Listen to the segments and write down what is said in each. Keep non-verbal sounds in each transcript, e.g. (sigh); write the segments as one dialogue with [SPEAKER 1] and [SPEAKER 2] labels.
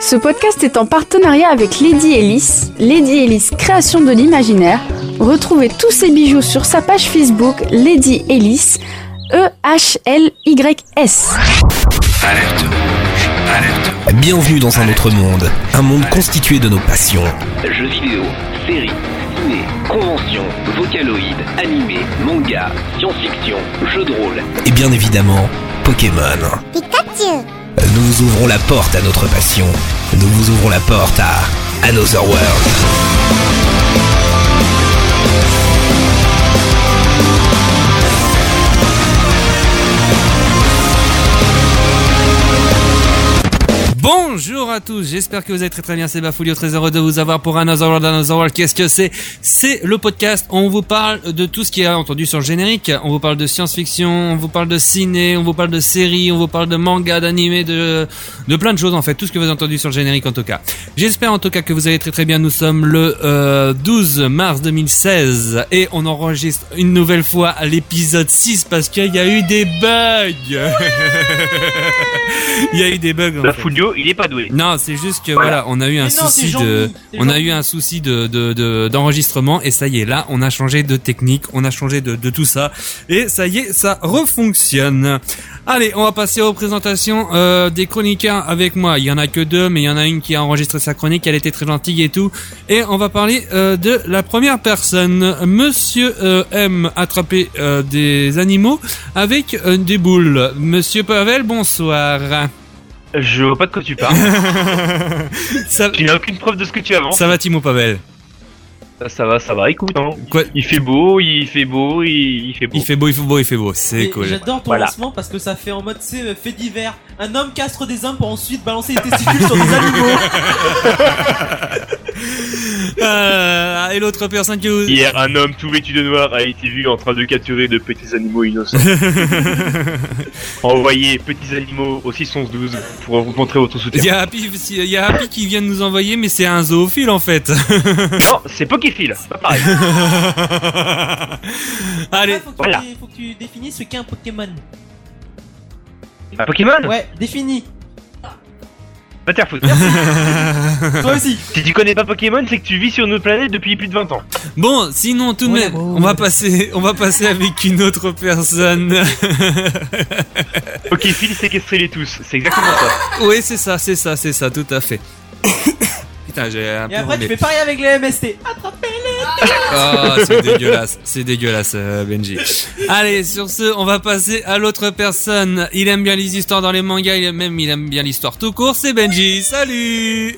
[SPEAKER 1] Ce podcast est en partenariat avec Lady Ellis, Lady Ellis Création de l'Imaginaire. Retrouvez tous ses bijoux sur sa page Facebook Lady Ellis, E E-H-L-Y-S.
[SPEAKER 2] Alerte rouge, alerte.
[SPEAKER 3] Bienvenue dans un autre monde, un monde constitué de nos passions.
[SPEAKER 2] Jeux vidéo, séries, ciné, conventions, vocaloïdes, animés, manga, science-fiction, jeux de rôle.
[SPEAKER 3] Et bien évidemment, Pokémon. Nous vous ouvrons la porte à notre passion. Nous vous ouvrons la porte à Another World.
[SPEAKER 4] Bonjour à tous, j'espère que vous allez très très bien, c'est Bafoulio, très heureux de vous avoir pour Another World, Another World, qu'est-ce que c'est C'est le podcast, on vous parle de tout ce qui est entendu sur le générique, on vous parle de science-fiction, on vous parle de ciné, on vous parle de séries, on vous parle de manga, d'animé, de, de plein de choses en fait, tout ce que vous avez entendu sur le générique en tout cas. J'espère en tout cas que vous allez très très bien, nous sommes le euh, 12 mars 2016 et on enregistre une nouvelle fois l'épisode 6 parce qu'il y a eu des bugs (laughs) Il y a eu des bugs en
[SPEAKER 5] La
[SPEAKER 4] fait.
[SPEAKER 5] Fulio, il est pas doué.
[SPEAKER 4] Non, c'est juste que voilà,
[SPEAKER 5] Voilà.
[SPEAKER 4] on a eu un
[SPEAKER 6] Mais non, c'est
[SPEAKER 4] souci
[SPEAKER 6] Jean-Mi,
[SPEAKER 4] de,
[SPEAKER 6] c'est
[SPEAKER 4] on a
[SPEAKER 6] Jean-Mi.
[SPEAKER 4] eu un souci de de- de- d'enregistrement et ça y est, là, on a changé de technique, on a changé de de tout ça et ça y est, ça refonctionne. Allez, on va passer aux présentations euh, des chroniqueurs avec moi. Il y en a que deux, mais il y en a une qui a enregistré sa chronique. Elle était très gentille et tout. Et on va parler euh, de la première personne, Monsieur euh, M, attraper euh, des animaux avec euh, des boules. Monsieur Pavel, bonsoir.
[SPEAKER 5] Je vois pas de quoi tu
[SPEAKER 4] (laughs)
[SPEAKER 5] parles.
[SPEAKER 4] Ça,
[SPEAKER 5] tu n'as aucune preuve de ce que tu avances.
[SPEAKER 4] ça va, Timo Pavel.
[SPEAKER 5] Ça, ça va, ça va. Écoute, hein.
[SPEAKER 4] Quoi
[SPEAKER 5] il fait beau, il fait beau, il, il fait beau.
[SPEAKER 4] Il fait beau, il fait beau, il fait beau. C'est
[SPEAKER 6] Et
[SPEAKER 4] cool.
[SPEAKER 6] J'adore ton
[SPEAKER 5] Voilà.
[SPEAKER 6] lancement parce que ça fait en mode c'est euh, fait divers. Un homme castre des hommes pour ensuite balancer les testicules sur des animaux.
[SPEAKER 4] Euh, et l'autre personne qui vous...
[SPEAKER 5] Hier, un homme tout vêtu de noir a été vu en train de capturer de petits
[SPEAKER 4] (laughs)
[SPEAKER 5] animaux innocents. Envoyez petits animaux au 611-12 pour vous montrer votre soutien.
[SPEAKER 4] Il y a Happy, il y a Happy qui vient de nous envoyer, mais c'est un zoophile en fait. (laughs)
[SPEAKER 5] Non, c'est Poképhile, pas pareil.
[SPEAKER 4] Allez,
[SPEAKER 6] Ah, faut, que
[SPEAKER 5] voilà.
[SPEAKER 6] tu, faut que tu définisses ce qu'est un Pokémon.
[SPEAKER 5] Un Pokémon
[SPEAKER 6] Ouais, définis.
[SPEAKER 5] Va te faire
[SPEAKER 4] (laughs)
[SPEAKER 5] foutre.
[SPEAKER 6] Toi aussi.
[SPEAKER 5] Si tu connais pas Pokémon, c'est que tu vis sur notre planète depuis plus de 20 ans.
[SPEAKER 4] bon, sinon tout de
[SPEAKER 6] Ouais,
[SPEAKER 4] même,
[SPEAKER 6] ouais,
[SPEAKER 4] on
[SPEAKER 6] ouais.
[SPEAKER 4] va passer, on va passer avec une autre personne. (laughs)
[SPEAKER 5] Poképhile, séquestrez-les tous. C'est exactement ça.
[SPEAKER 4] oui, c'est ça, c'est ça, c'est ça, tout à
[SPEAKER 6] (laughs)
[SPEAKER 4] fait. Putain, j'ai un peu
[SPEAKER 6] Et après,
[SPEAKER 4] enlevé.
[SPEAKER 6] tu fais pareil avec les MST. Attrapez.
[SPEAKER 4] Ah, c'est dégueulasse, c'est dégueulasse, euh, Benji. Allez, sur ce, on va passer à l'autre personne. Il aime bien les histoires dans les mangas, il aime même il aime bien l'histoire tout court. C'est Benji. Salut.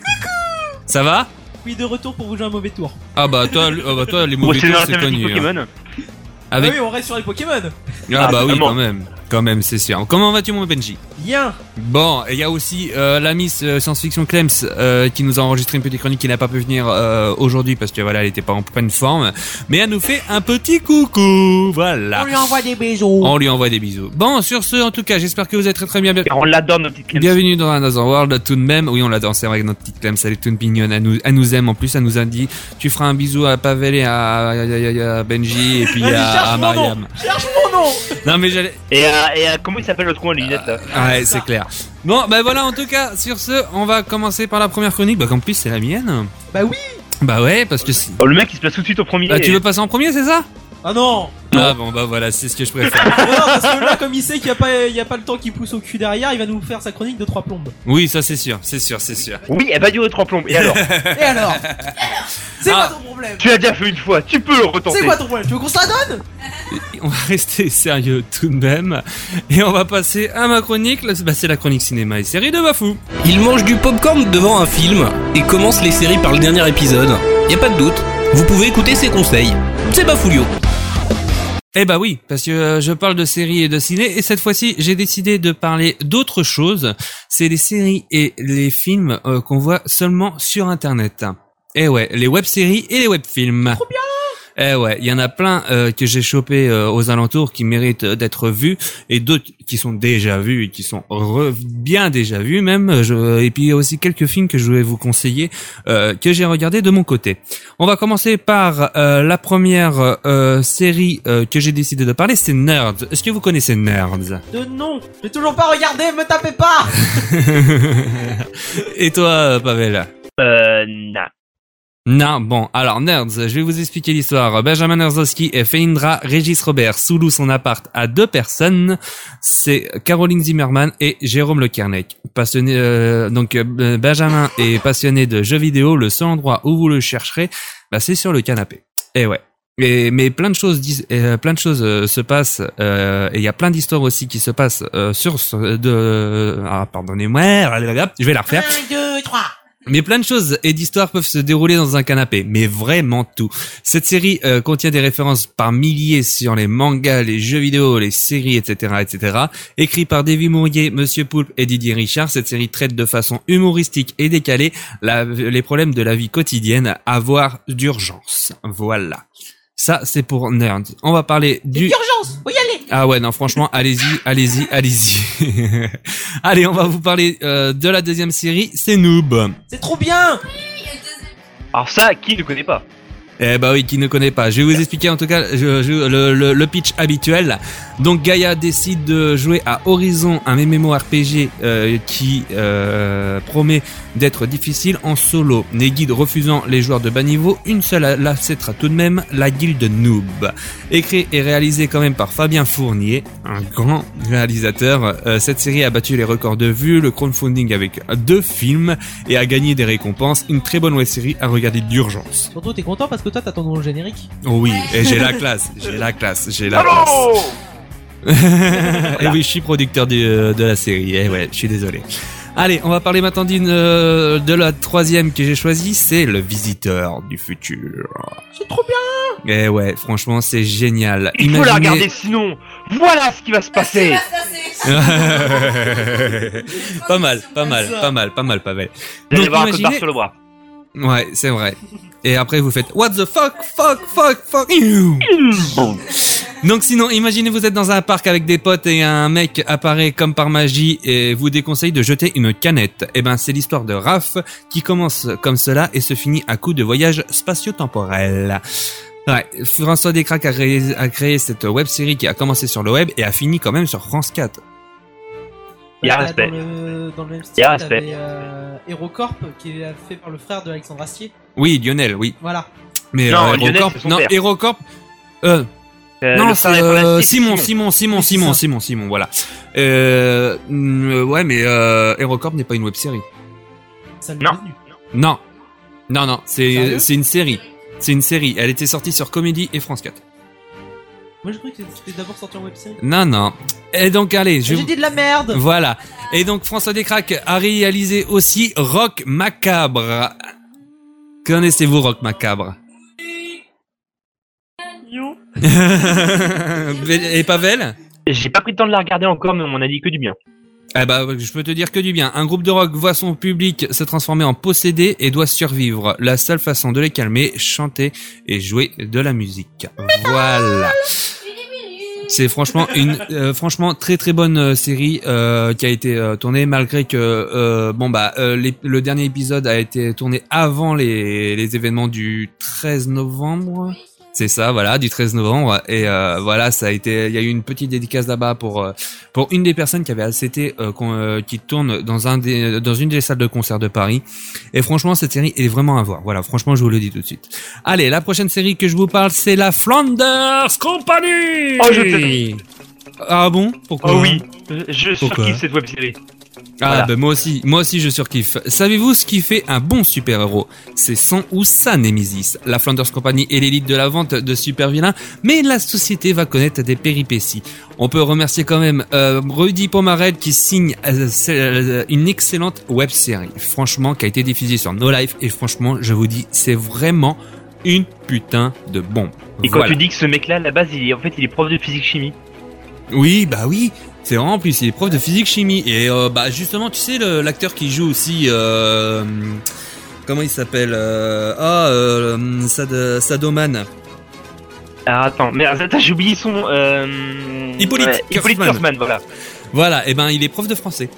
[SPEAKER 4] Ça va
[SPEAKER 6] Oui, de retour pour vous jouer un mauvais tour.
[SPEAKER 4] Ah bah toi, le- ah bah toi, les
[SPEAKER 5] Bon,
[SPEAKER 4] mauvais
[SPEAKER 5] c'est dans
[SPEAKER 4] tours,
[SPEAKER 5] la
[SPEAKER 4] c'est
[SPEAKER 5] thématique
[SPEAKER 4] connu. hein.
[SPEAKER 5] Pokémon.
[SPEAKER 4] Avec
[SPEAKER 6] Ah oui, on reste sur les Pokémon.
[SPEAKER 4] ah bah
[SPEAKER 5] Ah,
[SPEAKER 4] oui,
[SPEAKER 5] bon.
[SPEAKER 4] quand même, quand même, c'est sûr. Comment vas-tu, mon Benji
[SPEAKER 6] Bien.
[SPEAKER 4] Bon, et il y a aussi euh, l'ami euh, science-fiction Clems euh, qui nous a enregistré une petite chronique qui n'a pas pu venir euh, aujourd'hui parce que voilà, elle était pas en pleine forme, mais elle nous fait un petit coucou. Voilà.
[SPEAKER 6] On lui envoie des bisous.
[SPEAKER 4] On lui envoie des bisous. Bon, sur ce, en tout cas, j'espère que vous êtes très très bien. bien-
[SPEAKER 5] Et On l'adore, nos petites Clemson.
[SPEAKER 4] Bienvenue dans Another World, tout de même. Oui, on l'a dansé avec notre petite Clem, elle est toute mignonne. Elle nous, elle nous aime en plus, elle nous a dit Tu feras un bisou à Pavel et à, à- à- à Benji
[SPEAKER 6] (laughs)
[SPEAKER 4] et puis
[SPEAKER 6] Vas-y,
[SPEAKER 4] à, à
[SPEAKER 6] cherche mon nom.
[SPEAKER 4] Mariam.
[SPEAKER 6] Cherche mon nom.
[SPEAKER 4] Non, mais j'allais.
[SPEAKER 5] Et à, et à- comment il s'appelle l'autre coin, les lunettes là
[SPEAKER 4] Ouais, c'est clair. Bon, bah voilà, en tout cas, sur ce, on va commencer par la première chronique. Bah, qu'en plus, c'est la mienne.
[SPEAKER 6] Bah oui.
[SPEAKER 4] Bah ouais, parce que si.
[SPEAKER 5] Oh, Le mec il se place tout de suite au premier.
[SPEAKER 4] Ah, tu veux passer en premier, c'est ça
[SPEAKER 6] Ah non.
[SPEAKER 4] Ah, bon, bah voilà, c'est ce que je préfère.
[SPEAKER 6] Ah non, parce que là, comme il sait qu'il n'y a, pas- il y a pas le temps qui pousse au cul derrière, il va nous faire sa chronique de trois plombes.
[SPEAKER 4] oui, ça, c'est sûr, c'est sûr, c'est sûr.
[SPEAKER 5] Oui, eh ben, elle va durer trois plombes.
[SPEAKER 4] (laughs)
[SPEAKER 5] Et alors
[SPEAKER 6] Et alors C'est
[SPEAKER 4] Ah.
[SPEAKER 6] quoi ton problème
[SPEAKER 5] Tu l'as déjà fait une fois, tu peux le retenter.
[SPEAKER 6] C'est quoi ton problème Tu veux qu'on se la donne
[SPEAKER 4] On va (laughs) rester sérieux tout de même et on va passer à ma chronique. Là, c'est- bah, c'est la chronique cinéma et série de Bafou.
[SPEAKER 3] Ils mangent du popcorn devant un film et commencent les séries par le dernier épisode. Y a pas de doute, vous pouvez écouter ses conseils. C'est Bafoulio.
[SPEAKER 4] Eh bah oui, parce que euh, je parle de séries et de ciné et cette fois-ci j'ai décidé de parler d'autre chose. C'est les séries et les films euh, qu'on voit seulement sur Internet. Eh ouais, les web-séries et les web-films. Eh ouais, il y en a plein euh, que j'ai chopé euh, aux alentours qui méritent euh, d'être vus et d'autres qui sont déjà vus et qui sont re- bien déjà vus même. Je, et puis il y a aussi quelques films que je vais vous conseiller euh, que j'ai regardé de mon côté. On va commencer par euh, la première euh, série euh, que j'ai décidé de parler, c'est Nerds. Est-ce que vous connaissez Nerds
[SPEAKER 7] De non J'ai toujours pas regardé, me tapez pas
[SPEAKER 4] Et toi, euh, Pavel
[SPEAKER 5] Euh, non.
[SPEAKER 4] Non, bon, alors nerds, je vais vous expliquer l'histoire. Benjamin Nerzowski et Feindra Régis Robert sous-louent son appart à deux personnes. C'est Caroline Zimmerman et Jérôme Le Kernec. Passionné, euh, donc euh, Benjamin est passionné de jeux vidéo. Le seul endroit où vous le chercherez, bah, c'est sur le canapé. Et ouais. Et, mais plein de choses, dis- euh, plein de choses euh, se passent euh, et il y a plein d'histoires aussi qui se passent euh, sur ce, de. Ah, pardonnez-moi, je vais la refaire.
[SPEAKER 7] 1, 2, 3
[SPEAKER 4] Mais plein de choses et d'histoires peuvent se dérouler dans un canapé, mais vraiment tout. Cette série euh, contient des références par milliers sur les mangas, les jeux vidéo, les séries, etc., etc. Écrit par Davy Mourier, Monsieur Poulpe et Didier Richard, cette série traite de façon humoristique et décalée la- les problèmes de la vie quotidienne, avoir d'urgence. Voilà. Ça, c'est pour nerds. On va parler du...
[SPEAKER 7] Urgence Faut y aller
[SPEAKER 4] Ah ouais, non, franchement, allez-y, allez-y, (laughs) allez-y. Allez, on va vous parler euh, de la deuxième série, c'est Noob.
[SPEAKER 7] C'est trop bien
[SPEAKER 5] Alors ça, qui ne connaît pas
[SPEAKER 4] Eh bah oui, qui ne connaît pas. Je vais vous expliquer en tout cas je- je- le, le- le pitch habituel. Donc Gaia décide de jouer à Horizon, un MMORPG euh, qui euh, promet d'être difficile en solo. Les guides refusant les joueurs de bas niveau, une seule lacêtre tout de même, la guilde Noob. Écrit et réalisé quand même par Fabien Fournier, un grand réalisateur, euh, cette série a battu les records de vues, le crowdfunding avec deux films et a gagné des récompenses. Une très bonne web série à regarder d'urgence.
[SPEAKER 7] Surtout, t'es content parce que toi, t'as ton nom au générique.
[SPEAKER 4] Oh oui, et j'ai la classe, j'ai la classe, j'ai la
[SPEAKER 5] Allô
[SPEAKER 4] classe. et Eh oui, je suis producteur du- euh, de la série. Eh ouais, je suis désolé. Allez, on va parler maintenant d'une euh, de la troisième que j'ai choisie, c'est le visiteur du futur.
[SPEAKER 7] C'est trop bien
[SPEAKER 4] Eh ouais, franchement, c'est génial.
[SPEAKER 5] Il faut la regarder sinon Voilà ce qui va se
[SPEAKER 6] Ah,
[SPEAKER 5] passer (laughs)
[SPEAKER 4] pas mal, pas mal, pas mal, pas mal, Pavel.
[SPEAKER 5] Vous allez
[SPEAKER 4] Donc,
[SPEAKER 5] voir un
[SPEAKER 4] imaginez-
[SPEAKER 5] cotard sur le bras.
[SPEAKER 4] Ouais, c'est vrai. Et après, vous faites What the fuck, fuck, fuck, fuck you. Donc sinon, imaginez vous êtes dans un parc avec des potes et un mec apparaît comme par magie et vous déconseille de jeter une canette. Eh ben, c'est l'histoire de Raph qui commence comme cela et se finit à coup de voyage spatio-temporel. Ouais, François Descraques a créé, a créé cette web série qui a commencé sur le web et a fini quand même sur France 4.
[SPEAKER 5] Y a
[SPEAKER 7] Bah,
[SPEAKER 5] respect.
[SPEAKER 7] Dans le, dans le même style,
[SPEAKER 5] Y a
[SPEAKER 7] t'avais,
[SPEAKER 5] respect.
[SPEAKER 7] euh, Hérocorp, qui est fait par le frère de Alexandre Astier.
[SPEAKER 4] Oui, Lionel, oui.
[SPEAKER 7] Voilà.
[SPEAKER 4] Mais
[SPEAKER 5] Non,
[SPEAKER 4] euh,
[SPEAKER 5] Lionel,
[SPEAKER 4] Hérocorp-
[SPEAKER 5] c'est son
[SPEAKER 4] non,
[SPEAKER 5] père.
[SPEAKER 4] Hérocorp, euh,
[SPEAKER 5] Euh,
[SPEAKER 4] non,
[SPEAKER 5] le
[SPEAKER 4] c'est
[SPEAKER 5] frère
[SPEAKER 4] euh,
[SPEAKER 5] informatique,
[SPEAKER 4] Simon, Simon, Simon,
[SPEAKER 7] Oui, c'est
[SPEAKER 4] Simon,
[SPEAKER 7] ça.
[SPEAKER 4] Simon, Simon, voilà. Euh, mm, euh, ouais, mais euh, Hérocorp n'est pas une web série.
[SPEAKER 7] Ça
[SPEAKER 5] Non.
[SPEAKER 4] Non, non, non, c'est
[SPEAKER 7] Sérieux
[SPEAKER 4] c'est une série. C'est une série. Elle était sortie sur Comédie et France 4.
[SPEAKER 7] Moi, je croyais que c'était d'abord sorti en web série.
[SPEAKER 4] Non, non. Et donc, allez, je...
[SPEAKER 7] J'ai dit de la merde
[SPEAKER 4] Voilà. Et donc, François Descraques a réalisé aussi Rock Macabre. Connaissez-vous Rock Macabre (laughs) Et Pavel
[SPEAKER 5] J'ai pas pris le temps de la regarder encore, mais on m'en a dit que du bien.
[SPEAKER 4] Eh bah, je peux te dire que du bien. Un groupe de rock voit son public se transformer en possédé et doit survivre. La seule façon de les calmer, chanter et jouer de la musique. Voilà. C'est franchement une euh, franchement très très bonne euh, série euh, qui a été euh, tournée malgré que euh, bon bah euh, les- le dernier épisode a été tourné avant les, les événements du 13 novembre. C'est ça, voilà, du 13 novembre. Et euh, voilà, ça a été, il y a eu une petite dédicace là-bas pour euh, pour une des personnes qui avait accepté euh, qu'on, euh, qui tourne dans un des dans une des salles de concert de Paris. Et franchement, cette série est vraiment à voir. Voilà, franchement, je vous le dis tout de suite. Allez, la prochaine série que je vous parle, c'est la Flanders Company.
[SPEAKER 5] Oh, je t'ai-
[SPEAKER 4] Ah bon Pourquoi
[SPEAKER 5] Oh oui, je
[SPEAKER 4] Pourquoi
[SPEAKER 5] surkiffe cette web série.
[SPEAKER 4] Ah
[SPEAKER 5] Voilà.
[SPEAKER 4] ben moi aussi, moi aussi je surkiffe. Savez-vous ce qui fait un bon super-héros C'est son ou sa némésis. La Flanders Company est l'élite de la vente de super-vilains, mais la société va connaître des péripéties. On peut remercier quand même euh, Rudy Pomarel qui signe euh, c'est, euh, une excellente web-série, franchement, qui a été diffusée sur No Life, et franchement, je vous dis, c'est vraiment une putain de bombe.
[SPEAKER 5] Et quand
[SPEAKER 4] Voilà.
[SPEAKER 5] tu dis que ce mec-là, à la base, il est, en fait, il est prof de physique-chimie.
[SPEAKER 4] Oui, bah oui. C'est vraiment en plus, il est prof de physique chimie. Et euh, bah justement, tu sais, le- l'acteur qui joue aussi. euh, comment il s'appelle euh, Ah, euh, Sad- Sadoman.
[SPEAKER 5] Ah, attends, merde, attends, j'ai oublié son. Euh...
[SPEAKER 4] Hippolyte
[SPEAKER 5] ouais, Hippolyte
[SPEAKER 4] Kurtzman.
[SPEAKER 5] Kurtzman, voilà.
[SPEAKER 4] Voilà, et ben il est prof de français.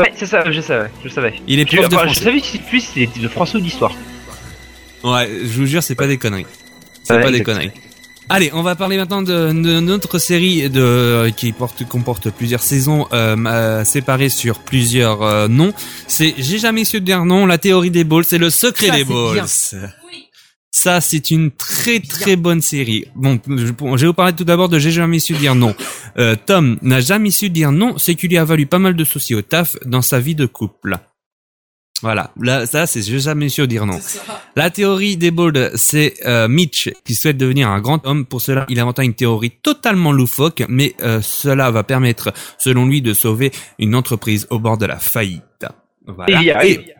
[SPEAKER 5] Ouais, c'est ça, je savais, je savais.
[SPEAKER 4] Il est
[SPEAKER 5] Je,
[SPEAKER 4] prof de
[SPEAKER 5] enfin, je
[SPEAKER 4] français.
[SPEAKER 5] savais si plus c'était de français ou d'histoire.
[SPEAKER 4] Ouais, je vous jure, c'est pas des conneries. C'est
[SPEAKER 5] Ouais,
[SPEAKER 4] pas des
[SPEAKER 5] exact.
[SPEAKER 4] conneries. Allez, on va parler maintenant de, de notre série de euh, qui porte comporte plusieurs saisons euh, ma- séparées sur plusieurs euh, noms. C'est j'ai jamais su le dernier nom, la théorie des balls, c'est le secret
[SPEAKER 6] Ça,
[SPEAKER 4] des
[SPEAKER 6] c'est
[SPEAKER 4] balls. Ça, c'est une très très bonne série. Bon, je, je vais vous parler tout d'abord de J'ai jamais su dire non. Euh, Tom n'a jamais su dire non, c'est qu'il lui a valu pas mal de soucis au taf dans sa vie de couple. Voilà, là, ça, c'est J'ai jamais su dire non.
[SPEAKER 7] C'est ça.
[SPEAKER 4] La théorie des Bold, c'est euh, Mitch qui souhaite devenir un grand homme. Pour cela, il inventa une théorie totalement loufoque, mais euh, cela va permettre, selon lui, de sauver une entreprise au bord de la faillite. Voilà.
[SPEAKER 5] Il y arrive.
[SPEAKER 4] Et-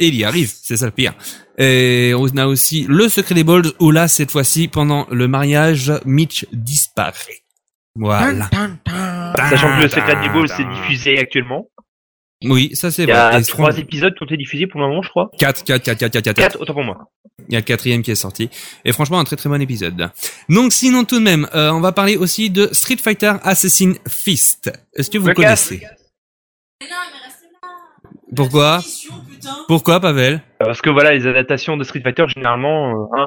[SPEAKER 4] et il y arrive, c'est ça le pire. Et on a aussi Le Secret des Bolds, où là, cette fois-ci, pendant le mariage, Mitch disparaît. Voilà.
[SPEAKER 5] Sachant que le secret
[SPEAKER 4] Ah,
[SPEAKER 5] des
[SPEAKER 4] bah.
[SPEAKER 5] balls c'est diffusé actuellement.
[SPEAKER 4] Oui, ça c'est
[SPEAKER 5] Il y
[SPEAKER 4] vrai.
[SPEAKER 5] a
[SPEAKER 4] Eh bah, Et
[SPEAKER 5] trois
[SPEAKER 4] franchement-
[SPEAKER 5] épisodes qui ont été diffusés pour le moment, je crois.
[SPEAKER 4] Quatre, quatre, quatre, quatre, quatre, quatre.
[SPEAKER 5] Quatre, autant pour moi.
[SPEAKER 4] Il y a le quatrième qui est sorti. Et franchement, un très très bon épisode. Donc sinon tout de même, euh, on va parler aussi de Street Fighter Assassin Fist. Est-ce que vous
[SPEAKER 5] Le
[SPEAKER 4] connaissez Pourquoi
[SPEAKER 7] Mission, putain.
[SPEAKER 4] Pourquoi Pavel
[SPEAKER 5] Parce que voilà, les adaptations de Street Fighter,
[SPEAKER 4] (laughs)
[SPEAKER 5] généralement, euh, hein,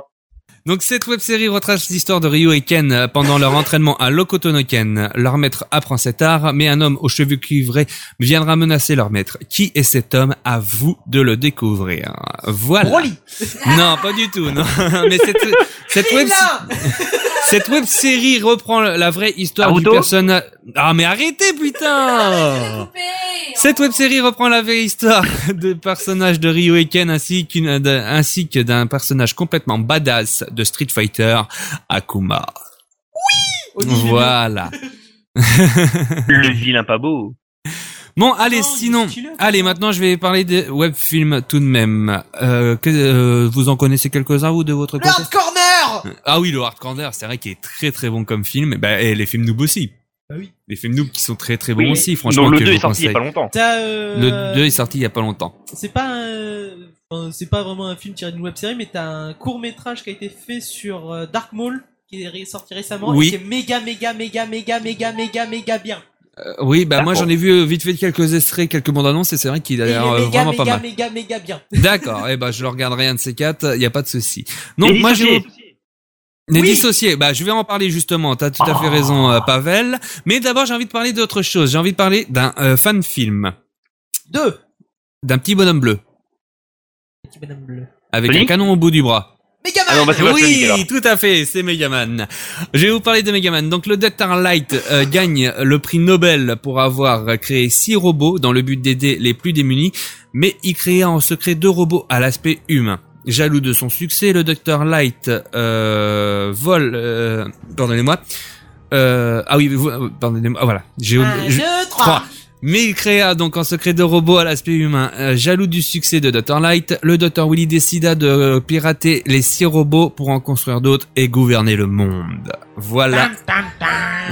[SPEAKER 4] Donc cette web-série retrace l'histoire de Ryu et Ken euh, pendant leur entraînement à Lokotonoken. Leur maître apprend cet art, mais un homme aux cheveux cuivrés viendra menacer leur maître. Qui est cet homme À vous de le découvrir. Voilà.
[SPEAKER 7] Broly.
[SPEAKER 4] Non, pas du tout, non. (laughs) Mais cette, cette web
[SPEAKER 7] Là
[SPEAKER 4] Cette web série reprend la vraie histoire
[SPEAKER 5] Naruto
[SPEAKER 4] du personnage. Ah mais arrêtez putain Cette web série reprend la vraie histoire (laughs) de personnages de Ryu et Ken ainsi qu'une d'un- ainsi que d'un personnage complètement badass de Street Fighter, Akuma.
[SPEAKER 7] Olivier Mélon.
[SPEAKER 4] Voilà.
[SPEAKER 5] le vilain pas beau.
[SPEAKER 4] Bon allez
[SPEAKER 7] Non, Oh, il est
[SPEAKER 4] sinon.
[SPEAKER 7] stylé, putain.
[SPEAKER 4] Allez maintenant je vais parler de web films tout de même. Euh, que, euh, vous en connaissez quelques-uns ou de votre
[SPEAKER 7] Le
[SPEAKER 4] côté
[SPEAKER 7] Hard Corner
[SPEAKER 4] Ah oui, le Hard Corner, c'est vrai qu'il est très très bon comme film. Et, ben, et les films Noob aussi.
[SPEAKER 7] Bah oui.
[SPEAKER 4] Les films Noob qui sont très très bons aussi, franchement.
[SPEAKER 5] dont le
[SPEAKER 4] que je
[SPEAKER 5] 2 est
[SPEAKER 4] vous
[SPEAKER 5] sorti il y a
[SPEAKER 4] conseille.
[SPEAKER 5] pas longtemps.
[SPEAKER 7] T'as, euh,
[SPEAKER 4] Le 2 est sorti il y a pas longtemps.
[SPEAKER 7] C'est pas un- enfin, c'est pas vraiment un film tiré d'une web série, mais t'as un court métrage qui a été fait sur euh, Dark Maul qui est ré- sorti récemment
[SPEAKER 4] Oui.
[SPEAKER 7] et qui est méga méga méga méga méga méga méga bien.
[SPEAKER 4] Euh, oui, bah
[SPEAKER 5] Ah,
[SPEAKER 4] moi
[SPEAKER 5] bon.
[SPEAKER 4] j'en ai vu euh, vite fait quelques extraits, quelques bandes annonces et c'est vrai qu'il a
[SPEAKER 7] Et il est
[SPEAKER 4] l'air euh,
[SPEAKER 7] méga
[SPEAKER 4] vraiment pas
[SPEAKER 7] méga
[SPEAKER 4] mal.
[SPEAKER 7] méga méga bien. (laughs)
[SPEAKER 4] D'accord, et ben je le regarderai un de ces quatre, il y a pas de souci. Donc
[SPEAKER 5] Et
[SPEAKER 4] moi
[SPEAKER 5] dissocié.
[SPEAKER 4] j'ai les
[SPEAKER 7] Oui.
[SPEAKER 4] dissociés. Bah je vais en parler justement. T'as tout à fait raison, euh, Pavel. Mais d'abord j'ai envie de parler d'autre chose. J'ai envie de parler d'un euh, fan film,
[SPEAKER 7] Deux.
[SPEAKER 4] d'un petit bonhomme bleu
[SPEAKER 7] Petit bonhomme bleu.
[SPEAKER 4] avec un
[SPEAKER 5] Blink
[SPEAKER 4] canon au bout du bras.
[SPEAKER 7] Megaman.
[SPEAKER 5] Ah non, bah c'est pas Sonic alors.
[SPEAKER 4] Oui, tout à fait, c'est Megaman. Je vais vous parler de Megaman. Donc le Dr Light euh, gagne le prix Nobel pour avoir créé six robots dans le but d'aider les plus démunis, mais il créa en secret deux robots à l'aspect humain. Jaloux de son succès, le Dr Light euh, vole... euh, pardonnez-moi. Euh, ah oui, vous- euh, pardonnez-moi. Ah, voilà, j'ai
[SPEAKER 7] Un,
[SPEAKER 4] je-
[SPEAKER 7] deux,
[SPEAKER 4] trois.
[SPEAKER 7] trois.
[SPEAKER 4] mais il créa donc en secret deux robots à l'aspect humain. Euh, jaloux du succès de Dr. Light, le Dr. Willy décida de euh, pirater les six robots pour en construire d'autres et gouverner le monde. Voilà.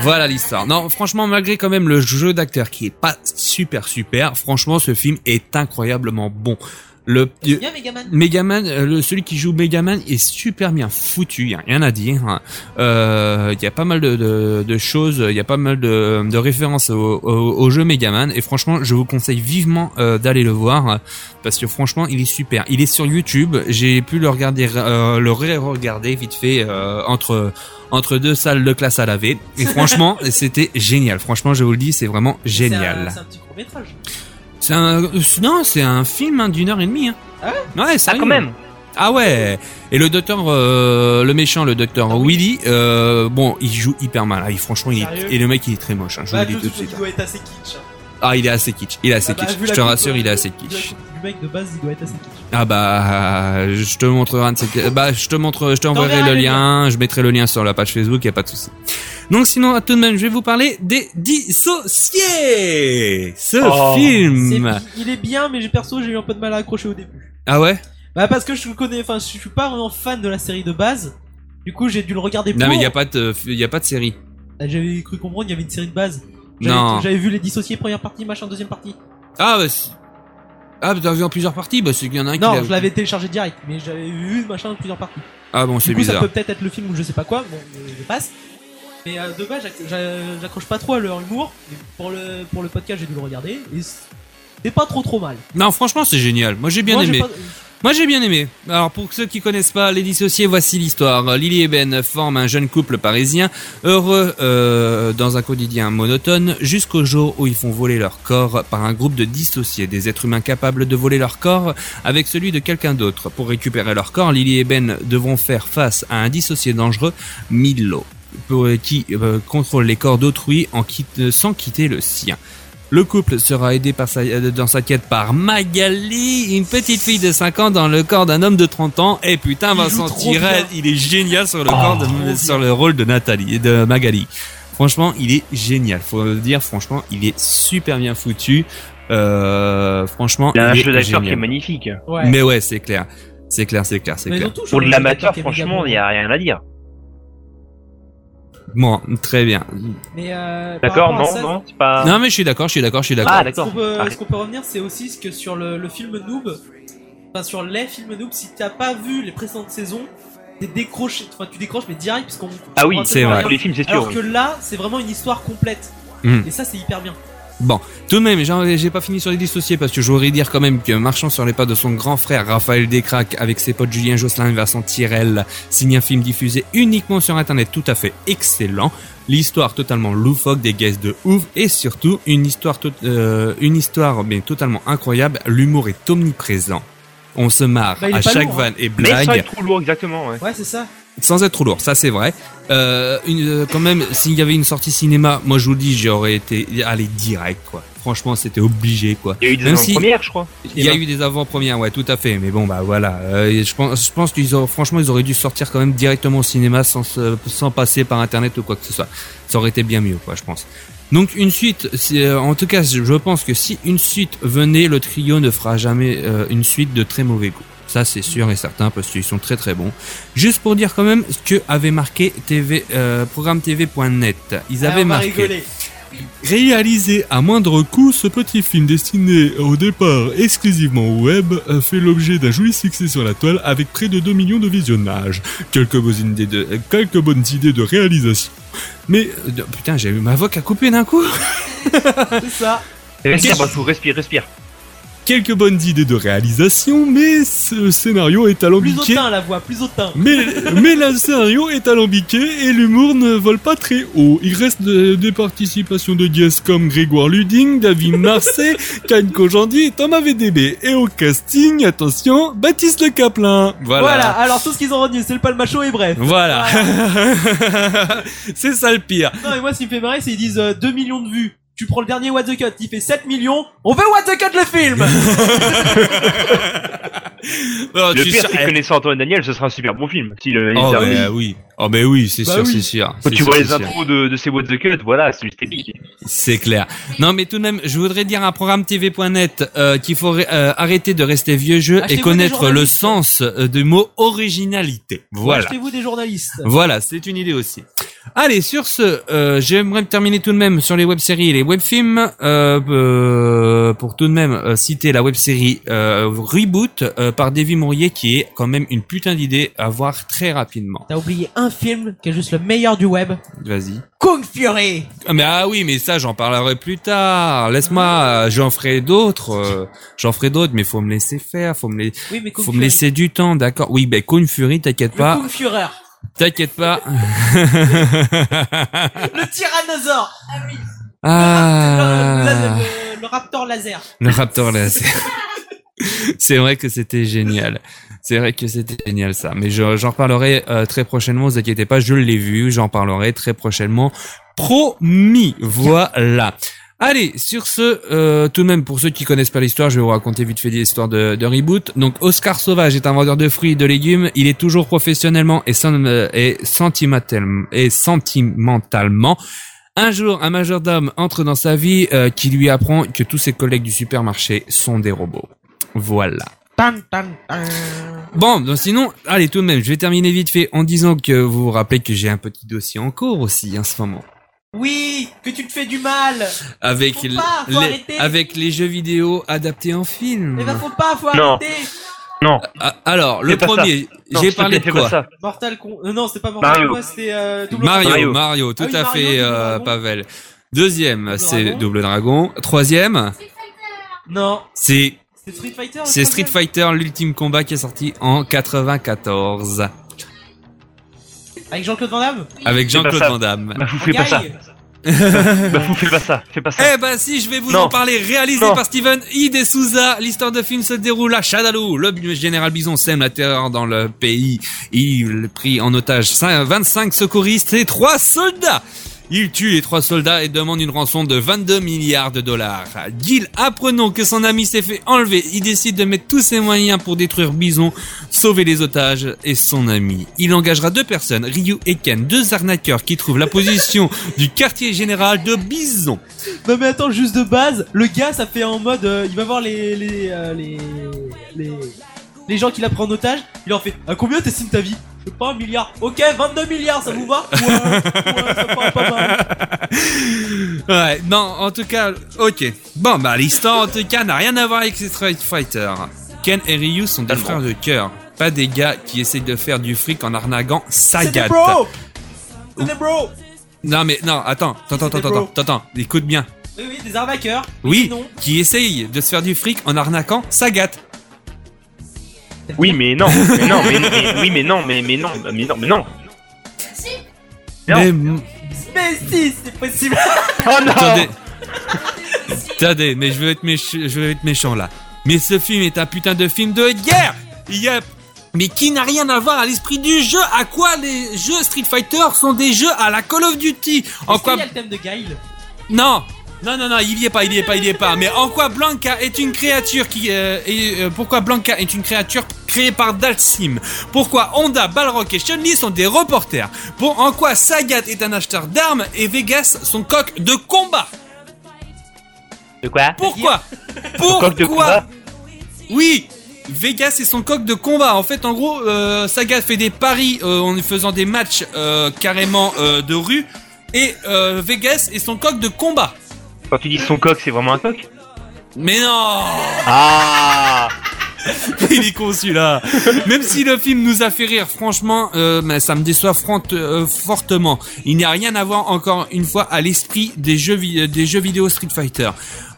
[SPEAKER 4] Voilà l'histoire. Non, franchement, malgré quand même le jeu d'acteur qui est pas super super, franchement, ce film est incroyablement bon. Le
[SPEAKER 7] C'est bien Megaman.
[SPEAKER 4] Megaman, euh, le- celui qui joue Megaman est super bien foutu, y a rien à dire. hein. Euh, Il y a pas mal de, de- de choses, il y a pas mal de, de références au, au- au jeu Megaman et franchement, je vous conseille vivement euh, d'aller le voir euh, parce que franchement, il est super. Il est sur YouTube, j'ai pu le regarder, euh, le regarder vite fait euh, entre entre deux salles de classe à laver
[SPEAKER 7] (laughs)
[SPEAKER 4] et franchement, c'était génial. Franchement, je vous le dis, c'est vraiment
[SPEAKER 7] C'est un-
[SPEAKER 4] génial.
[SPEAKER 7] C'est un petit court métrage.
[SPEAKER 4] C'est un, euh, non, c'est un film hein, d'une heure et demie. Hein.
[SPEAKER 7] Ah
[SPEAKER 4] ouais,
[SPEAKER 5] Ah,
[SPEAKER 4] sérieux.
[SPEAKER 5] quand même.
[SPEAKER 4] Ah ouais Et le docteur, euh, le méchant, le
[SPEAKER 7] Ah
[SPEAKER 4] docteur Willy, euh, bon, il joue hyper mal. Ah, il- franchement, il est-
[SPEAKER 7] Sérieux
[SPEAKER 4] et le mec, il est très moche. hein, je vous
[SPEAKER 7] Bah,
[SPEAKER 4] le
[SPEAKER 7] je
[SPEAKER 4] dis tout de
[SPEAKER 7] trouve
[SPEAKER 4] suite.
[SPEAKER 7] qu'il doit être assez kitsch. hein.
[SPEAKER 4] Ah, il est assez kitsch. Il est assez
[SPEAKER 7] Ah bah,
[SPEAKER 4] kitsch.
[SPEAKER 7] vu
[SPEAKER 4] Je
[SPEAKER 7] la
[SPEAKER 4] te
[SPEAKER 7] coupe,
[SPEAKER 4] rassure, il est
[SPEAKER 7] euh,
[SPEAKER 4] assez
[SPEAKER 7] vu la
[SPEAKER 4] kitsch.
[SPEAKER 7] coupe Du mec de base, il doit être assez kitsch.
[SPEAKER 4] Ah bah, je te montrerai un de ces- Bah, je te montre, je t'enverrai
[SPEAKER 7] T'enverras
[SPEAKER 4] le
[SPEAKER 7] le
[SPEAKER 4] lien. Je mettrai le lien sur la page Facebook. Y a pas de souci. Donc, sinon, tout de même, je vais vous parler des dissociés. Ce
[SPEAKER 5] Oh,
[SPEAKER 7] C'est-
[SPEAKER 4] film.
[SPEAKER 7] Il est bien, mais j'ai- perso, j'ai eu un peu de mal à accrocher au début.
[SPEAKER 4] Ah ouais.
[SPEAKER 7] Bah parce que je le connais, enfin je suis pas vraiment fan de la série de base. Du coup j'ai dû le regarder plus.
[SPEAKER 4] Non mais y a pas de, y a pas de série.
[SPEAKER 7] J'avais cru comprendre qu'il y avait une série de base. J'avais-
[SPEAKER 4] Non.
[SPEAKER 7] J'avais vu les dissociés première partie, machin deuxième partie.
[SPEAKER 4] Ah bah. si. Ah, bah, t'as vu en plusieurs parties. Bah, c'est qu'il y en a un qui.
[SPEAKER 7] Non,
[SPEAKER 4] l'a-
[SPEAKER 7] je l'avais téléchargé direct, mais j'avais vu machin plusieurs parties.
[SPEAKER 4] Ah bon, c'est
[SPEAKER 6] Du coup, ça
[SPEAKER 4] bizarre.
[SPEAKER 6] peut peut-être être le film ou je sais pas quoi, bon, je, je passe. Mais euh, de base, j'acc- j'a- j'accroche pas trop à leur humour. Mais Pour le, pour le podcast, j'ai dû le regarder et c'est pas trop trop mal.
[SPEAKER 4] Non, franchement, c'est génial. Moi, j'ai bien
[SPEAKER 6] Moi, j'ai
[SPEAKER 4] aimé.
[SPEAKER 6] pas-
[SPEAKER 4] Moi j'ai bien aimé. Alors pour ceux qui connaissent pas les dissociés, voici l'histoire. Lily et Ben forment un jeune couple parisien, heureux euh, dans un quotidien monotone, jusqu'au jour où ils font voler leur corps par un groupe de dissociés, des êtres humains capables de voler leur corps avec celui de quelqu'un d'autre. Pour récupérer leur corps, Lily et Ben devront faire face à un dissocié dangereux, Milo, pour- qui euh, contrôle les corps d'autrui en quitte- euh, sans quitter le sien. Le couple sera aidé par sa- euh, dans sa quête par Magali, une petite fille de 5 ans dans le corps d'un homme de 30 ans. Et putain,
[SPEAKER 6] Il joue
[SPEAKER 4] Vincent
[SPEAKER 6] trop
[SPEAKER 4] Tirel,
[SPEAKER 6] bien. Oh,
[SPEAKER 4] il est génial sur le, corps de- sur le rôle de Nathalie, euh, de Magali. Franchement, il est génial. Faut le dire, franchement, il est super bien foutu. Euh, franchement,
[SPEAKER 5] Il y a un
[SPEAKER 4] il
[SPEAKER 5] jeu
[SPEAKER 4] est
[SPEAKER 5] d'acteur qui est
[SPEAKER 4] génial.
[SPEAKER 5] magnifique.
[SPEAKER 6] Ouais.
[SPEAKER 4] Mais ouais, c'est clair. C'est clair, c'est clair, c'est
[SPEAKER 6] Mais ils
[SPEAKER 4] clair.
[SPEAKER 6] ont tous
[SPEAKER 5] Pour de
[SPEAKER 6] changé
[SPEAKER 5] l'amateur,
[SPEAKER 6] d'acteur, qui est
[SPEAKER 5] franchement, il n'y
[SPEAKER 6] vagabond.
[SPEAKER 5] a rien à dire.
[SPEAKER 4] Bon, très bien.
[SPEAKER 6] Mais, euh, par
[SPEAKER 5] D'accord,
[SPEAKER 6] rapport à
[SPEAKER 5] non,
[SPEAKER 6] ça,
[SPEAKER 5] non, c'est
[SPEAKER 6] Ah.
[SPEAKER 5] pas.
[SPEAKER 4] Non, mais je suis d'accord, je suis d'accord, je suis d'accord.
[SPEAKER 5] Ah,
[SPEAKER 6] Ce qu'on
[SPEAKER 5] d'accord.
[SPEAKER 6] peut,
[SPEAKER 5] Arrête.
[SPEAKER 6] ce qu'on peut revenir, c'est aussi ce que sur le, le film Noob, enfin sur les films Noob, si t'as pas vu les précédentes saisons, t'es décroché, enfin tu décroches mais direct parce qu'on.
[SPEAKER 5] Ah oui,
[SPEAKER 6] on va
[SPEAKER 4] c'est
[SPEAKER 6] pas
[SPEAKER 4] vrai.
[SPEAKER 6] rien.
[SPEAKER 5] Pour les films, c'est sûr.
[SPEAKER 6] Alors
[SPEAKER 5] oui.
[SPEAKER 6] que là, c'est vraiment une histoire complète.
[SPEAKER 4] Hmm.
[SPEAKER 6] Et ça, c'est hyper bien.
[SPEAKER 4] Tout de même, j'en- j'ai pas fini sur les dissociés parce que je voudrais dire quand même que marchant sur les pas de son grand frère Raphaël Descraques avec ses potes Julien Josselin et Vincent Tirel signe un film diffusé uniquement sur internet tout à fait excellent. L'histoire totalement loufoque, des guests de ouf et surtout une histoire, tot- euh, une histoire mais totalement incroyable. L'humour est omniprésent. On se marre
[SPEAKER 6] Bah, il est
[SPEAKER 4] à
[SPEAKER 6] pas
[SPEAKER 4] chaque
[SPEAKER 6] lourd, hein.
[SPEAKER 4] vanne et
[SPEAKER 5] Mais
[SPEAKER 4] blague.
[SPEAKER 5] ça être trop lourd, exactement. ouais.
[SPEAKER 6] Ouais, c'est ça.
[SPEAKER 4] sans être trop lourd, ça c'est vrai. Euh, une, euh, quand même, s'il y avait une sortie cinéma, moi je vous le dis, j'aurais été allé direct quoi. Franchement, c'était obligé quoi.
[SPEAKER 5] Il y a eu des
[SPEAKER 4] Même
[SPEAKER 5] avant
[SPEAKER 4] si-
[SPEAKER 5] premières, je crois.
[SPEAKER 4] Il y a eu des avant-premières, ouais, tout à fait. Mais bon, bah voilà. Euh, je pense, je pense qu'ils ont, franchement, ils auraient dû sortir quand même directement au cinéma sans, se- sans passer par internet ou quoi que ce soit. Ça aurait été bien mieux, quoi, je pense. Donc une suite, si- euh, en tout cas, je je pense que si une suite venait, le trio ne fera jamais euh, une suite de très mauvais goût. Ça, c'est sûr et certain, parce qu'ils sont très très bons. Juste pour dire quand même ce que avait marqué TV, euh, programme TV.net. Ils
[SPEAKER 6] Ah,
[SPEAKER 4] avaient
[SPEAKER 6] on va
[SPEAKER 4] marqué.
[SPEAKER 6] rigoler.
[SPEAKER 4] Réalisé à moindre coût, ce petit film destiné au départ exclusivement au web a fait l'objet d'un joli succès sur la toile avec près de 2 millions de visionnages. Quelques bonnes idées de, quelques bonnes idées de réalisation. Mais, euh, de- putain, j'ai eu ma voix à couper d'un coup.
[SPEAKER 6] C'est ça.
[SPEAKER 5] Respire,
[SPEAKER 4] Qu'est-ce-
[SPEAKER 5] Bafou, respire, respire.
[SPEAKER 4] Quelques bonnes idées de réalisation, mais ce scénario est
[SPEAKER 6] Plus
[SPEAKER 4] alambiqué.
[SPEAKER 6] hautain la voix, plus hautain.
[SPEAKER 4] Mais, mais le scénario est alambiqué et l'humour ne vole pas très haut. Il reste de- des participations de guests comme Grégoire Luding, David
[SPEAKER 5] (laughs)
[SPEAKER 4] Marseille, Kane Kojandi et Thomas VDB. Et au casting, attention, Baptiste Le Caplin.
[SPEAKER 6] Voilà. alors tout ce qu'ils ont retenu, c'est le palmachot et bref.
[SPEAKER 4] Voilà. (laughs) C'est ça le pire.
[SPEAKER 6] Non, mais moi, ce qui me fait marrer, c'est qu'ils disent euh, 2 millions de vues. Tu prends le dernier What the Cut, il fait 7 millions. On veut What the Cut le film
[SPEAKER 4] Ah,
[SPEAKER 5] Le pire, c'est que connaissant Antoine Daniel, ce sera un super bon film. Si
[SPEAKER 4] eh.
[SPEAKER 5] le
[SPEAKER 4] Oh,
[SPEAKER 5] il-
[SPEAKER 4] bah oui. Oh, mais oui, c'est
[SPEAKER 6] Bah
[SPEAKER 4] sûr,
[SPEAKER 6] oui.
[SPEAKER 4] c'est sûr.
[SPEAKER 5] Quand
[SPEAKER 4] C'est
[SPEAKER 5] tu
[SPEAKER 4] sûr,
[SPEAKER 5] vois
[SPEAKER 4] c'est
[SPEAKER 5] les
[SPEAKER 4] sûr.
[SPEAKER 5] intros de, de ces What the Cut, voilà, c'est juste épique.
[SPEAKER 4] C'est clair. Non, mais tout de même, je voudrais dire à programme TV.net euh, qu'il faut euh, arrêter de rester vieux jeu et
[SPEAKER 6] Achetez-vous des
[SPEAKER 4] connaître le
[SPEAKER 6] journalistes.
[SPEAKER 4] sens euh, du mot originalité. Voilà.
[SPEAKER 6] Achetez-vous des journalistes.
[SPEAKER 4] Voilà, c'est une idée aussi. Allez, sur ce, euh, j'aimerais terminer tout de même sur les web-séries et les web-films. Euh, euh, pour tout de même euh, citer la web-série euh, Reboot euh, par Davy Mourier, qui est quand même une putain d'idée à voir très rapidement.
[SPEAKER 6] T'as oublié un film qui est juste le meilleur du web.
[SPEAKER 4] Vas-y.
[SPEAKER 6] Kung Fury
[SPEAKER 4] Ah, Mais ah oui, mais ça j'en parlerai plus tard. Laisse-moi, euh, j'en ferai d'autres, euh, j'en ferai d'autres, mais faut me laisser faire, faut me, lai-
[SPEAKER 6] Oui, mais Kung
[SPEAKER 4] faut
[SPEAKER 6] Fury.
[SPEAKER 4] me laisser du temps, d'accord. Oui, ben Kung Fury, t'inquiète
[SPEAKER 6] Le
[SPEAKER 4] pas,
[SPEAKER 6] Kung Führer.
[SPEAKER 4] t'inquiète
[SPEAKER 6] (laughs)
[SPEAKER 4] pas.
[SPEAKER 6] Le Tyrannosaure. Le,
[SPEAKER 4] ah,
[SPEAKER 6] le- le- le Raptor laser.
[SPEAKER 4] le Raptor là, c'est- c'est vrai que c'était génial. C'est vrai que c'était génial ça. Mais je- j'en reparlerai euh, très prochainement. Vous inquiétez pas, je l'ai vu. J'en parlerai très prochainement. Promis. Voilà. Allez, sur ce, euh, tout de même, pour ceux qui connaissent pas l'histoire, je vais vous raconter vite fait l'histoire de, de Reboot. Donc, Oscar Sauvage est un vendeur de fruits et de légumes. Il est toujours professionnellement et, sen- euh, et, sentimental- et sentimentalement. Un jour, un majordome entre dans sa vie euh, qui lui apprend que tous ses collègues du supermarché sont des robots. Voilà.
[SPEAKER 6] Tan, tan, tan.
[SPEAKER 4] Bon, donc sinon, allez, tout de même, je vais terminer vite fait en disant que vous vous rappelez que j'ai un petit dossier en cours aussi en ce moment.
[SPEAKER 6] Oui, que tu te fais du mal.
[SPEAKER 4] Avec,
[SPEAKER 6] Faut pas, faut
[SPEAKER 4] les,
[SPEAKER 6] arrêter.
[SPEAKER 4] avec les jeux vidéo adaptés en film.
[SPEAKER 6] Mais bah Eh faut pas, faut
[SPEAKER 5] Non.
[SPEAKER 6] arrêter.
[SPEAKER 5] Non,
[SPEAKER 4] Ah, Alors, le
[SPEAKER 5] C'est pas ça.
[SPEAKER 4] premier,
[SPEAKER 5] non,
[SPEAKER 4] j'ai
[SPEAKER 5] s'il te
[SPEAKER 4] parlé
[SPEAKER 5] plaît,
[SPEAKER 4] de
[SPEAKER 5] fais pas
[SPEAKER 4] quoi
[SPEAKER 5] ça.
[SPEAKER 6] Mortal Kombat. Non, c'est pas Mortal
[SPEAKER 5] Mario.
[SPEAKER 6] Kombat, c'est euh, Double
[SPEAKER 4] Mario, Mario,
[SPEAKER 5] Mario.
[SPEAKER 4] tout
[SPEAKER 6] Ah oui,
[SPEAKER 4] à
[SPEAKER 6] Mario,
[SPEAKER 4] fait,
[SPEAKER 6] Double
[SPEAKER 4] euh,
[SPEAKER 6] Dragon.
[SPEAKER 4] Pavel. Deuxième,
[SPEAKER 6] Double
[SPEAKER 4] c'est
[SPEAKER 6] Dragon.
[SPEAKER 4] Double Dragon. Troisième,
[SPEAKER 6] Non,
[SPEAKER 4] c'est
[SPEAKER 6] c'est Street Fighter.
[SPEAKER 4] c'est
[SPEAKER 6] le
[SPEAKER 4] Street
[SPEAKER 6] troisième
[SPEAKER 4] Fighter, l'ultime combat qui est sorti en 94
[SPEAKER 6] Avec Jean-Claude Van Damme.
[SPEAKER 4] avec Jean-Claude
[SPEAKER 5] pas ça.
[SPEAKER 4] Van Damme.
[SPEAKER 5] bah vous fais pas ça.
[SPEAKER 6] Gaï.
[SPEAKER 5] Bah vous fais pas ça, fais pas ça.
[SPEAKER 4] Eh ben si, je vais vous
[SPEAKER 5] Non.
[SPEAKER 4] en parler. Réalisé
[SPEAKER 5] Non.
[SPEAKER 4] par Steven I. De Souza, l'histoire de film se déroule à Shadaloo. Le général Bison sème la terreur dans le pays. Il prit en otage cin- 25 secouristes et 3 soldats. Il tue les trois soldats et demande une rançon de 22 milliards de dollars. Gil, apprenant que son ami s'est fait enlever, il décide de mettre tous ses moyens pour détruire Bison, sauver les otages et son ami. Il engagera deux personnes, Ryu et Ken, deux arnaqueurs qui trouvent la position du quartier général de Bison.
[SPEAKER 6] Non mais attends, juste de base, le gars ça fait en mode, euh, il va voir les les, euh, les les les gens qu'il a pris en otage, il leur fait, à combien t'estimes ta vie Je sais pas, un milliard. Ok, 22 milliards, ça vous va Ouais, ouais, ça part pas
[SPEAKER 4] (laughs)
[SPEAKER 6] mal.
[SPEAKER 4] Ouais, non, en tout cas, ok. Bon, bah, l'histoire, en tout cas, n'a rien à voir avec Street Fighter. Ken et Ryu sont des
[SPEAKER 5] Tellement.
[SPEAKER 4] frères de cœur. Pas des gars qui essayent de faire du fric en arnaquant
[SPEAKER 6] C'est des
[SPEAKER 4] Sagat.
[SPEAKER 6] bros C'est des bros
[SPEAKER 4] Non, mais, non, attends, attends, attends,
[SPEAKER 6] des
[SPEAKER 4] attends,
[SPEAKER 6] bros.
[SPEAKER 4] attends, écoute bien.
[SPEAKER 6] Oui, oui, des arnaqueurs.
[SPEAKER 4] Oui,
[SPEAKER 6] Non.
[SPEAKER 4] qui essayent de se faire du fric en arnaquant Sagat. Eh.
[SPEAKER 5] Oui mais non, mais non, mais, mais- oui mais non, mais, mais non, bah, mais non, mais non. Non.
[SPEAKER 4] Mais, m-
[SPEAKER 6] Mais si, c'est possible.
[SPEAKER 5] Oh non
[SPEAKER 4] attendez. Ah. attendez, mais je vais être méchant, je vais être méchant là. Mais ce film est un putain de film de guerre! Il y a mais qui n'a rien à voir à l'esprit du jeu. À quoi les jeux Street Fighter sont des jeux à la Call of Duty En
[SPEAKER 6] Est-ce
[SPEAKER 4] quoi
[SPEAKER 6] qu'il y a le thème de Gail
[SPEAKER 4] Non, non, non, non, il y est pas, il y est pas, il y est pas. Mais en quoi Blanca est une créature qui euh, et, euh, pourquoi Blanca est une créature créée par Dalsim Pourquoi Honda, Balrock et Chun-Li sont des reporters Pour en quoi Sagat est un acheteur d'armes et Vegas son coq de combat
[SPEAKER 5] De quoi
[SPEAKER 4] Pourquoi
[SPEAKER 5] coq de
[SPEAKER 4] Pourquoi
[SPEAKER 5] combat
[SPEAKER 4] Oui Vegas et son coq de combat. En fait, en gros, euh, Saga fait des paris euh, en faisant des matchs euh, carrément euh, de rue. Et euh, Vegas et son coq de combat.
[SPEAKER 5] Quand tu dis son coq, c'est vraiment un coq
[SPEAKER 4] Mais non
[SPEAKER 5] Ah
[SPEAKER 4] (laughs) Il est con celui-là Même si le film nous a fait rire, franchement, euh, mais ça me déçoit front- euh, fortement. Il n'y a rien à voir, encore une fois, à l'esprit des, jeux vi- euh, des jeux vidéo Street Fighter.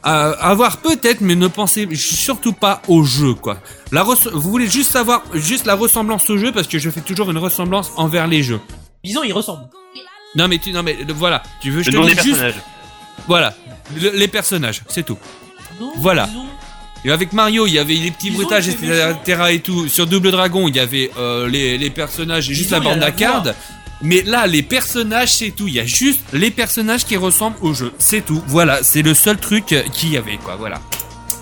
[SPEAKER 4] Euh, à voir peut-être, mais ne pensez surtout pas au jeu, quoi. La res- vous voulez juste savoir juste la ressemblance au jeu, parce que je fais toujours une ressemblance envers les jeux.
[SPEAKER 6] Bison, il ressemble.
[SPEAKER 4] Non mais tu, non mais le- voilà, tu veux je
[SPEAKER 5] Le
[SPEAKER 4] te
[SPEAKER 5] nom des
[SPEAKER 4] dis juste,
[SPEAKER 5] personnages.
[SPEAKER 4] voilà, le- les personnages, c'est tout.
[SPEAKER 6] Non,
[SPEAKER 4] Voilà.
[SPEAKER 6] Bison.
[SPEAKER 4] Et avec Mario, il y avait les petits
[SPEAKER 6] Ils ont
[SPEAKER 4] bruitages,
[SPEAKER 6] été méchants.
[SPEAKER 4] etc. et tout. Sur Double Dragon, il y avait euh, les, les personnages et juste
[SPEAKER 6] ont,
[SPEAKER 4] la
[SPEAKER 6] il y a
[SPEAKER 4] bande
[SPEAKER 6] la
[SPEAKER 4] à
[SPEAKER 6] voix.
[SPEAKER 4] card. Mais là, les personnages, c'est tout. Il y a juste les personnages qui ressemblent au jeu. C'est tout. Voilà, c'est le seul truc euh, qu'il y avait, quoi. Voilà.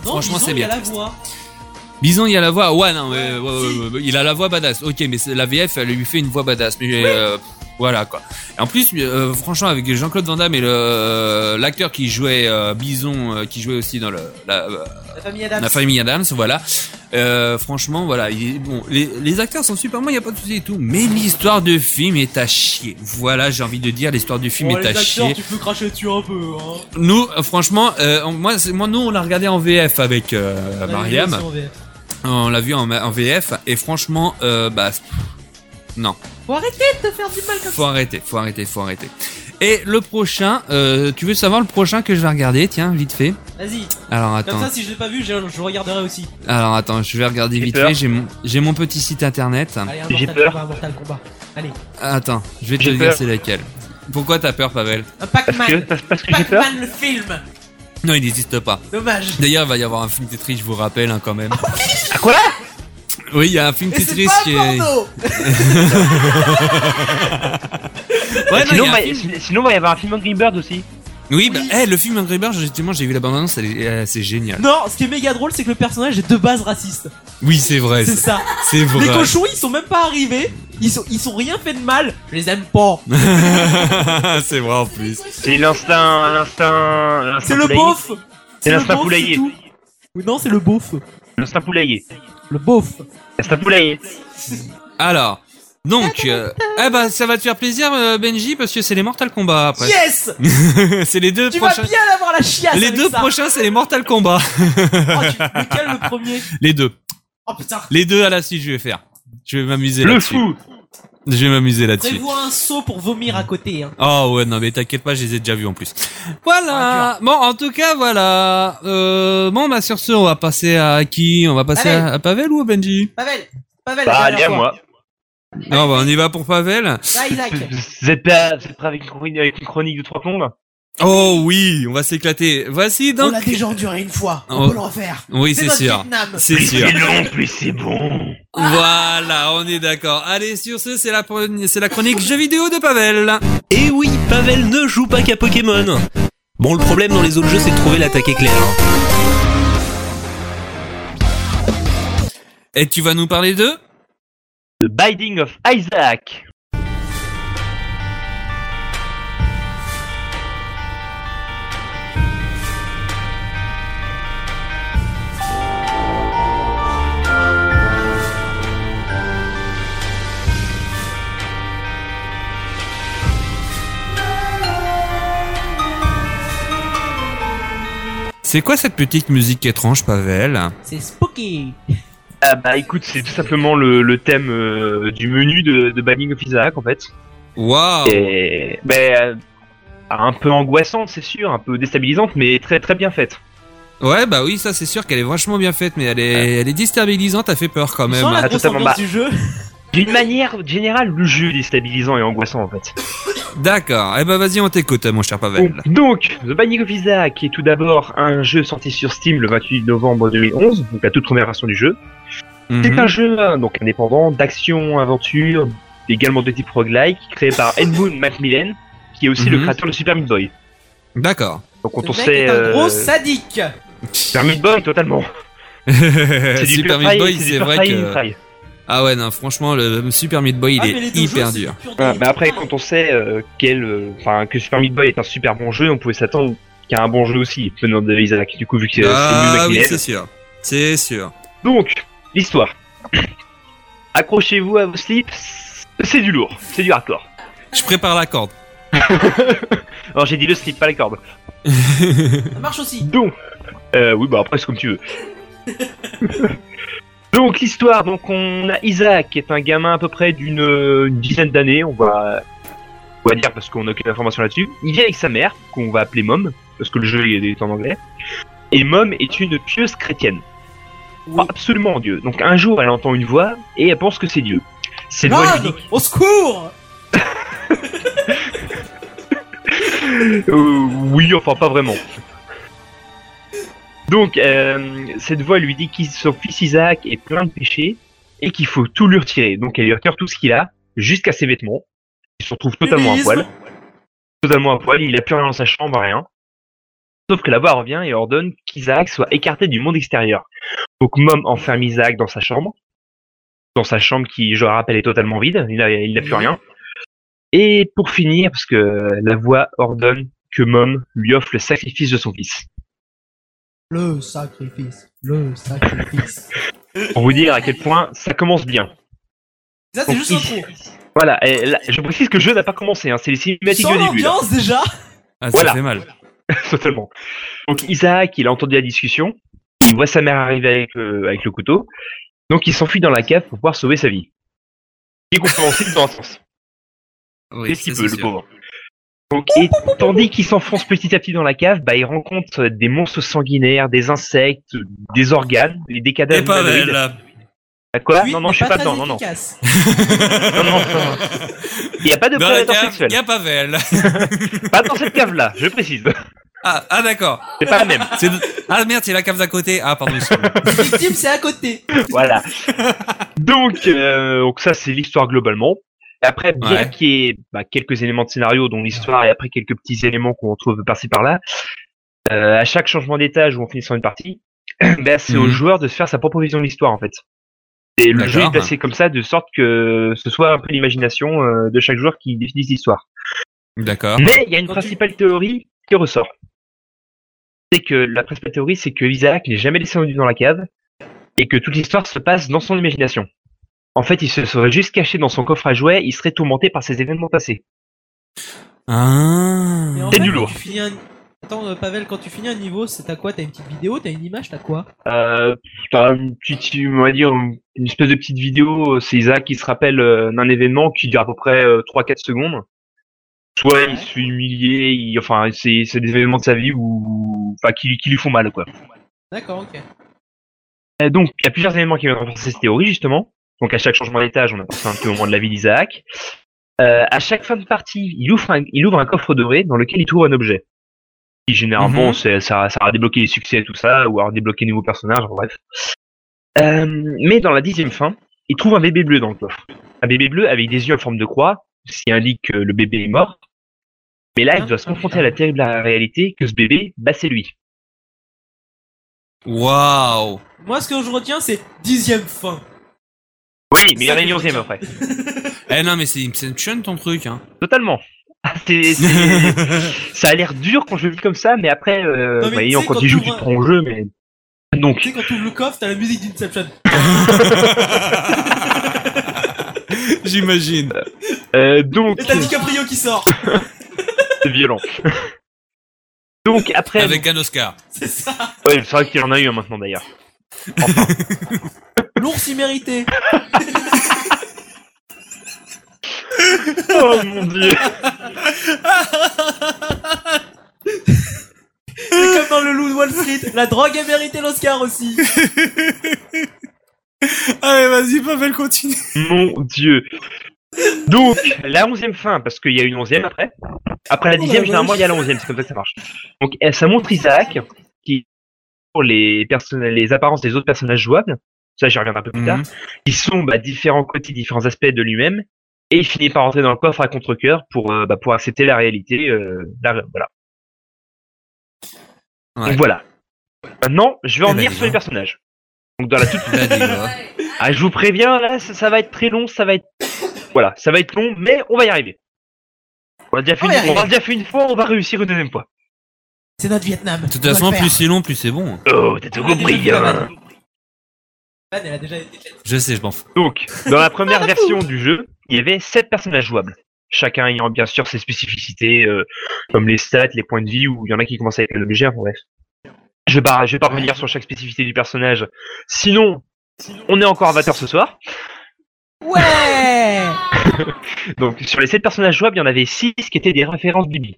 [SPEAKER 6] Non,
[SPEAKER 4] Franchement,
[SPEAKER 6] Bison,
[SPEAKER 4] c'est bien.
[SPEAKER 6] Il a la voix.
[SPEAKER 4] Bison, il a la voix. Ouais, non, mais, ouais, ouais,
[SPEAKER 6] Si.
[SPEAKER 4] ouais, ouais, il a la voix badass. Ok, mais c'est- la VF, elle lui fait une voix badass. Mais euh, voilà quoi. Et en plus, euh, franchement, avec Jean-Claude Van Damme et le- l'acteur qui jouait euh, Bison, euh, qui jouait aussi dans le, la, euh,
[SPEAKER 6] La famille Adams.
[SPEAKER 4] la famille Adams, voilà. Euh, franchement, voilà. il- bon, les, les acteurs sont super bons, il y a pas de souci et tout. Mais l'histoire de film est à chier. Voilà, j'ai envie de dire, l'histoire du film
[SPEAKER 6] Bon,
[SPEAKER 4] est
[SPEAKER 6] Oh, les
[SPEAKER 4] à
[SPEAKER 6] acteurs,
[SPEAKER 4] chier.
[SPEAKER 6] tu peux cracher dessus un peu. Hein.
[SPEAKER 4] Nous, euh, franchement, euh, on- moi, c'est- moi, nous, on l'a regardé en VF avec euh,
[SPEAKER 6] La
[SPEAKER 4] Mariam.
[SPEAKER 6] vidéo, c'est en VF.
[SPEAKER 4] On l'a vu en, en VF. Et franchement, euh, bah,
[SPEAKER 6] Faut arrêter de te faire du mal comme
[SPEAKER 4] faut arrêter, faut arrêter, faut arrêter. Et le prochain, euh, tu veux savoir le prochain que je vais regarder Tiens, vite fait.
[SPEAKER 6] ça. Vas-y,
[SPEAKER 4] Alors
[SPEAKER 6] comme
[SPEAKER 4] attends.
[SPEAKER 6] ça, si je l'ai pas vu, je, je regarderai aussi.
[SPEAKER 4] Alors attends, je vais regarder
[SPEAKER 5] J'ai
[SPEAKER 4] vite
[SPEAKER 5] peur.
[SPEAKER 4] fait. J'ai mon, j'ai mon petit site internet.
[SPEAKER 6] Allez, un
[SPEAKER 5] J'ai
[SPEAKER 6] Mortal
[SPEAKER 5] peur.
[SPEAKER 6] Kombat, un Mortal Kombat. Allez,
[SPEAKER 4] Attends, je vais te
[SPEAKER 5] J'ai
[SPEAKER 4] dire
[SPEAKER 5] peur.
[SPEAKER 4] c'est laquelle. Pourquoi t'as peur, Pavel
[SPEAKER 6] un
[SPEAKER 5] Parce que,
[SPEAKER 6] Pac-Man.
[SPEAKER 5] parce, parce que j'ai peur
[SPEAKER 6] Pac-Man le film.
[SPEAKER 4] Non, il n'existe pas.
[SPEAKER 6] Dommage.
[SPEAKER 4] D'ailleurs, il va y avoir un film Tetris, je vous rappelle hein, quand même.
[SPEAKER 5] Ah quoi
[SPEAKER 4] Oui, il y a un film
[SPEAKER 6] Et c'est
[SPEAKER 4] Tetris
[SPEAKER 6] pas
[SPEAKER 4] qui
[SPEAKER 6] un
[SPEAKER 4] est. (laughs)
[SPEAKER 6] porno.
[SPEAKER 4] Ouais, non, il y
[SPEAKER 5] sinon,
[SPEAKER 4] a un
[SPEAKER 5] bah,
[SPEAKER 4] film-
[SPEAKER 5] si- sinon, va y avoir un film Angry Bird aussi.
[SPEAKER 4] Oui, bah, eh, le film Angry Birds, justement, j'ai vu la bande-annonce, elle est- euh, c'est génial.
[SPEAKER 6] Non, ce qui est méga drôle, c'est que le personnage est de base raciste.
[SPEAKER 4] Oui, c'est vrai, (laughs)
[SPEAKER 6] C'est
[SPEAKER 4] c'est
[SPEAKER 6] ça.
[SPEAKER 4] c'est vrai.
[SPEAKER 6] Les cochons, ils sont même pas arrivés. Ils sont, ils sont rien fait de mal. Je les aime pas.
[SPEAKER 4] (laughs) c'est vrai en plus.
[SPEAKER 5] C'est l'instinct, l'instinct, l'instinct
[SPEAKER 6] C'est le
[SPEAKER 5] poulailler.
[SPEAKER 6] beauf.
[SPEAKER 5] C'est l'instinct
[SPEAKER 6] beauf,
[SPEAKER 5] poulailler.
[SPEAKER 6] c'est tout. Ou non, c'est le beauf.
[SPEAKER 5] L'instinct poulailler.
[SPEAKER 6] Le beauf.
[SPEAKER 5] L'instinct poulailler.
[SPEAKER 4] Alors, donc, euh, eh bah, ça va te faire plaisir, euh, Benji, parce que c'est les Mortal Kombat après.
[SPEAKER 6] Yes
[SPEAKER 4] (laughs) c'est les deux
[SPEAKER 6] Tu vas
[SPEAKER 4] prochains.
[SPEAKER 6] bien avoir la chiasse
[SPEAKER 4] Les
[SPEAKER 6] avec
[SPEAKER 4] deux
[SPEAKER 6] ça.
[SPEAKER 4] prochains, c'est les Mortal Kombat.
[SPEAKER 5] (laughs)
[SPEAKER 6] Oh, tu- Lequel le premier
[SPEAKER 4] Les deux.
[SPEAKER 7] Oh putain
[SPEAKER 4] Les deux à la suite, je vais faire. Je vais m'amuser
[SPEAKER 5] Le
[SPEAKER 4] là-dessus.
[SPEAKER 5] fou
[SPEAKER 4] Je vais m'amuser là-dessus.
[SPEAKER 7] Prévois un saut pour vomir à côté. Hein.
[SPEAKER 4] Oh ouais, non mais t'inquiète pas, je les ai déjà vus en plus.
[SPEAKER 7] Ah,
[SPEAKER 4] Voilà. bon, en tout cas, voilà. Euh, bon, bah sur ce, on va passer à qui On va passer à,
[SPEAKER 7] Pavel.
[SPEAKER 4] à Pavel ou à Benji
[SPEAKER 7] Pavel Pavel
[SPEAKER 5] Bah,
[SPEAKER 7] la
[SPEAKER 5] allez
[SPEAKER 7] dernière
[SPEAKER 5] à
[SPEAKER 7] fois.
[SPEAKER 5] moi.
[SPEAKER 4] Non, bah on y va pour Pavel.
[SPEAKER 7] Là, il like.
[SPEAKER 5] Vous êtes pas, vous êtes prêts avec une chronique, avec une chronique de trois plombes
[SPEAKER 4] Oh oui, on va s'éclater. Voici
[SPEAKER 7] On
[SPEAKER 4] donc.
[SPEAKER 7] l'a déjà enduré une fois. On
[SPEAKER 4] Oh.
[SPEAKER 7] peut le refaire.
[SPEAKER 4] Oui, c'est
[SPEAKER 7] notre
[SPEAKER 4] sûr.
[SPEAKER 7] Vietnam.
[SPEAKER 4] C'est sûr.
[SPEAKER 5] long, plus c'est bon.
[SPEAKER 4] Voilà, on est d'accord. Allez, sur ce, c'est la, pre- c'est la chronique jeux vidéo de Pavel.
[SPEAKER 2] Et Eh oui, Pavel ne joue pas qu'à Pokémon. Bon, le problème dans les autres jeux, c'est de trouver l'attaque éclair. hein.
[SPEAKER 4] Et tu vas nous parler de
[SPEAKER 5] The Binding of Isaac.
[SPEAKER 4] C'est quoi cette petite musique étrange, Pavel
[SPEAKER 7] C'est spooky.
[SPEAKER 5] Ah bah écoute, c'est tout simplement le, le thème euh, du menu de, de Binding of Isaac en fait. Ah.
[SPEAKER 4] Waouh
[SPEAKER 5] Et ben euh, un peu angoissante, c'est sûr, un peu déstabilisante, mais très très bien faite.
[SPEAKER 4] Ouais, bah oui, ça c'est sûr qu'elle est vachement bien faite, mais elle est, elle est déstabilisante, elle fait peur quand même.
[SPEAKER 7] Sans la
[SPEAKER 5] ah,
[SPEAKER 7] grosse
[SPEAKER 5] totalement,
[SPEAKER 7] ambiance
[SPEAKER 5] bah.
[SPEAKER 7] du jeu.
[SPEAKER 5] D'une manière générale, le jeu est déstabilisant et angoissant en fait.
[SPEAKER 4] D'accord, eh ben vas-y, on t'écoute, mon cher Pavel.
[SPEAKER 5] Donc, The Binding of Isaac est tout d'abord un jeu sorti sur Steam le 28 novembre 2011, donc la toute première version du jeu. C'est
[SPEAKER 4] Mhm.
[SPEAKER 5] un jeu euh, donc indépendant d'action, aventure, également de type roguelike, créé par Edmund Macmillan, qui est aussi le
[SPEAKER 4] Mhm.
[SPEAKER 5] créateur de Super Meat Boy.
[SPEAKER 4] D'accord.
[SPEAKER 5] Donc quand
[SPEAKER 7] Le
[SPEAKER 5] on
[SPEAKER 7] mec
[SPEAKER 5] sait
[SPEAKER 7] est un gros
[SPEAKER 5] euh,
[SPEAKER 7] sadique.
[SPEAKER 5] Super Meat Boy totalement.
[SPEAKER 4] Euh, Super
[SPEAKER 5] pur
[SPEAKER 4] Meat
[SPEAKER 5] fry,
[SPEAKER 4] Boy,
[SPEAKER 5] du
[SPEAKER 4] c'est
[SPEAKER 5] pur
[SPEAKER 4] vrai
[SPEAKER 5] fry,
[SPEAKER 4] que...
[SPEAKER 5] fry.
[SPEAKER 4] Ah ouais, non, franchement, le Super Meat Boy, il
[SPEAKER 7] Ah, mais les
[SPEAKER 4] est
[SPEAKER 7] deux
[SPEAKER 4] hyper
[SPEAKER 7] jeux, c'est
[SPEAKER 4] dur.
[SPEAKER 7] pur délire.
[SPEAKER 5] Voilà,
[SPEAKER 7] Ah,
[SPEAKER 5] mais après quand on sait euh, quel, euh, enfin que Super Meat Boy est un super bon jeu, on pouvait s'attendre qu'il y a un bon jeu aussi venant de Isaac. Du coup vu que Euh, c'est
[SPEAKER 4] Ah
[SPEAKER 5] Edmund
[SPEAKER 4] oui,
[SPEAKER 5] Macmillan.
[SPEAKER 4] c'est sûr. C'est sûr.
[SPEAKER 5] Donc, l'histoire. (coughs) Accrochez-vous à vos slips, c'est du lourd, c'est du hardcore.
[SPEAKER 4] Je prépare la corde.
[SPEAKER 5] Alors j'ai dit le slip, pas la corde.
[SPEAKER 7] Ça marche aussi.
[SPEAKER 5] Donc, euh, oui, bah après c'est comme tu veux. donc l'histoire, donc on a Isaac qui est un gamin à peu près d'une euh, une dizaine d'années, on va, on va dire parce qu'on a aucune information là-dessus. Il vient avec sa mère, qu'on va appeler Mom, parce que le jeu il est en anglais. Et Mom est une pieuse chrétienne. Croit absolument en Dieu. Donc un jour elle entend une voix et elle pense que c'est Dieu. Cette voix lui dit
[SPEAKER 7] Merde Au secours
[SPEAKER 5] Euh, oui, enfin pas vraiment. Donc, euh, cette voix lui dit que son fils Isaac est plein de péchés et qu'il faut tout lui retirer. Donc, elle lui retire tout ce qu'il a, jusqu'à ses vêtements. Il se retrouve totalement à
[SPEAKER 7] L'ébéisme.
[SPEAKER 5] poil. Totalement à poil, il a plus rien dans sa chambre, rien. Sauf que la voix revient et ordonne qu'Isaac soit écarté du monde extérieur. Donc, Mom enferme Isaac dans sa chambre. Dans sa chambre qui, je le rappelle, est totalement vide. Il n'a il n'a plus rien. Et pour finir, parce que la voix ordonne que Mom lui offre le sacrifice de son fils.
[SPEAKER 7] Le sacrifice. Le sacrifice.
[SPEAKER 5] Pour vous dire à quel point ça commence bien.
[SPEAKER 7] Ça, c'est
[SPEAKER 5] Donc,
[SPEAKER 7] juste un
[SPEAKER 5] il-
[SPEAKER 7] trou.
[SPEAKER 5] Voilà, et là, je précise que le jeu n'a pas commencé, hein, c'est les cinématiques
[SPEAKER 7] Sans
[SPEAKER 5] de début. là.
[SPEAKER 7] l'ambiance déjà.
[SPEAKER 4] Ah, ça
[SPEAKER 5] Voilà.
[SPEAKER 4] fait mal.
[SPEAKER 5] Totalement. Donc Isaac, il a entendu la discussion, il voit sa mère arriver avec, euh, avec le couteau, donc il s'enfuit dans la cave pour pouvoir sauver sa vie. Qui est compréhensible dans un sens.
[SPEAKER 4] Oui,
[SPEAKER 5] Qu'est-ce qu'il
[SPEAKER 4] ça,
[SPEAKER 5] peut,
[SPEAKER 4] c'est
[SPEAKER 5] le
[SPEAKER 4] sûr.
[SPEAKER 5] pauvre donc, et tandis qu'il s'enfonce petit à petit dans la cave, bah, il rencontre des monstres sanguinaires, des insectes, des organes, les des cadavres.
[SPEAKER 4] Et Pavel, Bah,
[SPEAKER 5] humanoïdes.
[SPEAKER 4] là.
[SPEAKER 5] Ah, Quoi
[SPEAKER 7] Lui,
[SPEAKER 5] Non, non,
[SPEAKER 7] il
[SPEAKER 5] je suis
[SPEAKER 7] est
[SPEAKER 5] pas
[SPEAKER 7] très
[SPEAKER 5] dedans, non, non.
[SPEAKER 7] efficace.
[SPEAKER 5] Non, non, non. Il n'y a pas de
[SPEAKER 4] Dans la
[SPEAKER 5] prédateur
[SPEAKER 4] cave,
[SPEAKER 5] sexuel.
[SPEAKER 4] y a Pavel. (laughs)
[SPEAKER 5] Pas dans cette cave-là, je précise.
[SPEAKER 4] Ah, ah d'accord.
[SPEAKER 5] C'est pas la même.
[SPEAKER 4] C'est- Ah merde, c'est la cave d'à côté. Ah pardon. excuse-moi.
[SPEAKER 7] Les victimes, c'est à
[SPEAKER 5] (laughs)
[SPEAKER 7] côté.
[SPEAKER 5] Voilà. Donc, euh, donc ça, c'est l'histoire globalement. Et Après, bien
[SPEAKER 4] Ouais.
[SPEAKER 5] qu'il y ait bah, quelques éléments de scénario, dont l'histoire, et après quelques petits éléments qu'on retrouve par-ci par-là, euh, à chaque changement d'étage où on finit sur une partie, (clears throat) bah, c'est au
[SPEAKER 4] Mhm.
[SPEAKER 5] joueur de se faire sa propre vision de l'histoire, en fait. Et le jeu est
[SPEAKER 4] D'accord.
[SPEAKER 5] placé comme ça, de sorte que ce soit un peu l'imagination euh, de chaque joueur qui définisse l'histoire. (laughs)
[SPEAKER 4] D'accord.
[SPEAKER 5] Mais il y a une
[SPEAKER 7] Ah. Quand tu-
[SPEAKER 5] principale théorie qui ressort. C'est que la principale théorie, c'est que Isaac n'est jamais descendu dans la cave et que toute l'histoire se passe dans son imagination. En fait, il se serait juste caché dans son coffre à jouets, il serait tourmenté par ses événements passés.
[SPEAKER 4] Ah.
[SPEAKER 7] Mais en
[SPEAKER 5] C'est
[SPEAKER 7] fait,
[SPEAKER 5] du
[SPEAKER 7] quand
[SPEAKER 5] lourd.
[SPEAKER 7] Tu finis un, Attends, euh, Pavel, quand tu finis un niveau, c'est à quoi T'as une petite vidéo T'as une image T'as quoi
[SPEAKER 5] Euh, t'as une petite, on va dire, une espèce de petite vidéo, euh, c'est Isaac qui se rappelle euh, d'un événement qui dure à peu près euh, 3-4 secondes. Soit il se fait humilier, il- enfin, c'est, c'est des événements de sa vie ou, enfin, qui, qui lui font mal, quoi.
[SPEAKER 7] D'accord, ok.
[SPEAKER 5] Euh, donc, il y a plusieurs éléments qui viennent renforcer cette théorie, justement. Donc, à chaque changement d'étage, on apprend un petit moment de la vie d'Isaac. Euh, à chaque fin de partie, il ouvre, un, il ouvre un coffre doré dans lequel il trouve un objet. Et généralement,
[SPEAKER 4] Mhm.
[SPEAKER 5] c'est- ça, ça va débloquer les succès et tout ça, ou alors débloquer de nouveaux personnages, bref. Euh, mais dans la dixième fin, il trouve un bébé bleu dans le coffre. Un bébé bleu avec des yeux en forme de croix, ce qui indique que le bébé est mort. Mais là, il doit se confronter à la terrible réalité que ce bébé, bah, c'est lui.
[SPEAKER 4] Waouh
[SPEAKER 7] Moi, ce que je retiens, c'est dixième fin.
[SPEAKER 5] Oui, mais il y en a une onzième après.
[SPEAKER 4] Eh non, mais c'est Inception ton truc, hein.
[SPEAKER 5] Totalement. (laughs) Ah, c'est- c'est- ça a l'air dur quand je le dis comme ça, mais après,
[SPEAKER 7] Non,
[SPEAKER 5] euh,
[SPEAKER 7] mais
[SPEAKER 5] bah,
[SPEAKER 7] tu sais,
[SPEAKER 5] ayant, quand
[SPEAKER 7] quand
[SPEAKER 5] tu joues, tu
[SPEAKER 7] t'ouvres
[SPEAKER 5] te
[SPEAKER 7] un-
[SPEAKER 5] prends au jeu, mais.
[SPEAKER 7] Tu
[SPEAKER 5] Donc,
[SPEAKER 7] sais, quand tu ouvres le coffre, t'as la musique d'Inception.
[SPEAKER 4] (laughs) J'imagine.
[SPEAKER 5] euh, donc,
[SPEAKER 7] Et t'as DiCaprio qui sort.
[SPEAKER 5] c'est violent. (laughs) donc, après.
[SPEAKER 4] Avec un Oscar.
[SPEAKER 7] C'est ça.
[SPEAKER 5] Ouais, c'est vrai qu'il y en a eu un
[SPEAKER 7] (laughs)
[SPEAKER 5] maintenant d'ailleurs.
[SPEAKER 7] L'ours immérité.
[SPEAKER 5] Oh mon dieu!
[SPEAKER 7] C'est comme dans le loup de Wall Street. La drogue a mérité l'Oscar aussi.
[SPEAKER 4] (laughs) Allez, vas-y, Pavel, continue.
[SPEAKER 5] Mon dieu! Donc, la onzième fin, parce qu'il y a une onzième après. Après la
[SPEAKER 7] Oh la
[SPEAKER 5] dixième,
[SPEAKER 7] vache.
[SPEAKER 5] généralement, il y a la onzième, c'est comme ça que ça marche. Donc, elle- ça montre Isaac, qui, pour les, perso- les apparences des autres personnages jouables, ça j'y reviendrai un peu plus
[SPEAKER 7] Mhm.
[SPEAKER 5] tard, qui sont bah, différents côtés, différents aspects de lui-même, et il finit par rentrer dans le coffre à contre-cœur pour, euh, bah, pour accepter la réalité. euh, la ré- voilà.
[SPEAKER 4] Ouais.
[SPEAKER 5] Donc voilà. Maintenant, je vais en
[SPEAKER 4] Eh ben,
[SPEAKER 5] venir
[SPEAKER 4] dis
[SPEAKER 5] sur les
[SPEAKER 4] donc.
[SPEAKER 5] personnages. Donc dans la toute...
[SPEAKER 4] Là, dis-moi.
[SPEAKER 5] ah, je vous préviens, là, ça, ça va être très long, ça va être... Voilà, ça va être long, mais on va y arriver. On l'a déjà fait,
[SPEAKER 7] On va y
[SPEAKER 5] une... on l'a
[SPEAKER 7] arriver.
[SPEAKER 5] déjà fait une fois, on va réussir une deuxième fois.
[SPEAKER 7] C'est notre Vietnam.
[SPEAKER 4] De toute façon, plus c'est long, plus c'est bon. hein.
[SPEAKER 5] Oh, t'as
[SPEAKER 7] Ah,
[SPEAKER 5] tout compris, hein.
[SPEAKER 7] Van, elle a déjà été faite.
[SPEAKER 4] Je sais, je m'en fous.
[SPEAKER 5] Donc, dans
[SPEAKER 7] (laughs)
[SPEAKER 5] la
[SPEAKER 7] Ah,
[SPEAKER 5] première version du jeu, il y avait sept personnages jouables. Chacun ayant bien sûr ses spécificités, euh, comme les stats, les points de vie, ou il y en a qui commencent avec l'objet, enfin, hein, bref. Je vais pas, je vais pas revenir sur chaque spécificité du personnage. Sinon, on est encore avatar ce soir.
[SPEAKER 7] Ouais.
[SPEAKER 5] Donc, sur les sept personnages jouables, il y en avait six qui étaient des références Bibi.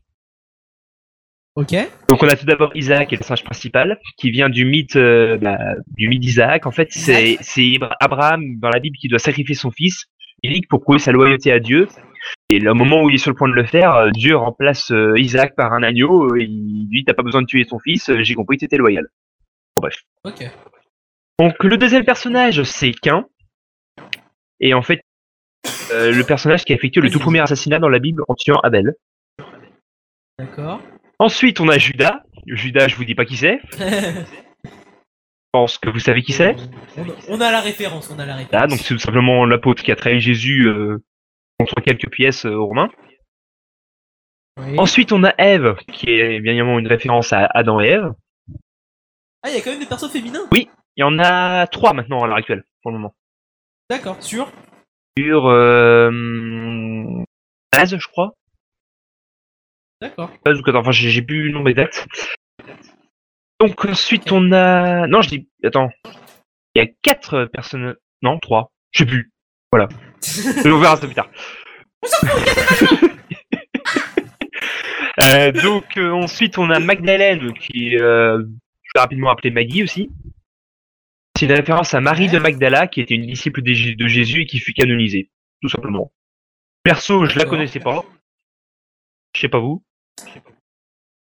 [SPEAKER 7] Ok.
[SPEAKER 5] Donc on a tout d'abord Isaac, qui est le personnage principal, qui vient du mythe, euh, bah, du mythe d'Isaac. En fait, c'est c'est Ibra- Abraham dans la Bible qui doit sacrifier son fils, Isaac, pour prouver sa loyauté à Dieu. Et le moment où il est sur le point de le faire, euh, Dieu remplace euh, Isaac par un agneau. et il lui dit t'as pas besoin de tuer ton fils, euh, j'ai compris que t'étais loyal. Bon, bref.
[SPEAKER 7] Ok.
[SPEAKER 5] Donc le deuxième personnage, c'est Cain. Et en fait, euh, le personnage qui a effectué le tout premier assassinat dans la Bible en tuant Abel.
[SPEAKER 7] D'accord.
[SPEAKER 5] Ensuite, on a Judas. Judas, je vous dis pas qui c'est.
[SPEAKER 7] (laughs)
[SPEAKER 5] Je pense que vous savez qui c'est.
[SPEAKER 7] on, on a la référence. On a la référence.
[SPEAKER 4] Ah,
[SPEAKER 5] Là, donc c'est tout simplement l'apôtre qui a trahi Jésus euh, contre quelques pièces euh, aux Romains.
[SPEAKER 7] Oui.
[SPEAKER 5] Ensuite, on a Ève, qui est bien évidemment une référence à Adam et Ève.
[SPEAKER 7] Ah, il y a quand même des persos féminins.
[SPEAKER 5] Il y en a trois maintenant à l'heure actuelle, pour le moment.
[SPEAKER 7] D'accord. Sûr.
[SPEAKER 5] Sur euh, 13, je crois.
[SPEAKER 7] D'accord.
[SPEAKER 5] 13 ou 14, enfin j'ai j'ai plus le nombre exact. Donc ensuite, on a... Non, je dis... Attends. Il y a quatre personnes... Non, trois. Je sais plus. Voilà. On verra ça plus tard. (laughs) Euh, donc euh, ensuite on a Magdalene qui est euh, je vais rapidement appelée Maggie aussi. C'est une référence à Marie de Magdala qui était une disciple de Jé- de Jésus et qui fut canonisée, tout simplement. Perso, je la connaissais pas. Je sais pas vous.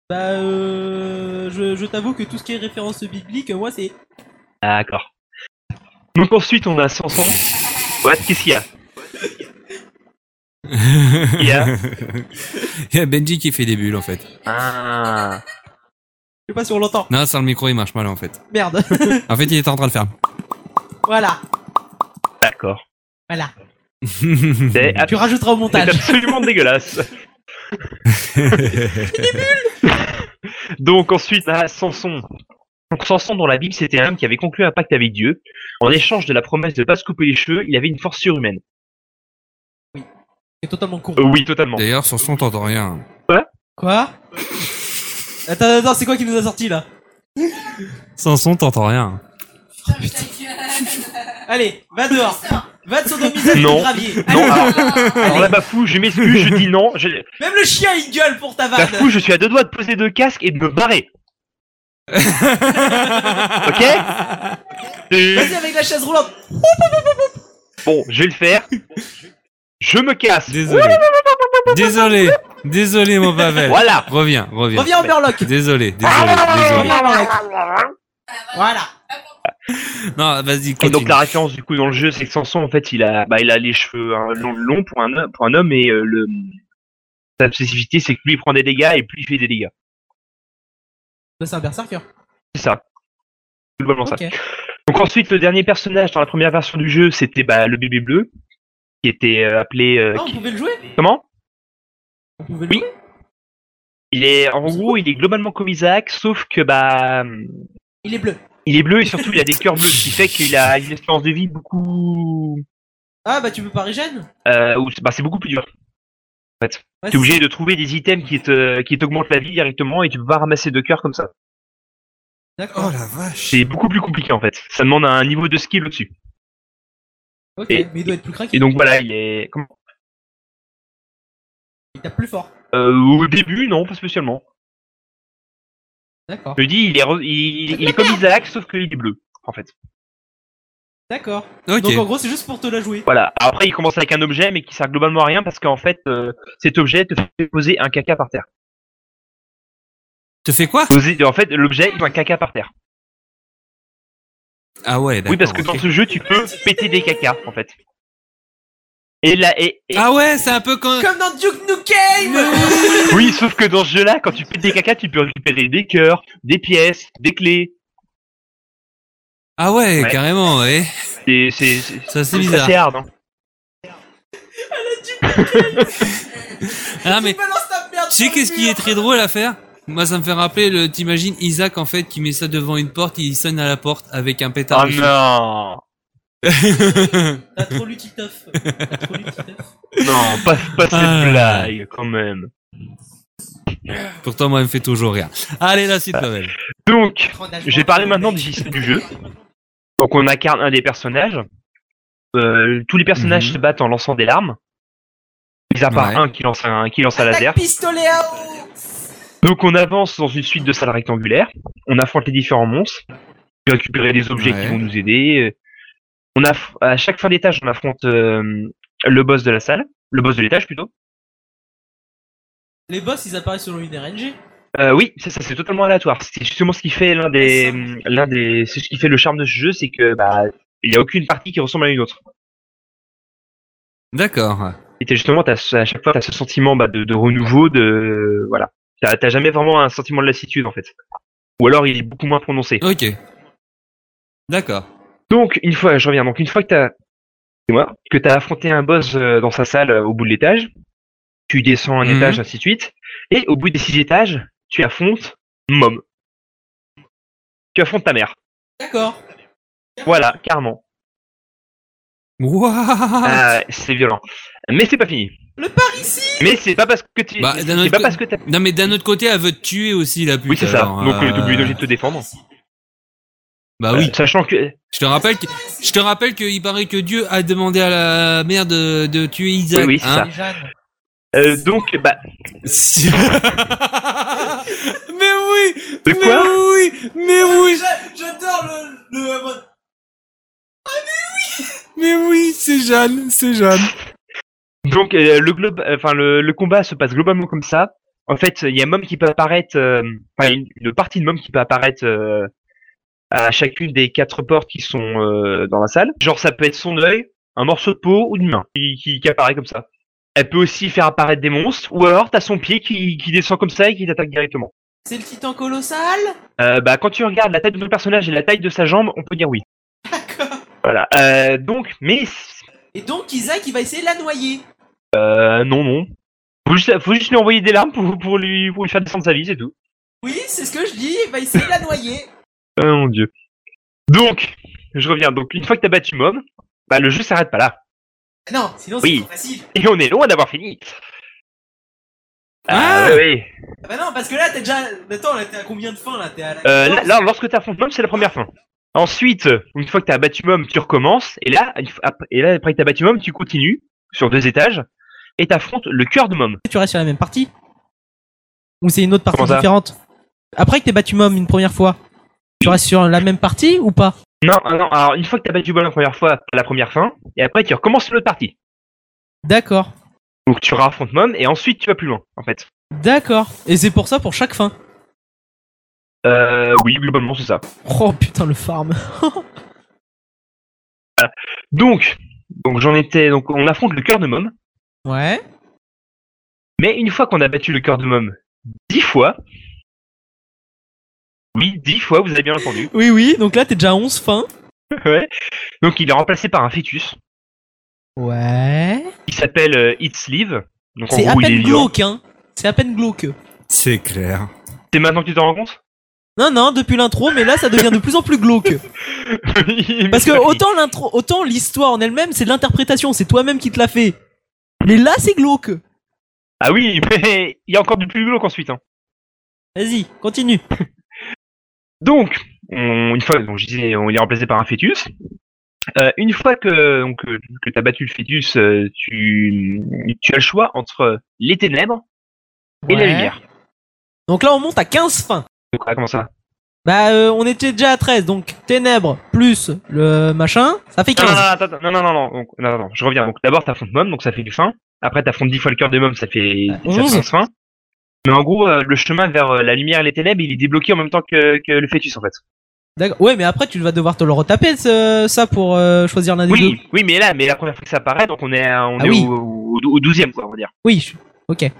[SPEAKER 7] Bah, euh, je, je t'avoue que tout ce qui est référence biblique, moi, c'est.
[SPEAKER 5] D'accord. Donc ensuite on a Samson. What qu'est-ce qu'il y a
[SPEAKER 4] Il
[SPEAKER 5] y a-
[SPEAKER 4] (laughs) Il y a Benji qui fait des bulles, en fait.
[SPEAKER 5] Ah.
[SPEAKER 7] Je sais pas si on l'entend.
[SPEAKER 4] Non, sans le micro, il marche mal, en fait.
[SPEAKER 7] Merde. (laughs)
[SPEAKER 4] En fait, il était en train de (laughs) faire.
[SPEAKER 7] voilà.
[SPEAKER 5] D'accord.
[SPEAKER 7] Voilà.
[SPEAKER 5] C'est
[SPEAKER 7] Tu
[SPEAKER 5] abs-
[SPEAKER 7] rajouteras au
[SPEAKER 5] c'est
[SPEAKER 7] montage.
[SPEAKER 5] absolument dégueulasse. Donc ensuite, à Samson. Donc Samson, dans la Bible, c'était un homme qui avait conclu un pacte avec Dieu. En échange de la promesse de ne pas se couper les cheveux, il avait une force surhumaine.
[SPEAKER 7] C'est totalement con.
[SPEAKER 4] (laughs)
[SPEAKER 5] Euh, oui, totalement.
[SPEAKER 4] D'ailleurs, sur son, t'entends rien.
[SPEAKER 7] Quoi Attends, attends, c'est quoi qui nous a sorti là
[SPEAKER 4] Sans son, t'entends rien.
[SPEAKER 7] Allez, va dehors Va te sodomiser avec
[SPEAKER 5] Non.
[SPEAKER 7] le gravier Allez,
[SPEAKER 5] Non,
[SPEAKER 7] va
[SPEAKER 5] alors,
[SPEAKER 7] dehors.
[SPEAKER 5] alors là, Bafou, je m'excuse, je dis non. Je...
[SPEAKER 7] Même le chien il gueule pour ta vanne
[SPEAKER 5] Bafou, je suis à deux doigts de poser deux casques et de
[SPEAKER 4] (laughs)
[SPEAKER 5] me barrer. Ok Et-
[SPEAKER 7] Vas-y avec la chaise roulante
[SPEAKER 5] Bon, je vais le faire. Je me casse.
[SPEAKER 4] Désolé. Désolé. Désolé, mon Pavel.
[SPEAKER 5] Voilà.
[SPEAKER 4] Reviens, reviens.
[SPEAKER 7] Reviens en Murloc
[SPEAKER 4] Désolé, désolé, désolé.
[SPEAKER 5] Ah.
[SPEAKER 7] Reviens en Murloc Voilà
[SPEAKER 4] Non, vas-y,
[SPEAKER 5] Et donc
[SPEAKER 4] continue.
[SPEAKER 5] la référence du coup dans le jeu, c'est que Samson en fait il a, bah, il a les cheveux hein, longs longs pour un homme- pour un homme et euh, le sa spécificité c'est que lui il prend des dégâts et plus il fait des dégâts.
[SPEAKER 7] Là c'est un berserker
[SPEAKER 5] C'est ça. C'est globalement ça.
[SPEAKER 7] Ok
[SPEAKER 5] Donc ensuite le dernier personnage dans la première version du jeu c'était bah, le bébé bleu qui était euh, appelé euh,
[SPEAKER 7] Ah on
[SPEAKER 5] qui-
[SPEAKER 7] pouvait le jouer
[SPEAKER 5] comment
[SPEAKER 7] On pouvait le
[SPEAKER 5] Oui.
[SPEAKER 7] jouer
[SPEAKER 5] Il est en gros il est globalement comme Isaac sauf que bah
[SPEAKER 7] Il est bleu
[SPEAKER 5] il est bleu et surtout il a des cœurs bleus ce qui fait qu'il a une espérance de vie beaucoup
[SPEAKER 7] Ah bah tu peux pas régène
[SPEAKER 5] euh, où- bah, c'est beaucoup plus dur.
[SPEAKER 7] Ouais,
[SPEAKER 5] T'es obligé de trouver des items qui te qui t'augmentent la vie directement et tu peux pas ramasser de cœurs comme ça.
[SPEAKER 7] D'accord
[SPEAKER 4] la vache.
[SPEAKER 5] C'est beaucoup plus compliqué en fait. Ça demande un niveau de skill au-dessus.
[SPEAKER 7] Ok
[SPEAKER 5] Et-
[SPEAKER 7] mais il doit être plus craqué
[SPEAKER 5] Et donc voilà, il est. comment-
[SPEAKER 7] Il tape plus fort
[SPEAKER 5] Euh, au début, non, pas spécialement.
[SPEAKER 7] D'accord
[SPEAKER 5] Je dis, il est, re- il, il est comme Isaac, sauf qu'il est bleu, en fait.
[SPEAKER 7] D'accord
[SPEAKER 4] Ok.
[SPEAKER 7] Donc en gros c'est juste pour te la jouer
[SPEAKER 5] Voilà. Après, il commence avec un objet, mais qui sert globalement à rien parce qu'en fait, euh, cet objet te fait poser un caca par terre.
[SPEAKER 4] Te fais quoi
[SPEAKER 5] Poser- en fait, l'objet, il fait un caca par terre.
[SPEAKER 4] Ah ouais, d'accord.
[SPEAKER 5] Oui, parce que dans
[SPEAKER 4] ok.
[SPEAKER 5] ce jeu, tu peux péter des cacas, en fait. Et là, et, et-
[SPEAKER 4] Ah ouais, c'est un peu quand.
[SPEAKER 7] Comme dans Duke Nukem
[SPEAKER 5] oui, sauf que dans ce jeu-là, quand tu pètes des cacas, tu peux récupérer des cœurs, des pièces, des clés.
[SPEAKER 4] Ah ouais,
[SPEAKER 5] Ouais.
[SPEAKER 4] carrément, ouais.
[SPEAKER 5] Et c'est, c'est,
[SPEAKER 4] Ça, c'est
[SPEAKER 5] c'est
[SPEAKER 4] bizarre.
[SPEAKER 5] assez hard, hein.
[SPEAKER 4] Ah, mais
[SPEAKER 7] Tu balances ta merde
[SPEAKER 4] Tu sais
[SPEAKER 7] sur le
[SPEAKER 4] qu'est-ce qui
[SPEAKER 7] mur.
[SPEAKER 4] est très drôle à faire Moi, ça me fait rappeler, le, t'imagines Isaac en fait qui met ça devant une porte, il sonne à la porte avec un pétard.
[SPEAKER 5] Oh
[SPEAKER 4] dessus.
[SPEAKER 5] non
[SPEAKER 7] T'as trop lu Titeuf T'as trop lu Titeuf
[SPEAKER 5] Non, pas, pas cette
[SPEAKER 4] Ah.
[SPEAKER 5] blague, quand même.
[SPEAKER 4] (laughs) Pourtant, moi, elle me fait toujours rire. Allez, la suite, Pavel.
[SPEAKER 5] Donc, je vais parler maintenant du système du jeu. Donc, on incarne un des personnages. Euh, tous les personnages
[SPEAKER 4] Mhm.
[SPEAKER 5] se battent en lançant des larmes. Mis à part
[SPEAKER 4] Ouais.
[SPEAKER 5] un qui lance un, qui lance un laser.
[SPEAKER 7] Pistolet à eau
[SPEAKER 5] Donc, on avance dans une suite de salles rectangulaires. On affronte les différents monstres. On peut récupérer des objets
[SPEAKER 4] Ouais.
[SPEAKER 5] qui vont nous aider. On aff- à chaque fin d'étage, on affronte euh, le boss de la salle. Le boss de l'étage, plutôt.
[SPEAKER 7] Les boss, ils apparaissent selon une RNG.
[SPEAKER 5] Euh, oui, c'est ça, c'est totalement aléatoire. C'est justement ce qui fait l'un des, l'un des, c'est ce qui fait le charme de ce jeu, c'est que bah, il y a aucune partie qui ressemble à une autre.
[SPEAKER 4] D'accord.
[SPEAKER 5] Et t'as justement, t'as, ce- à chaque fois, t'as ce sentiment bah, de, de renouveau, de voilà. T'as, t'as jamais vraiment un sentiment de lassitude en fait. Ou alors il est beaucoup moins prononcé.
[SPEAKER 4] Ok. D'accord.
[SPEAKER 5] Donc une fois, je reviens. Donc une fois que t'as, moi, que t'as affronté un boss euh, dans sa salle euh, au bout de l'étage, tu descends un
[SPEAKER 4] Mhm.
[SPEAKER 5] étage, ainsi de suite, et au bout des six étages, tu affrontes Mom. Tu affrontes ta mère.
[SPEAKER 7] D'accord.
[SPEAKER 5] Voilà, carrément.
[SPEAKER 4] Wouah
[SPEAKER 5] Ah, c'est violent. Mais c'est pas fini.
[SPEAKER 7] Le pari ici
[SPEAKER 5] Mais c'est pas parce que tu.
[SPEAKER 4] Bah, d'un
[SPEAKER 5] c'est
[SPEAKER 4] autre
[SPEAKER 5] pas
[SPEAKER 4] co-
[SPEAKER 5] parce que t'as.
[SPEAKER 4] Non, mais d'un autre côté, elle veut te tuer aussi, la pute.
[SPEAKER 5] Oui, c'est ça.
[SPEAKER 4] alors,
[SPEAKER 5] Donc,
[SPEAKER 4] euh,
[SPEAKER 5] euh, t'es obligé de te défendre.
[SPEAKER 4] Bah oui.
[SPEAKER 5] Euh, Sachant que.
[SPEAKER 4] Je te rappelle que, je te rappelle qu'il paraît que Dieu a demandé à la mère de, de tuer Isaac.
[SPEAKER 5] Oui, oui, c'est
[SPEAKER 4] hein.
[SPEAKER 5] ça. euh, donc, bah.
[SPEAKER 4] Si- (laughs) mais oui,
[SPEAKER 5] De quoi
[SPEAKER 4] mais oui, mais oui,
[SPEAKER 7] J'adore le. Ah, le...
[SPEAKER 4] mais oui, c'est Jeanne, c'est Jeanne.
[SPEAKER 5] Donc, euh, le globe. Enfin, le, le combat se passe globalement comme ça. En fait, il y a Mom qui peut apparaître. euh, Enfin, une, une partie de Mom qui peut apparaître. euh, à chacune des quatre portes qui sont euh, dans la salle. Genre, ça peut être son œil, un morceau de peau ou d'une main qui, qui, qui apparaît comme ça. Elle peut aussi faire apparaître des monstres, ou alors t'as son pied qui, qui descend comme ça et qui t'attaque directement.
[SPEAKER 7] C'est le titan colossal
[SPEAKER 5] Euh, bah, quand tu regardes la taille de ton personnage et la taille de sa jambe, on peut dire oui.
[SPEAKER 7] D'accord.
[SPEAKER 5] Voilà. Euh, donc, mais c-
[SPEAKER 7] Et donc, Isaac, il va essayer de la noyer.
[SPEAKER 5] euh, non, non. Faut juste, faut juste lui envoyer des larmes pour, pour lui, pour lui faire descendre sa vie, c'est tout.
[SPEAKER 7] Oui, c'est ce que je dis, il va essayer de la noyer.
[SPEAKER 5] Oh mon dieu. Donc, je reviens. Donc, une fois que t'as battu Mom, bah le jeu s'arrête pas là.
[SPEAKER 7] Ah Non, sinon c'est
[SPEAKER 5] Oui.
[SPEAKER 7] trop facile.
[SPEAKER 5] Et on est loin d'avoir fini. Ah,
[SPEAKER 4] Ah
[SPEAKER 5] oui, oui.
[SPEAKER 6] Ah bah non, parce que là, t'es déjà. Attends, là, t'es à combien de fins là T'es à la.
[SPEAKER 5] Euh, là, là, lorsque tu affrontes Mom, c'est la première fin. Ensuite, une fois que tu as battu Mom, tu recommences. Et là, il faut- ap- et là après que tu as battu Mom, tu continues sur deux étages et tu affrontes le cœur de Mom.
[SPEAKER 6] tu restes sur la même partie Ou c'est une autre partie
[SPEAKER 5] Comment ça
[SPEAKER 6] différente Après que t'aies battu Mom une première fois, tu restes sur la même partie ou pas
[SPEAKER 5] Non, ah non, alors une fois que tu as battu Mom la première fois, t'as la première fin. Et après, tu recommences sur l'autre partie.
[SPEAKER 6] D'accord.
[SPEAKER 5] Donc tu raffrontes Mom et ensuite tu vas plus loin, en fait.
[SPEAKER 6] D'accord. Et c'est pour ça pour chaque fin.
[SPEAKER 5] Euh, oui, globalement, c'est ça.
[SPEAKER 6] Oh putain, le farm.
[SPEAKER 5] Donc, donc j'en étais. Donc, on affronte le cœur de Mom.
[SPEAKER 6] Ouais.
[SPEAKER 5] Mais une fois qu'on a battu le cœur de Mom dix fois. Oui, dix fois, vous avez bien entendu.
[SPEAKER 6] Oui, oui, donc là t'es déjà à 11 fins.
[SPEAKER 5] Ouais. Donc il est remplacé par un fœtus
[SPEAKER 6] Ouais.
[SPEAKER 5] qui s'appelle euh, It's Live. Donc en
[SPEAKER 6] C'est à
[SPEAKER 5] gros, il est
[SPEAKER 6] peine
[SPEAKER 5] vivant.
[SPEAKER 6] glauque, hein. C'est à peine glauque.
[SPEAKER 8] C'est clair.
[SPEAKER 5] C'est maintenant que tu t'en rends compte (laughs)
[SPEAKER 6] Non, non, depuis l'intro, mais là ça devient de plus en plus glauque. Parce que autant l'intro, autant l'histoire en elle-même, c'est de l'interprétation, c'est toi-même qui te l'as fait. Mais là c'est glauque.
[SPEAKER 5] Ah oui, (laughs) mais il y a encore du plus glauque ensuite. hein.
[SPEAKER 6] Vas-y, continue.
[SPEAKER 5] Donc, on- une fois, donc, je disais, on, il est remplacé par un fœtus. Euh, une fois que, donc, euh, que, tu as battu le fœtus, euh, tu, tu as le choix entre les ténèbres et la
[SPEAKER 6] Ouais.
[SPEAKER 5] lumière.
[SPEAKER 6] Donc là on monte à 15 fins.
[SPEAKER 5] Donc, ah, comment ça
[SPEAKER 6] Bah euh, on était déjà à 13, donc ténèbres plus le machin, ça fait
[SPEAKER 5] non
[SPEAKER 6] 15.
[SPEAKER 5] non, non, attends, attends, non, non, non, non, donc, non, non, non, je
[SPEAKER 6] Ah.
[SPEAKER 5] reviens. Donc, d'abord, t'affrontes Mom, donc ça fait du fin. Après, t'affrontes 10 fois le cœur de Mom, ça fait, ça
[SPEAKER 6] onze.
[SPEAKER 5] fait 11 fin. Mais en gros, euh, le chemin vers euh, la lumière et les ténèbres, il est débloqué en même temps que, que le fœtus, en fait.
[SPEAKER 6] D'accord. Ouais, mais après tu vas devoir te le retaper ce- ça pour euh, choisir l'un des deux.
[SPEAKER 5] Oui, oui, mais là, mais la première fois que ça apparaît, donc on est, à- on
[SPEAKER 6] Ah
[SPEAKER 5] est
[SPEAKER 6] oui.
[SPEAKER 5] au, au, au 12e, quoi, on va dire.
[SPEAKER 6] Oui. je- Ok.
[SPEAKER 5] Euh,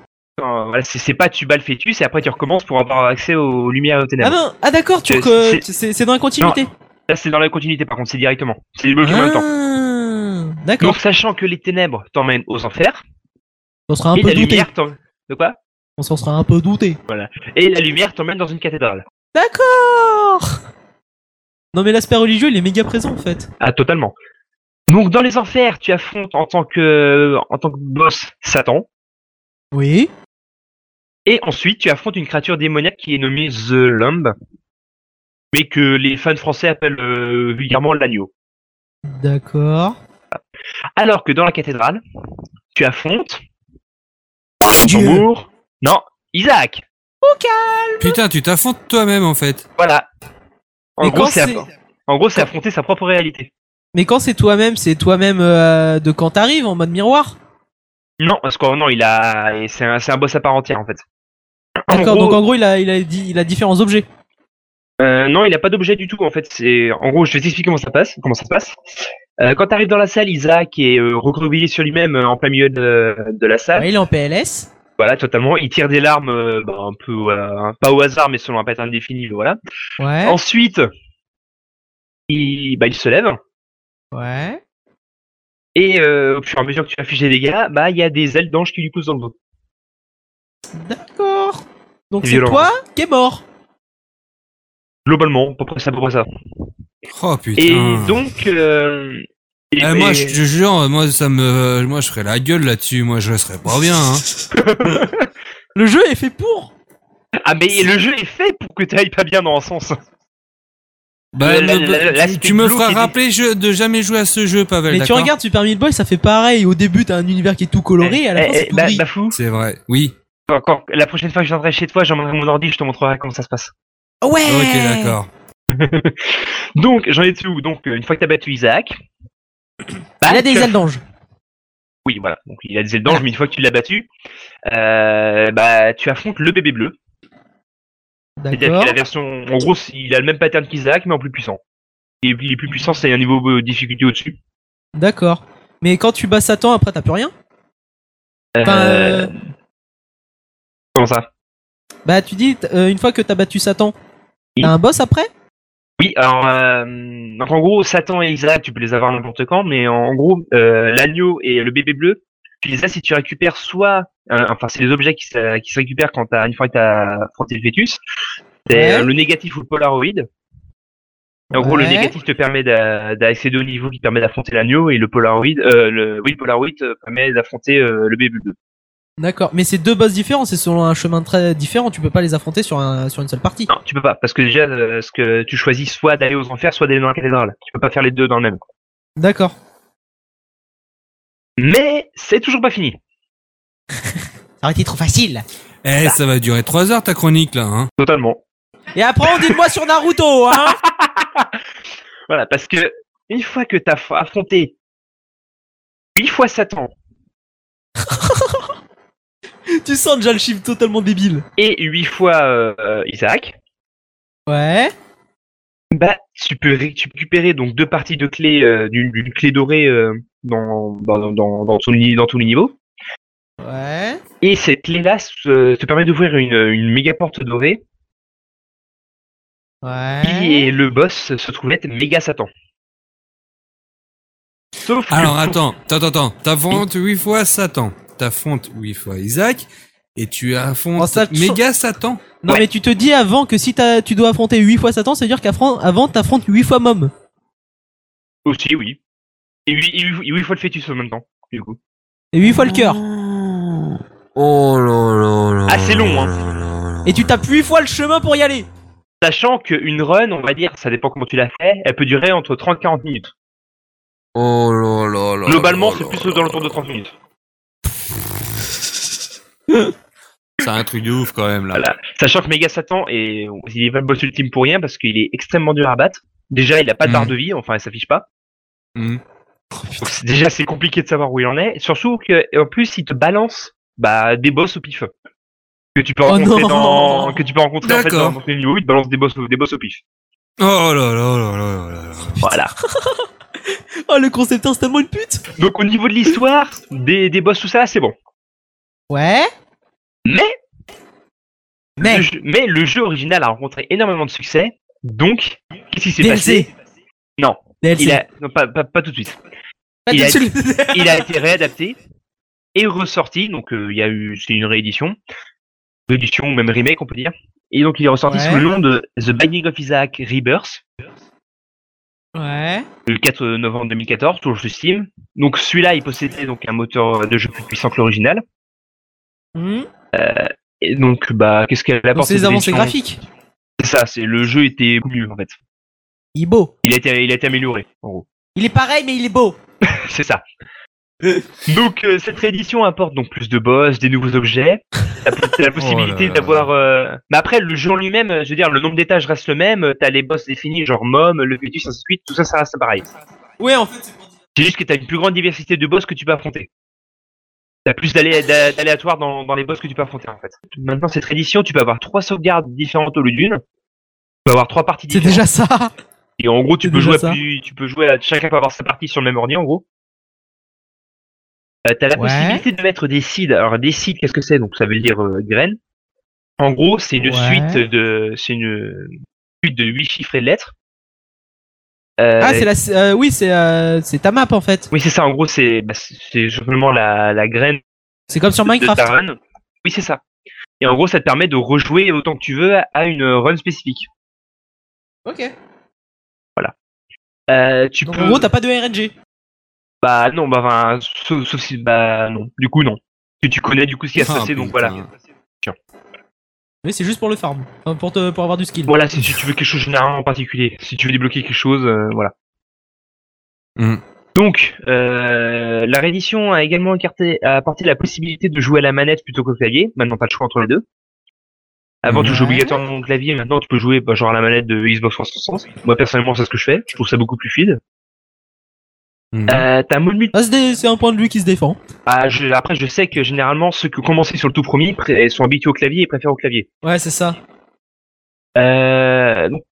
[SPEAKER 5] voilà, c'est c'est pas tu bats le fœtus et après tu recommences pour avoir accès aux lumières et aux
[SPEAKER 6] Ah
[SPEAKER 5] ténèbres.
[SPEAKER 6] non, ah d'accord, tu
[SPEAKER 5] C'est-
[SPEAKER 6] que-
[SPEAKER 5] c'est-
[SPEAKER 6] tu- c'est c'est dans la continuité.
[SPEAKER 5] Là, c'est dans la continuité, par contre, c'est directement. C'est débloqué en même temps.
[SPEAKER 6] Ah,
[SPEAKER 5] Donc,
[SPEAKER 6] d'accord.
[SPEAKER 5] sachant que les ténèbres t'emmènent aux enfers,
[SPEAKER 6] On sera un
[SPEAKER 5] et
[SPEAKER 6] peu
[SPEAKER 5] la
[SPEAKER 6] douté.
[SPEAKER 5] lumière t'emmène. De quoi
[SPEAKER 6] On s'en sera un peu douté.
[SPEAKER 5] Et la lumière t'emmène dans une cathédrale.
[SPEAKER 6] D'accord. Non mais l'aspect religieux il est méga présent en fait.
[SPEAKER 5] Ah, totalement. Donc, dans les enfers, tu affrontes en tant que, euh, en tant que boss Satan.
[SPEAKER 6] Oui.
[SPEAKER 5] Et ensuite, tu affrontes une créature démoniaque qui est nommée The Lamb. Mais que les fans français appellent euh, vulgairement l'agneau.
[SPEAKER 6] D'accord.
[SPEAKER 5] Alors que dans la cathédrale, tu affrontes.
[SPEAKER 6] Dieu.
[SPEAKER 5] Tambour. Non, Isaac.
[SPEAKER 4] Putain, tu t'affrontes toi-même en fait.
[SPEAKER 5] Voilà. En
[SPEAKER 6] Mais
[SPEAKER 5] gros,
[SPEAKER 6] quand
[SPEAKER 5] c'est
[SPEAKER 6] c'est-
[SPEAKER 5] aff- en gros, c'est affronter sa propre réalité.
[SPEAKER 6] Mais quand c'est toi-même, c'est toi-même euh, de quand t'arrives en mode miroir.
[SPEAKER 5] Non, parce que oh non, il a, et c'est un, c'est un boss à part entière en fait. En
[SPEAKER 6] D'accord.
[SPEAKER 5] gros,
[SPEAKER 6] Donc en gros il a il a dit il a différents objets.
[SPEAKER 5] Euh, non, il n'a pas d'objet du tout. En fait, c'est en gros, je vais t'expliquer comment ça passe. Comment ça se passe. Euh, quand t'arrives dans la salle, Isaac est euh, recroquevillé sur lui-même euh, en plein milieu de, de la salle.
[SPEAKER 6] Ouais, Ah, il est en PLS.
[SPEAKER 5] Voilà, totalement. Il tire des larmes, euh, bah, un peu voilà, pas au hasard, mais selon un pattern défini. Voilà.
[SPEAKER 6] Ouais.
[SPEAKER 5] Ensuite, il, bah, il se lève
[SPEAKER 6] Ouais.
[SPEAKER 5] et euh, au fur et à mesure que tu affiches des dégâts, bah il y a des ailes d'ange qui lui poussent dans le dos.
[SPEAKER 6] D'accord. Donc
[SPEAKER 5] C'est
[SPEAKER 6] c'est
[SPEAKER 5] violent.
[SPEAKER 6] toi qui est mort.
[SPEAKER 5] Globalement, à peu près ça, à peu près ça.
[SPEAKER 4] Oh putain.
[SPEAKER 5] Et donc, euh, et-
[SPEAKER 4] Eh, moi,
[SPEAKER 5] et-
[SPEAKER 4] je te jure, moi, ça me, euh, moi, je ferais la gueule là-dessus. Moi, je serais pas bien. Hein.
[SPEAKER 6] Le jeu est fait pour.
[SPEAKER 5] ah mais le jeu est fait pour que tu ailles pas bien dans un sens.
[SPEAKER 4] Bah,
[SPEAKER 5] Euh, la-
[SPEAKER 4] me-
[SPEAKER 5] la- la-
[SPEAKER 4] tu,
[SPEAKER 5] l'aspect
[SPEAKER 4] tu me
[SPEAKER 5] glauque
[SPEAKER 4] feras
[SPEAKER 5] est-
[SPEAKER 4] rappeler je- de jamais jouer à ce jeu, Pavel.
[SPEAKER 6] Mais tu
[SPEAKER 4] d'accord
[SPEAKER 6] regardes Super Meat Boy, ça fait pareil. Au début t'as un univers qui est tout coloré, à
[SPEAKER 5] Eh,
[SPEAKER 6] la fin
[SPEAKER 5] eh,
[SPEAKER 6] c'est tout
[SPEAKER 5] bah,
[SPEAKER 6] gris.
[SPEAKER 5] bah, fou.
[SPEAKER 4] C'est vrai. Oui.
[SPEAKER 5] Quand, quand- la prochaine fois que je viendrai chez toi, j'emmènerai mon ordi, je te montrerai comment ça se passe.
[SPEAKER 6] Ouais.
[SPEAKER 4] Ok, d'accord.
[SPEAKER 5] Donc, j'en ai tout. Donc, euh, une fois que t'as battu Isaac, bah,
[SPEAKER 6] Il a des
[SPEAKER 5] tu as-
[SPEAKER 6] ailes d'ange.
[SPEAKER 5] Oui, voilà. Donc, il a des ailes d'ange, mais une fois que tu l'as battu, euh, bah, tu affrontes le bébé bleu. C'est-à-dire
[SPEAKER 6] D'accord.
[SPEAKER 5] que la version, en gros, c'est- il a le même pattern qu'Isaac, mais en plus puissant. Et puis, il est plus puissant, c'est un niveau de difficulté au-dessus.
[SPEAKER 6] D'accord. Mais quand tu bats Satan, après t'as plus rien. Enfin,
[SPEAKER 5] Euh,
[SPEAKER 6] euh,
[SPEAKER 5] Comment ça
[SPEAKER 6] bah tu dis t- euh, une fois que t'as battu Satan,
[SPEAKER 5] Oui.
[SPEAKER 6] t'as un boss après.
[SPEAKER 5] Oui, alors, euh, donc en gros, Satan et Isaac, tu peux les avoir n'importe quand, mais en, en gros, euh, l'agneau et le bébé bleu, tu les as si tu récupères soit, euh, enfin, c'est des objets qui, se- qui se récupèrent quand t'as, une fois que t'as affronté le fœtus, c'est
[SPEAKER 6] Ouais.
[SPEAKER 5] euh, le négatif ou le polaroid. Et en gros, le
[SPEAKER 6] Ouais.
[SPEAKER 5] négatif te permet d'a- d'accéder au niveau qui permet d'affronter l'agneau et le polaroid, euh, le, oui, le polaroid euh, permet d'affronter euh, le bébé bleu.
[SPEAKER 6] D'accord, mais c'est deux boss différents, c'est selon un chemin très différent, tu peux pas les affronter sur, un, sur une seule partie.
[SPEAKER 5] Non, tu peux pas, parce que déjà, euh, ce que tu choisis soit d'aller aux enfers, soit d'aller dans la cathédrale. Tu peux pas faire les deux dans le même.
[SPEAKER 6] D'accord.
[SPEAKER 5] Mais c'est toujours pas fini.
[SPEAKER 6] Ça aurait été trop facile.
[SPEAKER 4] Eh, ça va durer trois heures ta chronique là. Hein.
[SPEAKER 5] Totalement.
[SPEAKER 6] Et après, on dit moi sur
[SPEAKER 5] (laughs)
[SPEAKER 6] Naruto, hein
[SPEAKER 5] Voilà, parce que une fois que t'as f- affronté 8 fois Satan
[SPEAKER 6] Tu sens déjà le chiffre totalement débile.
[SPEAKER 5] et 8 fois euh, euh, Isaac,
[SPEAKER 6] Ouais.
[SPEAKER 5] bah tu peux ré- tu peux récupérer donc deux parties de clés euh, d'une d'une clé dorée euh, dans, dans, dans, dans, tout, le- dans tous les niveaux.
[SPEAKER 6] Ouais.
[SPEAKER 5] Et cette clé-là se- te permet d'ouvrir une, une méga porte dorée qui
[SPEAKER 6] Ouais.
[SPEAKER 5] et le boss se trouvait être méga Satan. Sauf que
[SPEAKER 4] Alors
[SPEAKER 5] pour-
[SPEAKER 4] attends, attends, attends. T'affrontes huit fois Satan. T'affrontes huit fois Isaac. Et tu affrontes
[SPEAKER 6] Oh, ça-
[SPEAKER 4] méga Satan.
[SPEAKER 6] Non,
[SPEAKER 5] Ouais.
[SPEAKER 6] mais tu te dis avant que si t'as- tu dois affronter 8 fois Satan, ça veut dire qu'avant t'affrontes 8 fois Mom.
[SPEAKER 5] Aussi, oui. Et 8, fois le fœtus en même temps, du coup.
[SPEAKER 6] Et 8 fois le cœur.
[SPEAKER 4] Oh là là là.
[SPEAKER 5] Ah, c'est long, hein.
[SPEAKER 6] Et tu tapes 8 fois le chemin pour y aller.
[SPEAKER 5] Sachant qu'une run, on va dire, ça dépend comment tu l'as fait, elle peut durer entre 30 et 40 minutes.
[SPEAKER 4] Oh là là là.
[SPEAKER 5] Globalement,
[SPEAKER 4] là
[SPEAKER 5] c'est
[SPEAKER 4] là
[SPEAKER 5] plus
[SPEAKER 4] là
[SPEAKER 5] dans le
[SPEAKER 4] là.
[SPEAKER 5] tour de 30 minutes.
[SPEAKER 4] C'est un truc de ouf quand même là.
[SPEAKER 5] Voilà. Sachant que Mega Satan est, il est pas le boss ultime pour rien parce qu'il est extrêmement dur à battre. Déjà, il a pas de
[SPEAKER 4] Mhm.
[SPEAKER 5] barre de vie, enfin, elle s'affiche pas.
[SPEAKER 4] Hmm.
[SPEAKER 5] Donc, c'est- déjà, c'est compliqué de savoir où il en est. Surtout que, en plus, il te balance, bah, des boss au pif. Que tu peux
[SPEAKER 6] Oh
[SPEAKER 5] rencontrer
[SPEAKER 6] non
[SPEAKER 5] dans, que tu peux rencontrer en fait
[SPEAKER 4] D'accord.
[SPEAKER 5] dans dans les niveaux, il te balance des boss, au- des boss au pif.
[SPEAKER 4] Oh là là là là là là.
[SPEAKER 5] Voilà.
[SPEAKER 6] Oh, le concepteur, c'est tellement une pute.
[SPEAKER 5] Donc, au niveau de l'histoire, des, des boss, tout ça, c'est bon.
[SPEAKER 6] Ouais.
[SPEAKER 5] Mais-
[SPEAKER 6] Mais.
[SPEAKER 5] Le jeu- mais le jeu original a rencontré énormément de succès. Donc, qu'est-ce qui s'est
[SPEAKER 6] DLC.
[SPEAKER 5] passé Non,
[SPEAKER 6] DLC.
[SPEAKER 5] il a, non, pas, pas, pas tout de suite.
[SPEAKER 6] Pas
[SPEAKER 5] il
[SPEAKER 6] de
[SPEAKER 5] a-
[SPEAKER 6] suite.
[SPEAKER 5] Il a été réadapté et ressorti. Donc, euh, il y a eu, c'est une réédition, réédition ou même remake, on peut dire. Et donc, il est ressorti
[SPEAKER 6] Ouais.
[SPEAKER 5] sous le nom de The Binding of Isaac Rebirth
[SPEAKER 6] (laughs) Ouais.
[SPEAKER 5] le 4 novembre 2014, toujours sur Steam. Donc, celui-là, il possédait donc un moteur de jeu plus puissant que l'original.
[SPEAKER 6] Hmm.
[SPEAKER 5] Et donc, bah, qu'est-ce qu'elle a
[SPEAKER 6] Donc,
[SPEAKER 5] apporté
[SPEAKER 6] c'est des
[SPEAKER 5] cette
[SPEAKER 6] avancées
[SPEAKER 5] édition
[SPEAKER 6] graphiques.
[SPEAKER 5] C'est ça, c'est le jeu était beaucoup mieux en fait.
[SPEAKER 6] Il est beau.
[SPEAKER 5] Il a été, il a été amélioré, en gros.
[SPEAKER 6] Il est pareil, mais il est beau.
[SPEAKER 5] C'est ça. Donc euh, cette réédition apporte donc plus de boss, des nouveaux objets, la, po- la
[SPEAKER 4] (laughs) Oh là
[SPEAKER 5] possibilité
[SPEAKER 4] là.
[SPEAKER 5] d'avoir. euh, Mais après le jeu en lui-même, euh, je veux dire, le nombre d'étages reste le même. euh, T'as les boss définis, genre mom, le fœtus, ainsi de suite. Tout ça, ça reste pareil.
[SPEAKER 6] Ouais, en fait, c'est pour dire.
[SPEAKER 5] C'est juste que t'as une plus grande diversité de boss que tu peux affronter. T'as plus d'alé- d'a- d'aléatoires dans, dans les boss que tu peux affronter en fait. Maintenant cette réédition, tu peux avoir trois sauvegardes différentes au lieu d'une. Tu peux avoir trois parties
[SPEAKER 6] C'est
[SPEAKER 5] différentes.
[SPEAKER 6] déjà ça.
[SPEAKER 5] Et en gros, tu
[SPEAKER 6] C'est
[SPEAKER 5] peux
[SPEAKER 6] déjà
[SPEAKER 5] jouer à
[SPEAKER 6] ça.
[SPEAKER 5] plus, tu peux jouer à chacun peut avoir sa partie sur le même ordi, en gros. Euh, t'as la
[SPEAKER 6] Ouais.
[SPEAKER 5] possibilité de mettre des seeds. Alors, des seeds, qu'est-ce que c'est Donc, ça veut dire euh, graines. En gros, c'est une
[SPEAKER 6] Ouais.
[SPEAKER 5] suite de, c'est une suite de huit chiffres et de lettres. Euh,
[SPEAKER 6] Ah, c'est la. euh, oui, c'est euh, c'est ta map en fait.
[SPEAKER 5] Oui, c'est ça. En gros, c'est, bah, c'est simplement la, la graine
[SPEAKER 6] C'est comme sur
[SPEAKER 5] de
[SPEAKER 6] Minecraft.
[SPEAKER 5] ta run. Oui, c'est ça. Et en gros, ça te permet de rejouer autant que tu veux à- à une run spécifique.
[SPEAKER 6] Ok.
[SPEAKER 5] Euh, tu
[SPEAKER 6] Donc
[SPEAKER 5] peux.
[SPEAKER 6] en gros, t'as pas de RNG.
[SPEAKER 5] Bah non, bah enfin, sauf, sauf si bah non, du coup non. Tu, tu connais du coup ce qui a se
[SPEAKER 4] Ah,
[SPEAKER 5] passé, donc
[SPEAKER 4] putain.
[SPEAKER 5] voilà.
[SPEAKER 6] Mais c'est juste pour le farm. Enfin, pour, te, pour avoir du skill.
[SPEAKER 5] Voilà, si tu, tu veux quelque chose général en particulier, si tu veux débloquer quelque chose, euh, voilà.
[SPEAKER 4] Mm.
[SPEAKER 5] Donc, euh, la réédition a également écarté, a apporté la possibilité de jouer à la manette plutôt qu'au clavier. Maintenant, pas de choix entre les deux. Avant, tu jouais
[SPEAKER 6] Ouais.
[SPEAKER 5] obligatoirement au clavier. Maintenant, tu peux jouer bah, genre à la manette de Xbox 360. Moi, personnellement, c'est ce que je fais. Je trouve ça beaucoup plus fluide.
[SPEAKER 4] Hmm.
[SPEAKER 5] Euh, T'as un mode multi-
[SPEAKER 6] Ah, c'est des- c'est un point de lui qui se défend.
[SPEAKER 5] Ah, je- après, je sais que généralement, ceux qui ont commencé sur le tout premier pré- sont habitués au clavier et préfèrent au clavier.
[SPEAKER 6] Ouais, c'est ça.
[SPEAKER 5] Euh, donc,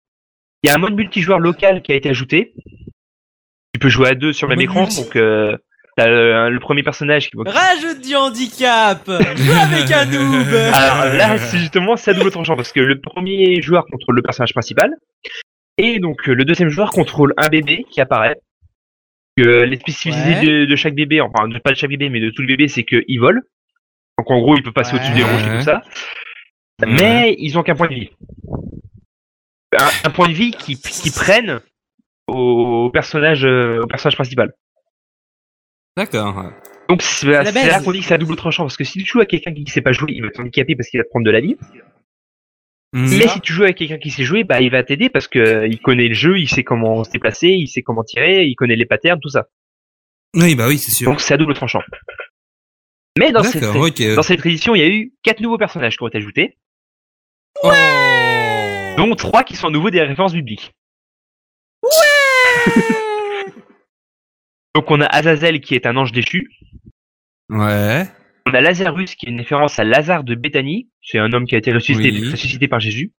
[SPEAKER 5] il y a un mode multijoueur local qui a été ajouté. Tu peux jouer à deux sur le
[SPEAKER 6] Mode
[SPEAKER 5] même écran,
[SPEAKER 6] multi.
[SPEAKER 5] donc euh, t'as le, le premier personnage qui.
[SPEAKER 6] Rajoute du handicap (laughs) Joue avec un noob
[SPEAKER 5] Alors Euh, là, c'est justement c'est à double tranchant parce que le premier joueur contrôle le personnage principal et donc euh, le deuxième joueur contrôle un bébé qui apparaît. Que les spécificités
[SPEAKER 6] Ouais.
[SPEAKER 5] de, de chaque bébé, enfin de, pas de chaque bébé, mais de tout le bébé, c'est qu'il vole. Donc en gros, il peut passer au-dessus des
[SPEAKER 4] Ouais.
[SPEAKER 5] rouges et tout ça. Mais ils ont qu'un point de vie. Un, un point de vie qui, qui prennent au personnage, euh, au personnage principal.
[SPEAKER 4] D'accord.
[SPEAKER 5] Donc c'est bah,
[SPEAKER 6] La
[SPEAKER 5] c'est
[SPEAKER 6] baise.
[SPEAKER 5] là qu'on dit que c'est à double tranchant parce que si tu joues à quelqu'un qui sait pas jouer, il va t'handicaper parce qu'il va te prendre de la vie.
[SPEAKER 4] Mm.
[SPEAKER 5] Mais si tu joues avec quelqu'un qui sait jouer, bah il va t'aider parce que euh, il connaît le jeu, il sait comment se déplacer, il sait comment tirer, il connaît les patterns, tout ça.
[SPEAKER 4] Oui, bah oui, c'est sûr.
[SPEAKER 5] Donc c'est à double tranchant. Mais dans cette,
[SPEAKER 4] D'accord, ok.
[SPEAKER 5] dans cette édition, il y a eu quatre nouveaux personnages qui ont été ajoutés,
[SPEAKER 4] Oh.
[SPEAKER 5] dont trois qui sont à nouveau des références bibliques. (laughs) Donc on a Azazel qui est un ange déchu,
[SPEAKER 4] Ouais.
[SPEAKER 5] on a Lazarus qui est une référence à Lazare de Béthanie, c'est un homme qui a été ressuscité,
[SPEAKER 4] Oui.
[SPEAKER 5] ressuscité par Jésus.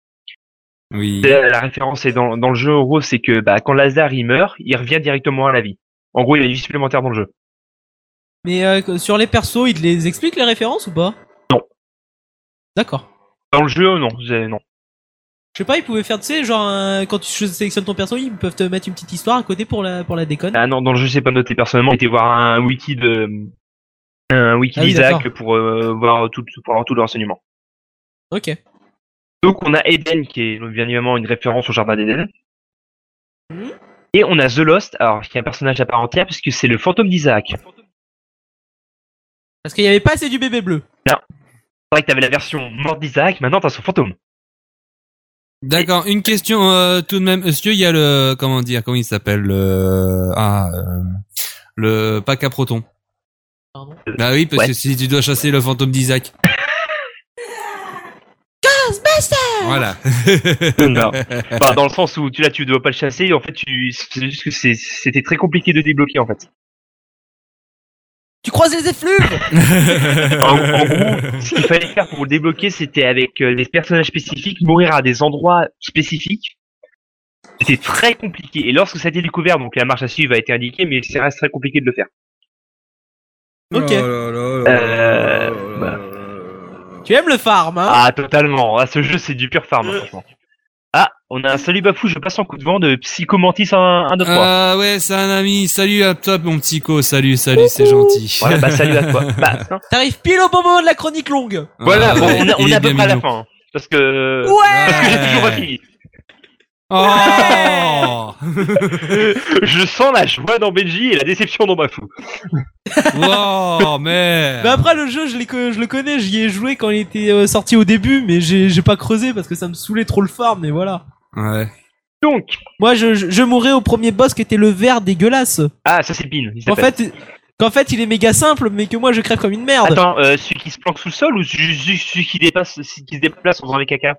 [SPEAKER 4] Oui.
[SPEAKER 5] Ben, La, la référence est dans, dans le jeu, en gros, c'est que bah, quand Lazare il meurt, il revient directement à la vie. En gros, il a une vie supplémentaire dans le jeu.
[SPEAKER 6] Mais euh, que- sur les persos, ils te les expliquent les références ou pas
[SPEAKER 5] Non.
[SPEAKER 6] D'accord.
[SPEAKER 5] Dans le jeu, non, c'est- non.
[SPEAKER 6] Je sais pas, ils pouvaient faire, tu sais, genre, un- quand tu sélectionnes ton perso, ils peuvent te mettre une petite histoire à côté pour la, pour la déconne.
[SPEAKER 5] Ah non, dans le jeu, c'est pas noté personnellement. J'ai été voir un wiki de un wiki
[SPEAKER 6] Ah oui,
[SPEAKER 5] d'Isaac
[SPEAKER 6] d'accord.
[SPEAKER 5] pour euh, voir tout pour avoir tout le renseignement.
[SPEAKER 6] Ok.
[SPEAKER 5] Donc on a Eden qui est donc, bien évidemment une référence au jardin d'Eden.
[SPEAKER 6] Mhm.
[SPEAKER 5] Et on a The Lost, alors qui est un personnage à part entière puisque c'est le fantôme d'Isaac.
[SPEAKER 6] Parce qu'il y avait pas assez du bébé bleu.
[SPEAKER 5] C'est vrai que t'avais la version morte d'Isaac, maintenant t'as son fantôme.
[SPEAKER 4] D'accord, une question euh, tout de même. Est-ce qu'il y a le comment dire comment il s'appelle le ah euh, le pack à proton
[SPEAKER 6] Pardon.
[SPEAKER 4] Bah oui, parce
[SPEAKER 5] Ouais.
[SPEAKER 4] que si tu dois chasser le fantôme d'Isaac. Voilà.
[SPEAKER 5] Non. Enfin, dans le sens où tu là tu dois pas le chasser, en fait tu c'est juste que c'est- c'était très compliqué de débloquer en fait.
[SPEAKER 6] Tu croises les effluves
[SPEAKER 5] (laughs) En, en gros, ce qu'il fallait faire pour le débloquer, c'était avec euh, des personnages spécifiques, mourir à des endroits spécifiques. C'était très compliqué. Et lorsque ça a été découvert, donc la marche à suivre a été indiquée, mais ça reste très compliqué de le faire.
[SPEAKER 6] Ok.
[SPEAKER 5] Euh, bah.
[SPEAKER 6] Tu aimes le farm, hein
[SPEAKER 5] Ah totalement. Ah, ce jeu c'est du pur farm hein, franchement. Ah, on a un salut bafou, je passe en coup de vent de Psychomantis 1, 2,
[SPEAKER 6] Euh.
[SPEAKER 5] 3.
[SPEAKER 4] Ah ouais, c'est un ami. Salut à toi, mon petit co. Salut, salut, c'est gentil.
[SPEAKER 5] Voilà,
[SPEAKER 4] (laughs)
[SPEAKER 5] bah salut à
[SPEAKER 6] (laughs)
[SPEAKER 5] toi. Bah, non.
[SPEAKER 6] T'arrives pile au bon moment de la chronique
[SPEAKER 5] Euh,
[SPEAKER 6] longue.
[SPEAKER 5] Hein. Voilà, bon, on a, on
[SPEAKER 4] Ah Il
[SPEAKER 5] a
[SPEAKER 4] est
[SPEAKER 5] à peu
[SPEAKER 4] bien
[SPEAKER 5] près à la
[SPEAKER 4] mignon.
[SPEAKER 5] fin. hein. Parce que... Parce que (laughs) j'ai toujours pas
[SPEAKER 4] Ouais.
[SPEAKER 5] fini.
[SPEAKER 4] Oh.
[SPEAKER 5] Je sens la joie dans Benji et la déception dans Bafou.
[SPEAKER 4] Wow, mais.
[SPEAKER 5] Bah,
[SPEAKER 6] Mais après le jeu, je, l'ai co- je le connais, j'y ai joué quand il était euh, sorti au début, mais j'ai j'ai pas creusé parce que ça me saoulait trop le farm, mais voilà.
[SPEAKER 4] Ouais.
[SPEAKER 5] Donc,
[SPEAKER 6] Moi, je, je, je mourais au premier boss qui était le vert dégueulasse.
[SPEAKER 5] ah, ça c'est Bean. il
[SPEAKER 6] En
[SPEAKER 5] s'appelle.
[SPEAKER 6] fait, qu'en fait, il est méga simple, mais que moi, je crève comme une merde.
[SPEAKER 5] Attends, euh, celui qui se planque sous le sol ou celui, celui qui, dépasse, celui qui se déplace en faisant les caca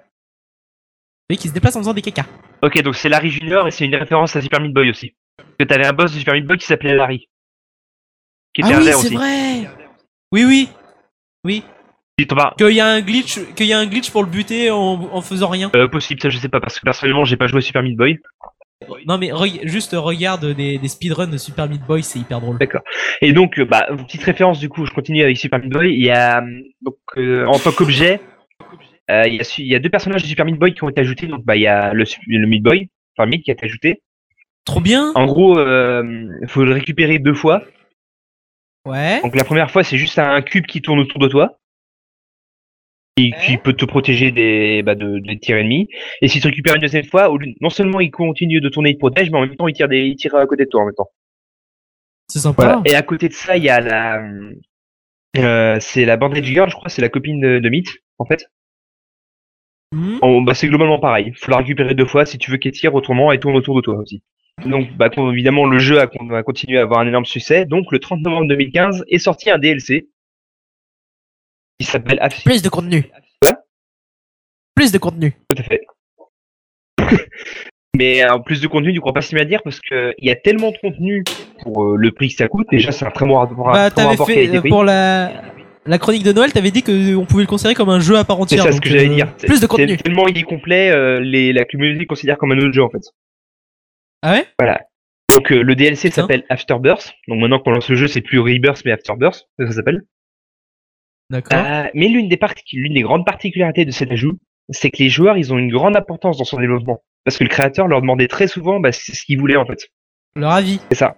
[SPEAKER 6] Oui, qui se déplace en faisant des caca.
[SPEAKER 5] Ok, donc c'est Larry Junior et c'est une référence à Super Meat Boy aussi. Parce que t'avais un boss de Super Meat Boy qui s'appelait Larry. Qui était
[SPEAKER 6] Ah
[SPEAKER 5] un
[SPEAKER 6] oui,
[SPEAKER 5] verre
[SPEAKER 6] c'est
[SPEAKER 5] aussi.
[SPEAKER 6] vrai. Oui, oui. Oui.
[SPEAKER 5] Dis ton pas,
[SPEAKER 6] Qu'il y a un glitch, qu'il y a un glitch pour le buter en, en faisant rien.
[SPEAKER 5] euh, possible, ça je sais pas parce que personnellement j'ai pas joué à Super Meat Boy.
[SPEAKER 6] Non, mais re- juste regarde des, des speedruns de Super Meat Boy, c'est hyper drôle.
[SPEAKER 5] Et donc, euh, bah, petite référence du coup, je continue avec Super Meat Boy. Il y a euh, donc euh, en tant qu'objet, euh, il y, a su- il y a deux personnages de Super Meat Boy qui ont été ajoutés. Donc, bah, il y a le, su- le Meat Boy, enfin Meat qui a été ajouté.
[SPEAKER 6] Trop bien.
[SPEAKER 5] En gros, euh, faut le récupérer deux fois.
[SPEAKER 6] Ouais.
[SPEAKER 5] Donc la première fois, c'est juste un cube qui tourne autour de toi. Et qui peut te protéger des, bah, de, des tirs ennemis. Et si tu récupères une deuxième fois, au lieu- non seulement il continue de tourner, il te protège, mais en même temps il tire, des, il tire à côté de toi en même temps.
[SPEAKER 6] C'est sympa.
[SPEAKER 5] Voilà. Et à côté de ça, il y a la. euh, c'est la Bandage Girl, je crois, c'est la copine de, de Mythe, en fait.
[SPEAKER 6] Hmm.
[SPEAKER 5] En- bah, c'est globalement pareil. Faut la récupérer deux fois si tu veux qu'elle tire, autrement elle tourne autour de toi aussi. Donc, bah, con- évidemment, le jeu a, con- a continué à avoir un énorme succès. Donc, le 30 novembre 2015 est sorti un DLC qui s'appelle Abs-
[SPEAKER 6] Plus de contenu.
[SPEAKER 5] Voilà.
[SPEAKER 6] Plus de contenu.
[SPEAKER 5] Tout à fait. Mais euh, en plus de contenu, tu crois pas si bien dire parce que il y a tellement de contenu pour euh, le prix que ça coûte. Déjà, c'est un très bon rapport. très
[SPEAKER 6] Bah,
[SPEAKER 5] bon
[SPEAKER 6] t'avais
[SPEAKER 5] rapport
[SPEAKER 6] fait euh,
[SPEAKER 5] qualité-prix.
[SPEAKER 6] pour la la chronique de Noël, t'avais dit que euh, on pouvait le considérer comme un jeu à part
[SPEAKER 5] C'est
[SPEAKER 6] entière.
[SPEAKER 5] ça ce
[SPEAKER 6] donc,
[SPEAKER 5] que j'allais
[SPEAKER 6] euh,
[SPEAKER 5] dire. C'est-
[SPEAKER 6] Plus de
[SPEAKER 5] c'est
[SPEAKER 6] contenu.
[SPEAKER 5] Tellement il est complet, euh, les, la communauté le considère comme un autre jeu en fait.
[SPEAKER 6] Ah ouais
[SPEAKER 5] Donc euh, le DLC
[SPEAKER 6] Putain.
[SPEAKER 5] s'appelle Afterbirth. Donc maintenant qu'on lance le jeu, c'est plus Rebirth mais Afterbirth, c'est ça que ça s'appelle.
[SPEAKER 6] D'accord.
[SPEAKER 5] Euh, mais l'une des, parti- l'une des grandes particularités de cet ajout, c'est que les joueurs, ils ont une grande importance dans son développement. Parce que le créateur leur demandait très souvent bah, c'est ce qu'ils voulaient en fait.
[SPEAKER 6] Leur avis.
[SPEAKER 5] C'est ça.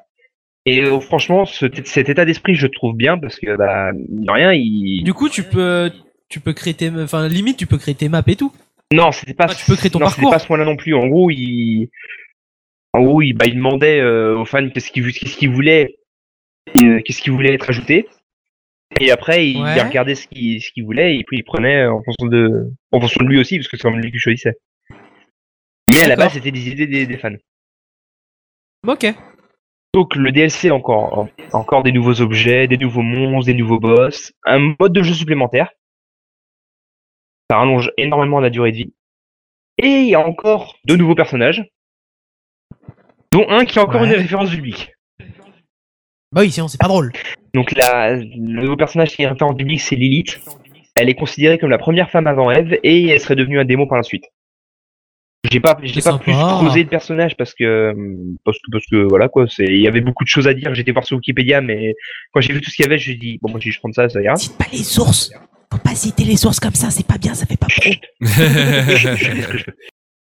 [SPEAKER 5] Et euh, franchement, ce- cet état d'esprit, je le trouve bien parce que, bah, mine de rien, il.
[SPEAKER 6] Du coup, tu peux tu peux créer tes enfin limite tu peux créer tes maps et tout.
[SPEAKER 5] Non, c'était pas.
[SPEAKER 6] Ah, tu peux créer ton
[SPEAKER 5] non, c'était
[SPEAKER 6] parcours.
[SPEAKER 5] pas ce point-là non plus. En gros, il. En gros, il, bah, il demandait euh, aux fans qu'est-ce qu'ils, qu'est-ce qu'ils voulaient, et, euh, qu'est-ce qu'ils voulaient être ajouté. Et après, il,
[SPEAKER 4] Ouais.
[SPEAKER 5] il regardait ce qu'il ce qu'il voulait et puis il prenait euh, en fonction de, en fonction de lui aussi, parce que c'est comme lui qui choisissait. Mais à la
[SPEAKER 4] D'accord.
[SPEAKER 5] base, c'était des idées des, des fans.
[SPEAKER 4] Ok.
[SPEAKER 5] Donc le DLC encore, en- encore des nouveaux objets, des nouveaux monstres, des nouveaux boss, un mode de jeu supplémentaire. Ça rallonge énormément la durée de vie. Et il y a encore deux nouveaux personnages, dont un qui est encore
[SPEAKER 6] Ouais.
[SPEAKER 5] une référence publique.
[SPEAKER 6] Bah oui, sinon c'est pas drôle.
[SPEAKER 5] Donc la, le nouveau personnage qui est référence publique, c'est Lilith. Elle est considérée comme la première femme avant Eve et elle serait devenue un démon par la suite. J'ai pas, j'ai
[SPEAKER 6] C'est
[SPEAKER 5] pas plus
[SPEAKER 6] sympa.
[SPEAKER 5] creusé le personnage parce que, parce que, parce que voilà quoi, c'est, il y avait beaucoup de choses à dire. J'étais voir sur Wikipédia, mais quand j'ai vu tout ce qu'il y avait, je me suis dit, bon, moi, si je prends ça, ça ira.
[SPEAKER 9] Cite pas les sources. Faut pas citer les sources comme ça, c'est pas bien, ça fait pas pro.
[SPEAKER 5] Chut, je fais ce que je peux.
[SPEAKER 4] (laughs)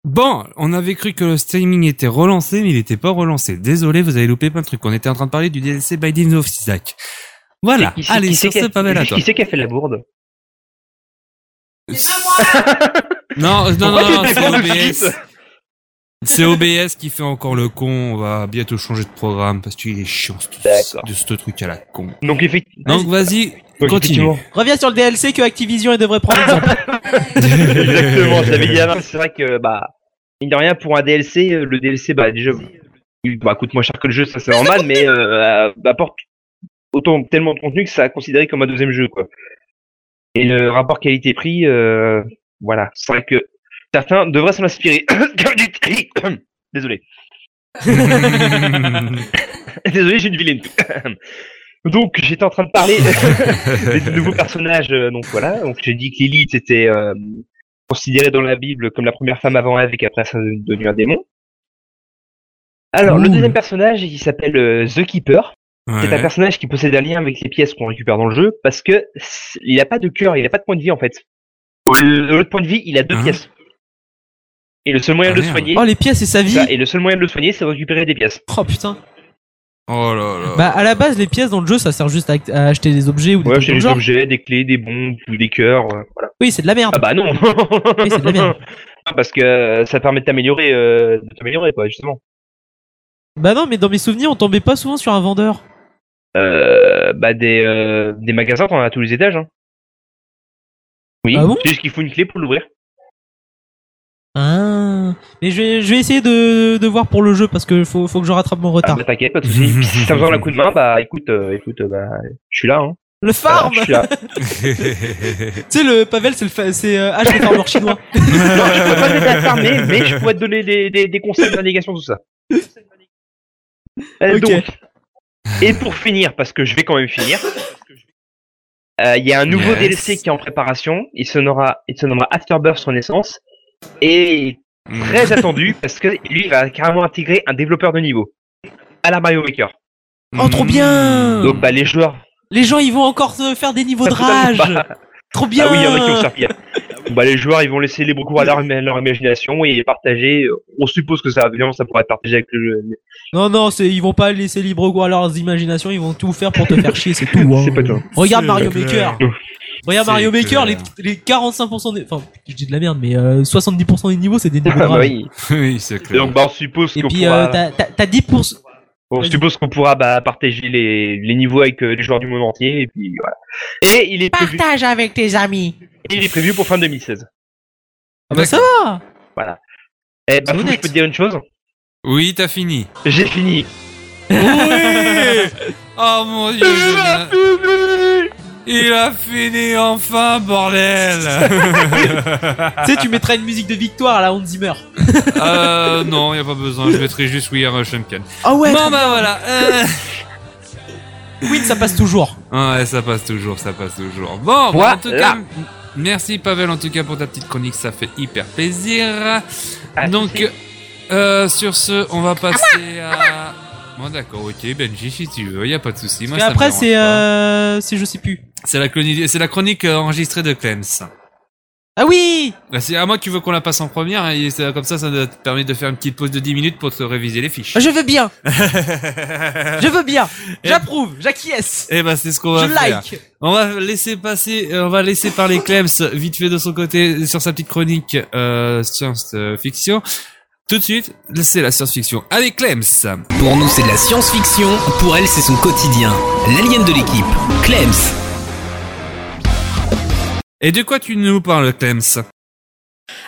[SPEAKER 4] Bon, on avait cru que le streaming était relancé, mais il n'était pas relancé. Désolé, vous avez loupé plein de trucs. On était en train de parler du DLC by Dean of Isaac. Voilà. (laughs)
[SPEAKER 5] Qui c'est-
[SPEAKER 4] Allez,
[SPEAKER 5] qui
[SPEAKER 4] sur
[SPEAKER 5] c'est
[SPEAKER 4] ce,
[SPEAKER 5] qui a-
[SPEAKER 4] Pavel, à toi.
[SPEAKER 5] (laughs) Qui c'est qui a fait la bourde?
[SPEAKER 4] Non, euh, non,
[SPEAKER 5] Pourquoi
[SPEAKER 4] non, non
[SPEAKER 5] tu
[SPEAKER 4] c'est
[SPEAKER 5] réponds tout de (laughs)
[SPEAKER 4] OBS.
[SPEAKER 5] suite
[SPEAKER 4] (laughs) C'est OBS qui fait encore le con. On va bientôt changer de programme parce qu'il est chiant ce,
[SPEAKER 5] D'accord.
[SPEAKER 4] de ce truc à la con.
[SPEAKER 5] Donc, effectivement.
[SPEAKER 4] Donc vas-y,
[SPEAKER 5] donc,
[SPEAKER 4] continue.
[SPEAKER 5] effectivement. (laughs)
[SPEAKER 6] Reviens sur le DLC que Activision elle devrait prendre exemple.
[SPEAKER 4] (laughs)
[SPEAKER 5] Exactement, je l'avais dit avant, c'est vrai que, bah, mine de rien, pour un DLC, euh, le DLC, bah, déjà, il- bah, coûte moins cher que le jeu, ça c'est normal, mais euh, euh, apporte autant, tellement de contenu que ça a considéré comme un deuxième jeu, quoi. Et le rapport qualité-prix, euh, voilà, c'est vrai que certains devraient s'en inspirer. (coughs) Désolé. (coughs) Désolé, j'ai une vilaine (coughs) toux. Donc, j'étais en train de parler (coughs) (laughs) des nouveaux personnages. euh, Donc voilà, donc j'ai dit que Lilith était euh, considérée dans la Bible comme la première femme avant Ève et qu'après ça est devenue un démon. Alors, le
[SPEAKER 6] Cool.
[SPEAKER 5] deuxième personnage, il s'appelle euh, The Keeper. C'est un
[SPEAKER 4] Ouais.
[SPEAKER 5] personnage qui possède un lien avec les pièces qu'on récupère dans le jeu parce que c- il n'a pas de cœur, il n'a pas de point de vie en fait. Au au lieu de point de vie, il a deux
[SPEAKER 4] Hein
[SPEAKER 5] pièces. Et le seul moyen
[SPEAKER 4] Ah,
[SPEAKER 5] de le
[SPEAKER 4] merde.
[SPEAKER 5] soigner,
[SPEAKER 6] Oh les pièces et sa vie.
[SPEAKER 5] Bah, et le seul moyen de le soigner, c'est de récupérer des pièces.
[SPEAKER 6] Oh putain.
[SPEAKER 4] Oh là (laughs) là.
[SPEAKER 6] Bah à la base les pièces dans le jeu ça sert juste à, à acheter des objets ou des
[SPEAKER 5] Ouais,
[SPEAKER 6] trucs
[SPEAKER 5] acheter
[SPEAKER 6] dans le
[SPEAKER 5] des
[SPEAKER 6] genre.
[SPEAKER 5] objets, des clés, des bombes ou des cœurs. euh, voilà.
[SPEAKER 6] Oui c'est de la merde.
[SPEAKER 5] Ah bah non
[SPEAKER 6] (laughs) Oui, c'est de la merde.
[SPEAKER 5] (laughs) Ah, Parce que euh, ça permet de t'améliorer, euh, de t'améliorer quoi, justement.
[SPEAKER 6] Bah non mais dans mes souvenirs on tombait pas souvent sur un vendeur.
[SPEAKER 5] Euh, bah des, euh, des magasins, t'en as à tous les étages. Hein. Oui,
[SPEAKER 6] Ah bon
[SPEAKER 5] c'est juste qu'il faut une clé pour l'ouvrir.
[SPEAKER 6] Ah. Mais je vais, je vais essayer de, de voir pour le jeu parce que faut, faut que je rattrape mon
[SPEAKER 5] Ah,
[SPEAKER 6] retard.
[SPEAKER 5] bah t'inquiète, pas de soucis.
[SPEAKER 6] (laughs)
[SPEAKER 5] si t'as besoin d'un coup de main, bah écoute, euh, écoute, euh, bah je suis là. Hein.
[SPEAKER 6] Le farm.
[SPEAKER 5] Euh,
[SPEAKER 6] (laughs)
[SPEAKER 5] je suis là.
[SPEAKER 6] tu sais le Pavel c'est le fa- c'est euh, ah, je vais faire leur chinois.
[SPEAKER 5] Non, je peux pas t'aider à te farmer, mais je pourrais te donner des, des, des conseils de navigation, tout ça. Euh,
[SPEAKER 6] Ok.
[SPEAKER 5] Donc, et pour finir, parce que je vais quand même finir, euh, il y a un nouveau
[SPEAKER 4] Yes.
[SPEAKER 5] DLC qui est en préparation. Il se nommera, il se nommera Afterbirth Renaissance. Et très attendu, (laughs) parce que lui, il va carrément intégrer un développeur de niveau. À la Mario Maker.
[SPEAKER 6] Oh
[SPEAKER 4] Mm.
[SPEAKER 6] trop bien.
[SPEAKER 5] Donc, bah, les joueurs.
[SPEAKER 6] Les gens ils vont encore se faire des niveaux de rage.
[SPEAKER 5] (laughs)
[SPEAKER 6] Trop bien.
[SPEAKER 5] Ah oui, il y en a qui vont se faire pire. Bah, les joueurs, ils vont laisser libre cours à leur, leur imagination et partager. On suppose que ça, évidemment, ça pourra être partagé avec le, jeu.
[SPEAKER 6] Non, non, c'est, ils vont pas laisser libre cours à leurs imaginations, ils vont tout faire pour te faire chier, c'est tout. hein.
[SPEAKER 5] C'est pas toi.
[SPEAKER 6] Regarde
[SPEAKER 4] C'est
[SPEAKER 6] Mario
[SPEAKER 4] clair.
[SPEAKER 6] Maker. Regarde
[SPEAKER 4] C'est
[SPEAKER 6] Mario Maker, les,
[SPEAKER 4] clair.
[SPEAKER 6] les 45% des. Enfin, je dis de la merde, mais euh, 70% des niveaux, c'est des niveaux de
[SPEAKER 5] Ah, bah
[SPEAKER 6] rage.
[SPEAKER 5] oui.
[SPEAKER 4] oui, c'est
[SPEAKER 5] Et
[SPEAKER 4] clair.
[SPEAKER 5] donc bah, on suppose
[SPEAKER 6] Et
[SPEAKER 5] qu'on
[SPEAKER 6] puis,
[SPEAKER 5] pourra,
[SPEAKER 6] euh, t'as, t'as, t'as 10%.
[SPEAKER 5] on suppose qu'on pourra bah, partager les, les niveaux avec euh, les joueurs du monde entier et puis voilà. Et il est prévu,
[SPEAKER 9] Partage avec tes amis.
[SPEAKER 5] il est prévu pour fin 2016.
[SPEAKER 6] Ah bah ça va
[SPEAKER 5] Eh bah,
[SPEAKER 6] C'est
[SPEAKER 5] Fou, je
[SPEAKER 6] honnête.
[SPEAKER 5] peux te dire une chose
[SPEAKER 4] Oui, t'as fini.
[SPEAKER 5] J'ai fini.
[SPEAKER 4] Oui Oh mon dieu Jonah. Il a fini enfin, bordel
[SPEAKER 6] Tu sais, tu mettrais une musique de victoire à la Hans Zimmer.
[SPEAKER 4] Euh, non, y a pas besoin, je mettrai juste We Are a Champion.
[SPEAKER 6] Ah ouais
[SPEAKER 4] bon bah voilà euh.
[SPEAKER 6] Queen, ça passe toujours.
[SPEAKER 4] Ouais, ça passe toujours, ça passe toujours. Bon, bah,
[SPEAKER 5] Voilà.
[SPEAKER 4] en tout cas, m- merci Pavel en tout cas pour ta petite chronique, ça fait hyper plaisir.
[SPEAKER 5] Ah,
[SPEAKER 4] Donc, euh, sur ce, on va passer à... Bon d'accord, ok Benji, si tu veux, y a pas de souci. Moi,
[SPEAKER 6] Et
[SPEAKER 4] ça me
[SPEAKER 6] après,
[SPEAKER 4] dérange
[SPEAKER 6] c'est.
[SPEAKER 4] pas.
[SPEAKER 6] Euh, c'est je sais plus.
[SPEAKER 4] C'est la chronique, c'est la chronique euh, enregistrée de Clems.
[SPEAKER 6] Ah oui
[SPEAKER 4] Bah, c'est à moi que tu veux qu'on la passe en première, hein, et ça- comme ça, ça te permet de faire une petite pause de 10 minutes pour te réviser les fiches.
[SPEAKER 6] Je
[SPEAKER 4] (laughs)
[SPEAKER 6] veux bien Je veux bien
[SPEAKER 4] Et-
[SPEAKER 6] J'approuve J'acquiesce
[SPEAKER 4] Eh ben, c'est ce qu'on
[SPEAKER 6] Je
[SPEAKER 4] va faire.
[SPEAKER 6] like
[SPEAKER 4] On va laisser passer, euh, on va laisser parler Clems vite fait de son côté sur sa petite chronique euh, science-fiction. Tout de suite, c'est la science-fiction avec Clems.
[SPEAKER 2] Pour nous, c'est de la science-fiction. Pour elle, c'est son quotidien. L'alien de l'équipe, Clems.
[SPEAKER 4] Et de quoi tu nous parles, Clems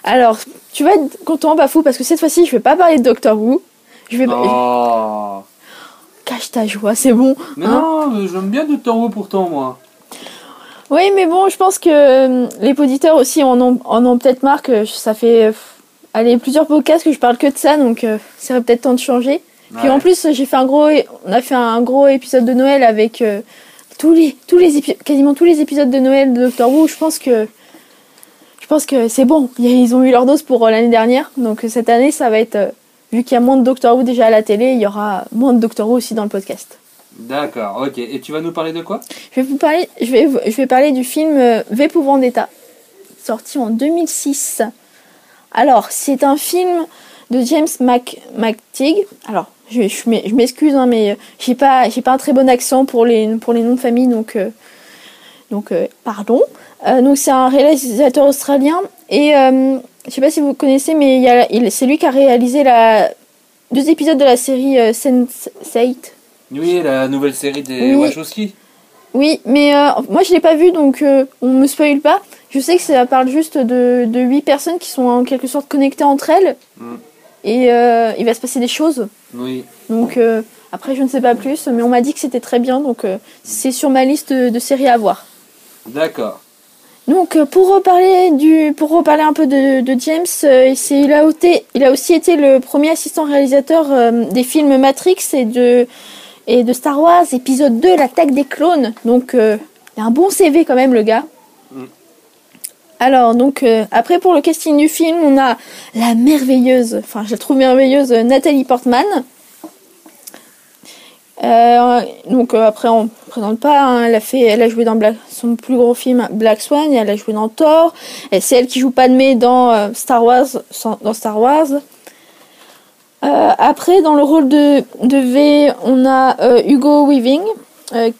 [SPEAKER 10] Alors, tu vas être content, Bafou, parce que cette fois-ci, je vais pas parler de Doctor Who. Je vais.
[SPEAKER 11] Oh.
[SPEAKER 10] (laughs) Cache ta joie, c'est bon. hein.
[SPEAKER 11] Mais non, mais j'aime bien Doctor Who pourtant, moi.
[SPEAKER 10] Oui, mais bon, je pense que euh, les auditeurs aussi en ont, en ont peut-être marre que je- ça fait euh, allez, plusieurs podcasts que je parle que de ça, donc euh, ça serait peut-être temps de changer. Puis
[SPEAKER 11] Ouais.
[SPEAKER 10] en plus, j'ai fait un gros, on a fait un gros épisode de Noël avec euh, tous les, tous les épi- quasiment tous les épisodes de Noël de Doctor Who. Je pense que, je pense que c'est bon. Y- Ils ont eu leur dose pour euh, l'année dernière, donc euh, cette année, ça va être euh, vu qu'il y a moins de Doctor Who déjà à la télé, il y aura moins de Doctor Who aussi dans le podcast.
[SPEAKER 11] D'accord, ok. Et tu vas nous parler de quoi
[SPEAKER 10] Je vais vous parler, je vais, je vais parler du film euh, V pour Vendetta, sorti en 2006. Alors, c'est un film de James Mac, McTeague. Alors, je, je m'e- je m'excuse, hein, mais euh, j'ai pas, j'ai pas un très bon accent pour les, pour les noms de famille, donc, euh, donc euh, pardon. Euh, donc, c'est un réalisateur australien et euh, je sais pas si vous connaissez, mais il y a- il- c'est lui qui a réalisé la, deux épisodes de la série euh, Sense8.
[SPEAKER 11] Oui, la nouvelle série des
[SPEAKER 10] Oui.
[SPEAKER 11] Wachowski.
[SPEAKER 10] Oui, mais euh, moi je l'ai pas vu donc euh, on me spoil pas. Je sais que ça parle juste de, de 8 personnes qui sont en quelque sorte connectées entre elles
[SPEAKER 11] Mm.
[SPEAKER 10] et euh, il va se passer des choses.
[SPEAKER 11] Oui.
[SPEAKER 10] Donc euh, après je ne sais pas plus, mais on m'a dit que c'était très bien donc euh, c'est sur ma liste de, de séries à voir.
[SPEAKER 11] D'accord.
[SPEAKER 10] Donc euh, pour reparler du pour reparler un peu de, de James, euh, c'est- il, a ôté- il a aussi été le premier assistant réalisateur euh, des films Matrix et de et de Star Wars épisode 2 l'attaque des clones. Donc euh, il a un bon CV quand même le gars.
[SPEAKER 11] Mm.
[SPEAKER 10] Alors donc euh, après pour le casting du film, on a la merveilleuse, enfin je la trouve merveilleuse euh, Nathalie Portman. Euh, donc euh, après on présente pas, hein, elle a fait, elle a joué dans Black- son plus gros film Black Swan, et elle a joué dans Thor, et c'est elle qui joue Padmé dans euh, Star Wars, sans- dans Star Wars. Euh, après dans le rôle de, de V, on a euh, Hugo Weaving, Euh,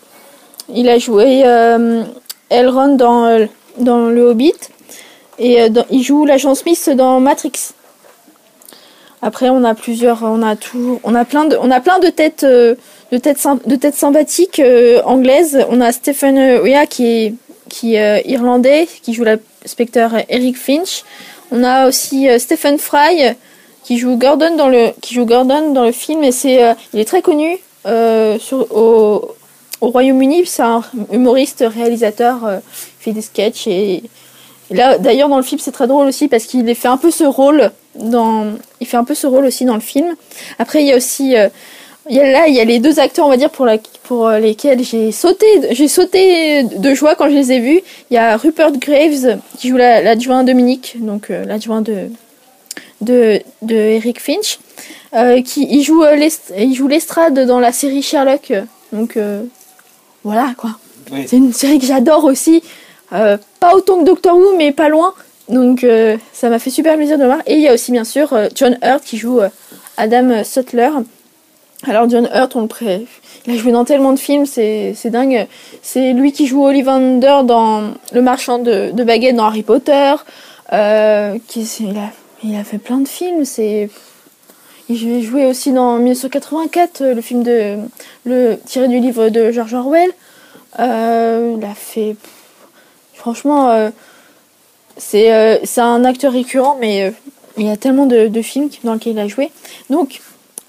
[SPEAKER 10] il a joué euh, Elrond dans euh, dans Le Hobbit, et euh, dans- il joue l'agent Smith dans Matrix. Après on a plusieurs, on a tout, on a plein de, on a plein de têtes. euh, de tête, sym- de tête sympathique euh, anglaise. On a Stephen euh, Rea qui est, qui est, euh, irlandais, qui joue l'inspecteur Eric Finch. On a aussi euh, Stephen Fry euh, qui joue Gordon dans le, qui joue Gordon dans le film et c'est, euh, il est très connu euh, sur, au, au Royaume-Uni. C'est un humoriste, réalisateur, euh, il fait des sketchs et et là d'ailleurs dans le film c'est très drôle aussi parce qu'il est fait un peu ce rôle dans, il fait un peu ce rôle aussi dans le film. Après il y a aussi euh, il y a, là, il y a les deux acteurs, on va dire, pour, la, pour euh, lesquels j'ai sauté, j'ai sauté de joie quand je les ai vus. Il y a Rupert Graves qui joue la- l'adjoint Dominique, donc euh, l'adjoint de, de, de Eric Finch, euh, qui il joue euh, l'est- il joue l'estrade dans la série Sherlock. Donc euh, voilà quoi.
[SPEAKER 11] Oui.
[SPEAKER 10] C'est une série que j'adore aussi, Euh, pas autant que Doctor Who, mais pas loin. Donc euh, ça m'a fait super plaisir de le voir. Et il y a aussi bien sûr euh, John Hurt qui joue euh, Adam Sutler. Alors John Hurt, on le pré... il a joué dans tellement de films, c'est c'est dingue. C'est lui qui joue Ollivander dans Le Marchand de, de Baguettes dans Harry Potter. Euh, qui, c'est- il, a, il a fait plein de films. C'est il a joué aussi dans 1984, euh, le film de le tiré du livre de George Orwell. Euh, il a fait franchement, euh, c'est euh, c'est un acteur récurrent, mais euh, il y a tellement de, de films qui- dans lesquels il a joué. Donc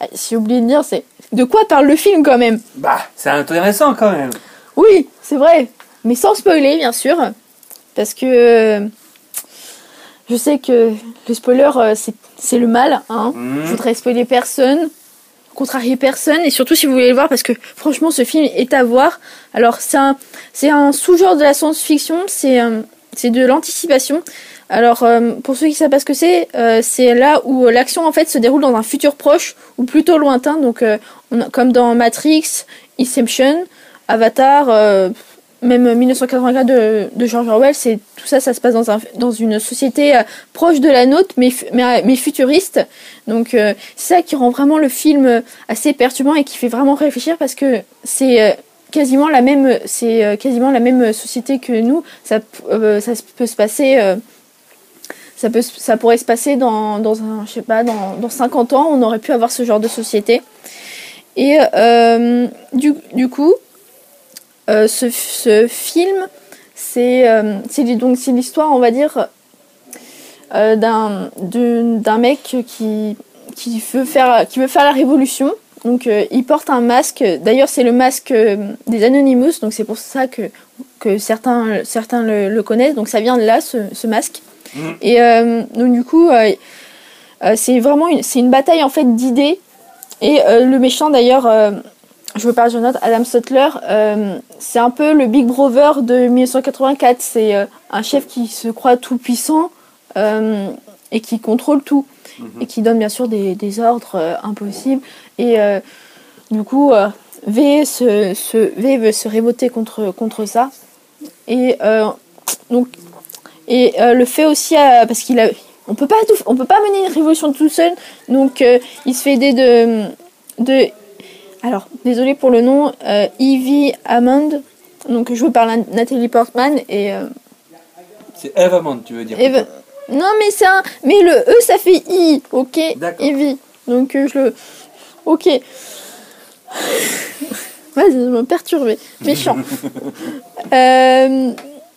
[SPEAKER 10] euh, j'ai oublié de dire, c'est de quoi parle le film quand même
[SPEAKER 11] Bah, c'est intéressant quand même.
[SPEAKER 10] Oui, c'est vrai, mais sans spoiler bien sûr, parce que euh, je sais que le spoiler euh, c'est- c'est le mal. Hein.
[SPEAKER 11] Hmm.
[SPEAKER 10] Je voudrais spoiler personne, contrarier personne, et surtout si vous voulez le voir, parce que franchement ce film est à voir. Alors c'est un, c'est un sous-genre de la science-fiction, c'est euh, c'est de l'anticipation. Alors euh, pour ceux qui savent pas ce que c'est, euh, c'est là où euh, l'action en fait se déroule dans un futur proche ou plutôt lointain, donc euh, on a- comme dans Matrix, Inception, Avatar, euh, même 1984 de, de George Orwell, c'est tout ça, ça se passe dans, un, dans une société euh, proche de la nôtre, mais, fu- mais, euh, mais futuriste. Donc euh, c'est ça qui rend vraiment le film euh, assez perturbant et qui fait vraiment réfléchir parce que c'est euh, quasiment la même, c'est euh, quasiment la même société que nous. Ça, p- euh, ça se- peut se passer. euh, ça, peut, se- ça pourrait se passer dans, dans un, je sais pas, dans, dans 50 ans, on aurait pu avoir ce genre de société. Et euh, du, du coup, euh, ce, ce film C'est euh, c'est du- donc c'est l'histoire, on va dire, euh, d'un d'une- d'un mec qui, qui, veut faire, qui veut faire la révolution. Donc euh, il porte un masque. D'ailleurs, c'est le masque euh, des Anonymous, donc c'est pour ça que, que certains, certains le, le connaissent. Donc ça vient de là, ce, ce masque.
[SPEAKER 11] Mhm.
[SPEAKER 10] Et euh, donc du coup, euh, euh, c'est vraiment une, c'est une bataille en fait d'idées. Et euh, le méchant d'ailleurs, euh, je veux pas je note Adam Sutler, euh, c'est un peu le Big Brother de 1984. C'est euh, un chef qui se croit tout puissant euh, et qui contrôle tout
[SPEAKER 11] Mhm.
[SPEAKER 10] et qui donne bien sûr des, des ordres euh, impossibles. Et euh, du coup, euh, V, se, se- v veut se révolter contre, contre ça. Et euh, donc, et euh, le fait aussi euh, parce qu'il a, on peut pas tout, on peut pas mener une révolution tout seul. Donc, euh, il se fait aider de, de, alors désolé pour le nom, euh, Evie Hammond. Donc, jouée par la- Nathalie Portman et euh,
[SPEAKER 11] C'est Eve Amand, tu veux dire.
[SPEAKER 10] Eve-
[SPEAKER 11] plutôt.
[SPEAKER 10] non, mais c'est un. Mais le E, ça fait I, ok
[SPEAKER 11] D'accord.
[SPEAKER 10] Evie. Donc euh, je le. Ok. Vas-y, je me perturber. Méchant. Euh,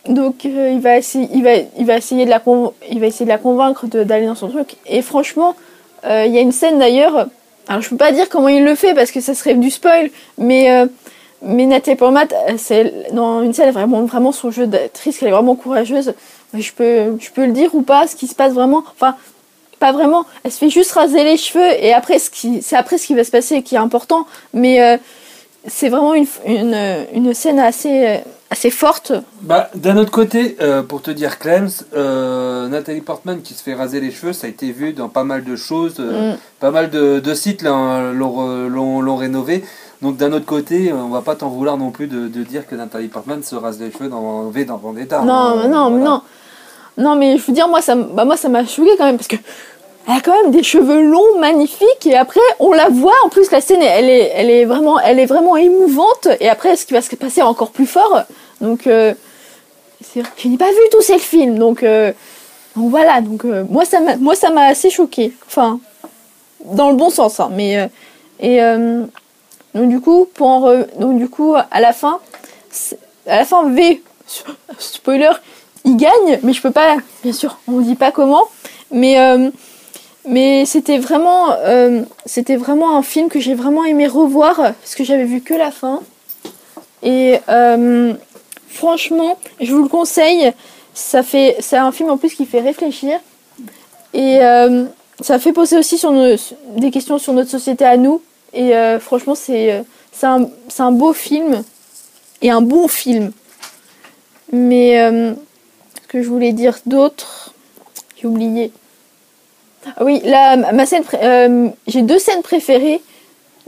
[SPEAKER 10] donc euh, il, va essayer, il, va, il, va essayer de la conv- il va essayer de la convaincre de- d'aller dans son truc. Et franchement, euh, il y a une scène d'ailleurs. Alors je peux pas dire comment il le fait parce que ça serait du spoil, mais. euh, mais Nathalie Portman, euh, c'est dans une scène elle vraiment vraiment son jeu d'actrice, elle est vraiment courageuse. Mais je peux, je peux le dire ou pas, ce qui se passe vraiment. Enfin, pas vraiment. Elle se fait juste raser les cheveux et après, ce qui, c'est après ce qui va se passer qui est important. Mais euh, c'est vraiment une, une, une scène assez, euh, assez forte.
[SPEAKER 11] Bah, d'un autre côté, euh, pour te dire, Clems, euh, Nathalie Portman qui se fait raser les cheveux, ça a été vu dans pas mal de choses, euh,
[SPEAKER 10] Mm.
[SPEAKER 11] pas mal de, de sites là, hein, l'ont, re- l'ont- l'ont rénové. Donc d'un autre côté, euh, on va pas t'en vouloir non plus de, de dire que Nathalie Portman se rase les cheveux dans V dans Vendetta.
[SPEAKER 10] non,
[SPEAKER 11] hein,
[SPEAKER 10] mais non, mais
[SPEAKER 11] voilà.
[SPEAKER 10] non. Non, mais je veux dire, moi, ça, m- bah, moi, ça m'a choqué quand même parce que. Elle a quand même des cheveux longs, magnifiques, et après on la voit. En plus, la scène, elle est, elle est vraiment, elle est vraiment émouvante. Et après, ce qui va se passer est encore plus fort. Donc, euh, c'est- je n'ai pas vu tous ces films. Donc, euh, donc voilà. Donc euh, moi, ça m'a, moi, ça m'a assez choqué. Enfin, dans le bon sens. hein, mais euh, et euh, donc du coup, pour en re- donc du coup, à la fin, c'est- à la fin, V. Spoiler, il gagne, mais je peux pas, bien sûr, on dit pas comment, mais euh, mais c'était vraiment euh, c'était vraiment un film que j'ai vraiment aimé revoir parce que j'avais vu que la fin et euh, franchement, je vous le conseille, ça fait c'est un film en plus qui fait réfléchir et euh, ça fait poser aussi sur nos- des questions sur notre société à nous et euh, franchement c'est euh, c'est un, c'est un beau film et un bon film. Mais euh, ce que je voulais dire d'autre, j'ai oublié. Ah oui, là, ma ma scène, pré- euh, j'ai deux scènes préférées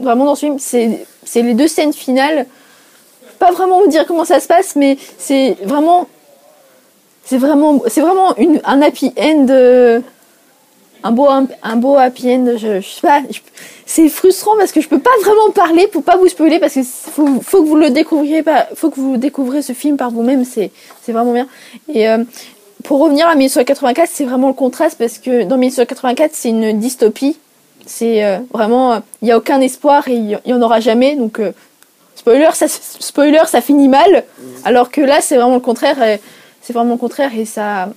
[SPEAKER 10] vraiment dans ce film. C'est, c'est les deux scènes finales. Pas vraiment vous dire comment ça se passe, mais c'est vraiment, c'est vraiment, c'est vraiment une, un happy end, euh, un beau, un, beau happy end. Je, je sais pas. je- c'est frustrant parce que je peux pas vraiment parler pour pas vous spoiler parce que c'est- faut, faut que vous le découvriez pas, faut que vous découvriez ce film par vous-même. C'est, c'est vraiment bien. Et euh, pour revenir à 1984, c'est vraiment le contraste parce que dans 1984, c'est une dystopie. C'est euh, vraiment, euh, il n'y a aucun espoir et il n'y en aura jamais. Donc, euh, spoiler, ça, spoiler, ça finit mal. Alors que là, c'est vraiment le contraire. et- C'est vraiment le contraire et ça,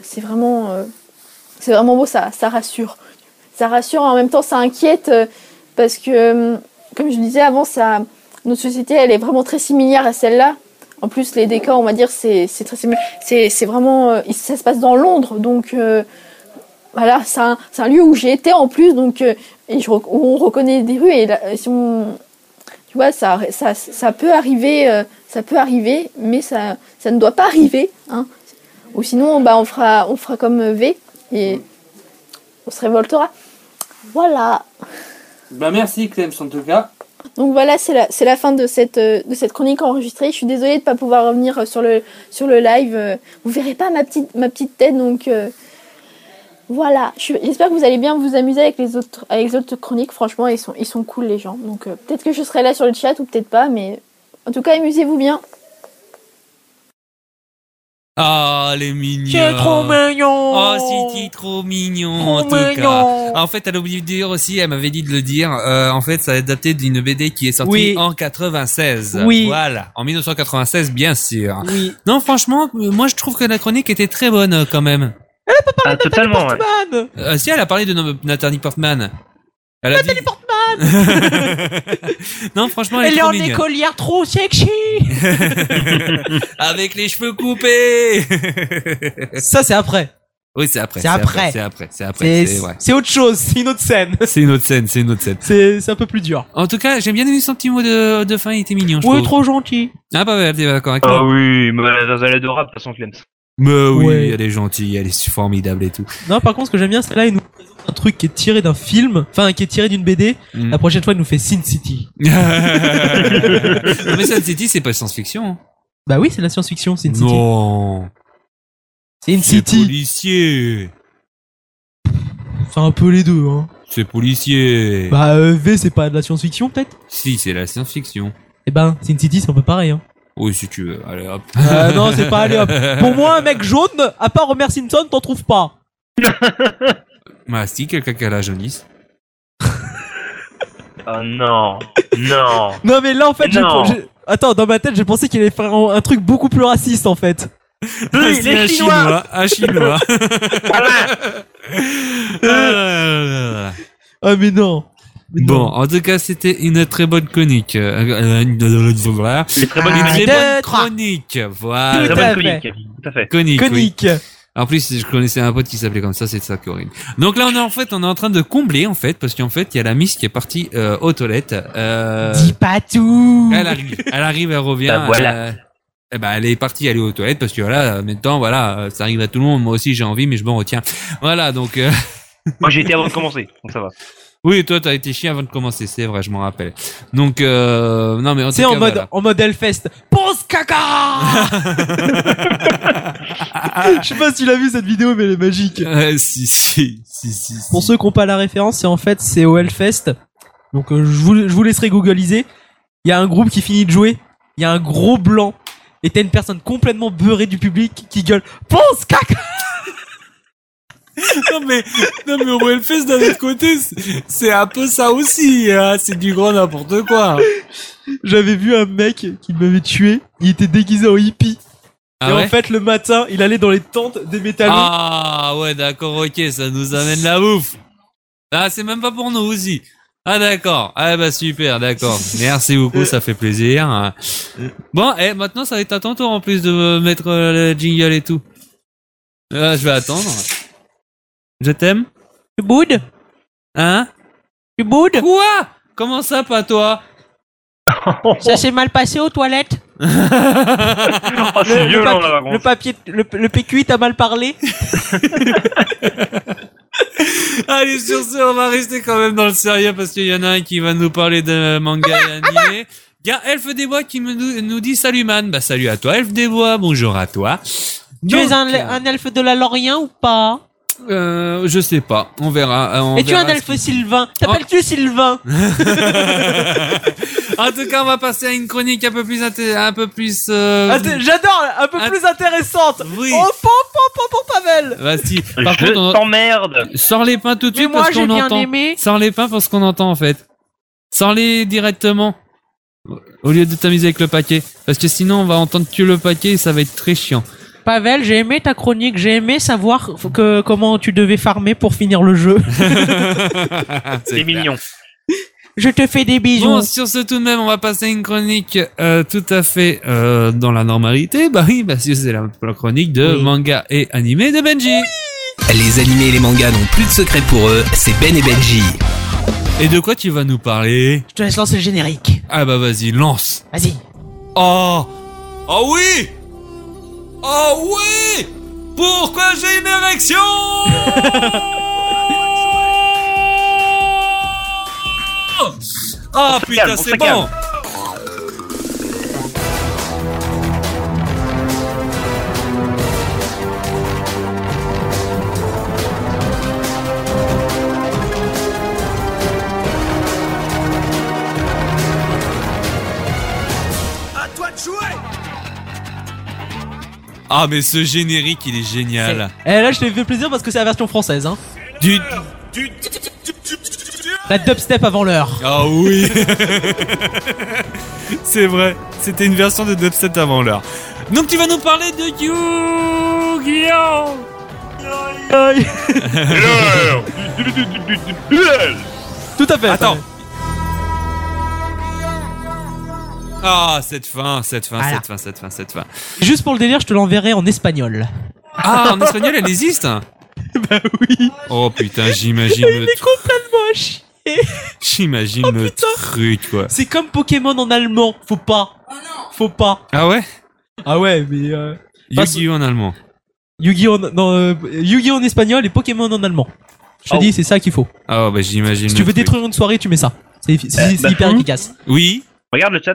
[SPEAKER 10] c'est vraiment, euh, c'est vraiment beau. Ça, ça rassure. Ça rassure. En même temps, ça inquiète euh, parce que, euh, comme je le disais avant, ça, notre société, elle est vraiment très similaire à celle-là. En plus, les décors, on va dire, c'est c'est très similaire. C'est c'est vraiment. euh, ça se passe dans Londres, donc. euh, voilà, c'est un, c'est un lieu où j'ai été en plus, donc. euh, et je rec- où on reconnaît des rues, et là, si on. Tu vois, ça, ça, ça peut arriver, euh, ça peut arriver, mais ça, ça ne doit pas arriver. Hein. Ou sinon, bah, on, fera, on fera comme euh, V, et on se révoltera. Voilà.
[SPEAKER 11] Bah merci Clems en tout cas.
[SPEAKER 10] Donc voilà, c'est la, c'est la fin de cette, euh, de cette chronique enregistrée. Je suis désolée de ne pas pouvoir revenir euh, sur le, sur le live. euh, Vous verrez pas ma petite, ma petite tête, donc euh, voilà. Je suis- J'espère que vous allez bien vous amuser avec les autres, avec les autres chroniques. Franchement, ils sont, ils sont cool les gens. Donc euh, peut-être que je serai là sur le chat ou peut-être pas, mais en tout cas, amusez-vous bien.
[SPEAKER 4] Ah, les mignons.
[SPEAKER 6] Tu es trop mignon.
[SPEAKER 4] Oh, si, trop mignon,
[SPEAKER 6] Trop
[SPEAKER 4] en tout cas.
[SPEAKER 6] mignon.
[SPEAKER 4] Ah, en fait, elle a oublié de dire aussi, elle m'avait dit de le dire, euh, en fait, ça est adapté d'une BD qui est sortie
[SPEAKER 7] Oui.
[SPEAKER 4] en 96.
[SPEAKER 7] Oui.
[SPEAKER 4] Voilà, en 1996, bien sûr.
[SPEAKER 7] Oui.
[SPEAKER 4] Non, franchement, euh, moi, je trouve que la chronique était très bonne, euh, quand même.
[SPEAKER 5] Ah, totalement, ouais.
[SPEAKER 7] Man
[SPEAKER 4] Euh, si, elle a parlé de no- Nathalie Portman. Elle a dit... (laughs) non, franchement, elle,
[SPEAKER 6] Elle
[SPEAKER 4] est
[SPEAKER 6] est
[SPEAKER 4] trop
[SPEAKER 6] en
[SPEAKER 4] mignonne.
[SPEAKER 6] écolière trop sexy.
[SPEAKER 4] Avec les cheveux coupés (laughs)
[SPEAKER 7] Ça, c'est après.
[SPEAKER 4] Oui, c'est après.
[SPEAKER 6] C'est après.
[SPEAKER 4] C'est après, c'est après,
[SPEAKER 7] C'est
[SPEAKER 4] c'est ouais.
[SPEAKER 7] c'est autre chose, c'est une autre scène.
[SPEAKER 4] C'est une autre scène, c'est une autre scène.
[SPEAKER 7] C'est c'est un peu plus dur.
[SPEAKER 4] En tout cas, j'aime bien aimé son petit mot de, de fin, il était mignon, je
[SPEAKER 6] Oui,
[SPEAKER 4] trouve.
[SPEAKER 6] trop gentil.
[SPEAKER 4] Ah bah ouais, elle est d'accord avec
[SPEAKER 5] Ah
[SPEAKER 4] moi.
[SPEAKER 5] oui, mais elle est adorable, de toute façon, Clems.
[SPEAKER 4] Mais oui,
[SPEAKER 7] Ouais.
[SPEAKER 4] elle est gentille, elle est formidable et tout.
[SPEAKER 7] Non, par contre, ce que j'aime bien, c'est que là, il nous présente un truc qui est tiré d'un film, enfin, qui est tiré d'une BD.
[SPEAKER 4] Mm.
[SPEAKER 7] La prochaine fois, il nous fait Sin City.
[SPEAKER 4] (laughs) Non, mais Sun City, c'est pas science-fiction. hein.
[SPEAKER 7] Bah oui, c'est de la science-fiction, Sin City.
[SPEAKER 4] Non.
[SPEAKER 7] Sin
[SPEAKER 4] C'est
[SPEAKER 7] City.
[SPEAKER 4] policier.
[SPEAKER 7] C'est un peu les deux, hein.
[SPEAKER 4] C'est policier.
[SPEAKER 7] Bah, euh, V, c'est pas de la science-fiction, peut-être
[SPEAKER 4] Si, c'est la science-fiction.
[SPEAKER 7] Eh ben, Sin City, c'est un peu
[SPEAKER 4] (laughs)
[SPEAKER 7] pareil, hein.
[SPEAKER 4] Oui, si tu veux. Allez, hop.
[SPEAKER 7] Euh, non, c'est pas allez hop. Pour moi, un mec jaune, à part Homer Simpson, t'en trouves pas.
[SPEAKER 4] Bah si, quelqu'un qui a la jaunisse.
[SPEAKER 5] Oh non, non.
[SPEAKER 7] Non, mais là, en fait, j'ai-
[SPEAKER 5] Non.
[SPEAKER 7] j'ai- Attends, dans ma tête, j'ai pensé qu'il allait faire un un truc beaucoup plus raciste, en fait.
[SPEAKER 5] Oui,
[SPEAKER 4] C'est
[SPEAKER 5] les
[SPEAKER 4] un
[SPEAKER 5] Chinois.
[SPEAKER 4] Un chinois. (laughs)
[SPEAKER 5] Voilà.
[SPEAKER 4] Ah là là là là.
[SPEAKER 7] Ah, mais non. Mais
[SPEAKER 4] Bon,
[SPEAKER 7] non.
[SPEAKER 4] en tout cas, c'était une très bonne chronique. Euh, euh, une une
[SPEAKER 5] C'est très bonne
[SPEAKER 6] Ah,
[SPEAKER 4] très
[SPEAKER 5] chronique.
[SPEAKER 4] bonne
[SPEAKER 7] deux, trois.
[SPEAKER 4] chronique.
[SPEAKER 5] Très
[SPEAKER 7] tout
[SPEAKER 4] Voilà.
[SPEAKER 7] à
[SPEAKER 5] bonne
[SPEAKER 7] fait.
[SPEAKER 5] chronique, tout à fait.
[SPEAKER 4] Chronique. oui.
[SPEAKER 7] Conique.
[SPEAKER 4] En plus, je connaissais un pote qui s'appelait comme ça, c'est ça qui est horrible. Donc là, on est en fait, on est en train de combler en fait, parce qu'en fait, il y a la Miss qui est partie euh, aux toilettes. Euh,
[SPEAKER 6] Dis pas tout.
[SPEAKER 4] elle arrive, elle arrive, elle revient.
[SPEAKER 5] Bah, voilà.
[SPEAKER 4] euh, eh ben, elle est partie aller aux toilettes parce que voilà, en même temps, voilà, euh, ça arrive à tout le monde. Moi aussi, j'ai envie, mais je m'en retiens. Voilà, donc. euh, (laughs)
[SPEAKER 5] Moi, j'ai été avant de commencer, donc ça va.
[SPEAKER 4] Oui, toi, t'as été chien avant de commencer, c'est vrai, je m'en rappelle. Donc, euh, non, mais en tout
[SPEAKER 7] C'est
[SPEAKER 4] cas,
[SPEAKER 7] en mode, (laughs)
[SPEAKER 4] voilà.
[SPEAKER 7] en mode Hellfest. Pense caca! (laughs) Je sais pas si tu l'as vu cette vidéo, mais elle est magique.
[SPEAKER 4] Euh, si, si, si, si. si.
[SPEAKER 7] Pour ceux qui n'ont pas la référence, c'est en fait, c'est au Hellfest. Donc, euh, je vous, je vous laisserai googliser. Il y a un groupe qui finit de jouer. Il y a un gros blanc. Et t'as une personne complètement beurrée du public qui gueule Pense caca!
[SPEAKER 4] non, mais, non, mais au Wellfest, d'un autre côté, c'est- c'est un peu ça aussi, hein, c'est du grand n'importe quoi.
[SPEAKER 7] J'avais vu un mec qui m'avait tué. Il était déguisé en hippie. et
[SPEAKER 4] Ah ouais?
[SPEAKER 7] en fait, le matin, il allait dans les tentes des métallos.
[SPEAKER 4] Ah ouais, d'accord, ok, ça nous amène la bouffe. Ah, c'est même pas pour nous aussi. Ah d'accord, ah bah super, d'accord. Merci beaucoup, ça fait plaisir. Bon, et maintenant ça va être à ton tour en plus de me mettre euh, le jingle et tout. Euh, je vais attendre. Je t'aime.
[SPEAKER 6] Tu boudes
[SPEAKER 4] Hein
[SPEAKER 6] Tu boudes
[SPEAKER 4] Quoi Comment ça, pas toi
[SPEAKER 6] Ça s'est mal passé aux toilettes
[SPEAKER 5] Oh, c'est
[SPEAKER 7] le
[SPEAKER 5] violent,
[SPEAKER 7] papier-
[SPEAKER 5] là, par
[SPEAKER 7] Le
[SPEAKER 5] contre.
[SPEAKER 7] papier, le, le PQ t'a mal parlé.
[SPEAKER 4] Allez, sur ce, on va rester quand même dans le sérieux parce qu'il y en a un qui va nous parler de manga et animé. Il y a Elfe des Bois qui me- nous, nous dit salut man. Bah salut à toi Elfe des Bois, bonjour à toi.
[SPEAKER 6] Tu es
[SPEAKER 4] Donc,
[SPEAKER 6] un, un elfe de la Lorient ou pas
[SPEAKER 4] euh, je sais pas, on verra. euh, on
[SPEAKER 6] Et tu es
[SPEAKER 4] verra
[SPEAKER 6] un
[SPEAKER 4] ce Oh.
[SPEAKER 6] elfe
[SPEAKER 4] qu'il-
[SPEAKER 6] Sylvain T'appelles-tu Sylvain
[SPEAKER 4] en tout cas, on va passer à une chronique un peu plus inté- un peu plus. euh,
[SPEAKER 6] Ah,
[SPEAKER 7] Inté- J'adore, un peu
[SPEAKER 4] Att-
[SPEAKER 7] plus intéressante.
[SPEAKER 4] Ah. oui.
[SPEAKER 7] Oh, pom, pom, pom, pom, Pavel.
[SPEAKER 4] Vas-y. Par
[SPEAKER 5] Je
[SPEAKER 4] contre, on-
[SPEAKER 5] t'emmerde.
[SPEAKER 4] sors les pains tout de
[SPEAKER 6] Mais
[SPEAKER 4] suite
[SPEAKER 6] moi
[SPEAKER 4] parce
[SPEAKER 6] j'ai
[SPEAKER 4] qu'on
[SPEAKER 6] bien
[SPEAKER 4] entend.
[SPEAKER 6] aimé.
[SPEAKER 4] Sors les pains parce qu'on entend en fait. Sors les directement. Au lieu de t'amuser avec le paquet. Parce que sinon on va entendre que le paquet et ça va être très chiant.
[SPEAKER 6] Pavel, j'ai aimé ta chronique, j'ai aimé savoir que, comment tu devais farmer pour finir le jeu. (laughs)
[SPEAKER 5] C'est mignon.
[SPEAKER 6] Je te fais des bisous.
[SPEAKER 4] Bon, sur ce tout de même, on va passer à une chronique euh, tout à fait euh, dans la normalité. Bah oui, parce que c'est la, la chronique de
[SPEAKER 6] Oui.
[SPEAKER 4] manga et animé de Benji.
[SPEAKER 2] Les animés et les mangas n'ont plus de secret pour eux, c'est Ben et Benji.
[SPEAKER 4] Et de quoi tu vas nous parler
[SPEAKER 6] Je te laisse lancer le générique.
[SPEAKER 4] Ah bah vas-y, lance.
[SPEAKER 6] Vas-y.
[SPEAKER 4] Oh Oh oui Oh oui Pourquoi j'ai une érection Ah putain,
[SPEAKER 5] calme, on
[SPEAKER 4] c'est
[SPEAKER 5] se
[SPEAKER 4] bon
[SPEAKER 5] calme.
[SPEAKER 4] Ah, mais ce générique, il est génial.
[SPEAKER 6] Et Eh, là, je t'ai fait plaisir parce que c'est la version française. Hein.
[SPEAKER 4] Du...
[SPEAKER 6] La dubstep avant l'heure.
[SPEAKER 4] Ah oui (laughs) C'est vrai, c'était une version de dubstep avant l'heure. Donc tu vas nous parler de Yu-Gi-Oh
[SPEAKER 6] Tout à fait.
[SPEAKER 4] Attends. Ah, cette fin, cette fin,
[SPEAKER 6] Voilà.
[SPEAKER 4] cette fin, cette fin, cette fin.
[SPEAKER 6] Juste pour le délire, je te l'enverrai en espagnol.
[SPEAKER 4] Ah, en espagnol, elle existe (laughs) Bah oui. Oh putain, j'imagine le, tru-
[SPEAKER 6] Moche.
[SPEAKER 4] j'imagine le truc, quoi.
[SPEAKER 6] C'est comme Pokémon en allemand. Faut pas. Faut pas.
[SPEAKER 4] Ah ouais
[SPEAKER 6] Ah ouais, mais. Euh... Pas ce-
[SPEAKER 4] Yu-Gi-Oh en allemand.
[SPEAKER 6] Yu-Gi-Oh! en- non, euh, Yu-Gi-Oh! en espagnol et Pokémon en allemand. Je te
[SPEAKER 5] Oh.
[SPEAKER 6] dis, c'est ça qu'il faut.
[SPEAKER 4] Ah bah j'imagine.
[SPEAKER 6] Si
[SPEAKER 4] le
[SPEAKER 6] tu veux
[SPEAKER 4] truc. Eh,
[SPEAKER 6] détruire une soirée, tu mets ça. C'est c'est- c'est
[SPEAKER 5] bah,
[SPEAKER 6] hyper
[SPEAKER 5] hum.
[SPEAKER 6] efficace.
[SPEAKER 4] Oui,
[SPEAKER 5] Regarde le chat.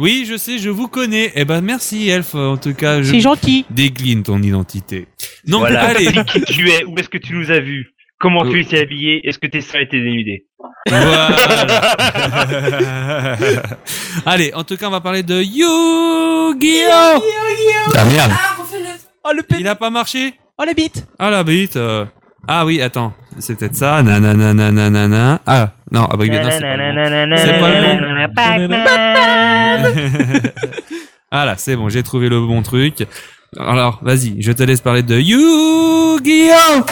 [SPEAKER 4] oui, je sais, je vous connais. Eh ben merci Elf, en tout cas, je
[SPEAKER 6] gentil.
[SPEAKER 4] décline ton identité. Non,
[SPEAKER 5] voilà.
[SPEAKER 4] allez, (laughs)
[SPEAKER 5] Dis qui tu es, où est-ce que tu nous as vus, comment
[SPEAKER 4] Euh.
[SPEAKER 5] tu étais habillé, est-ce que tes seins étaient dénudés.
[SPEAKER 4] Voilà. (laughs) Allez, en tout cas, on va parler de Yu-Gi-Oh!
[SPEAKER 2] Ah merde
[SPEAKER 6] Oh le
[SPEAKER 4] Il a pas marché?
[SPEAKER 6] Oh la bite
[SPEAKER 4] Ah la bite! euh. Ah oui, attends, c'est peut-être ça. Nanana, nanana. Ah non, ah bah non, c'est pas le bon. C'est pas le (laughs) Ah là, c'est bon, j'ai trouvé le bon truc. Alors, vas-y, je te laisse parler de Yu-Gi-Oh!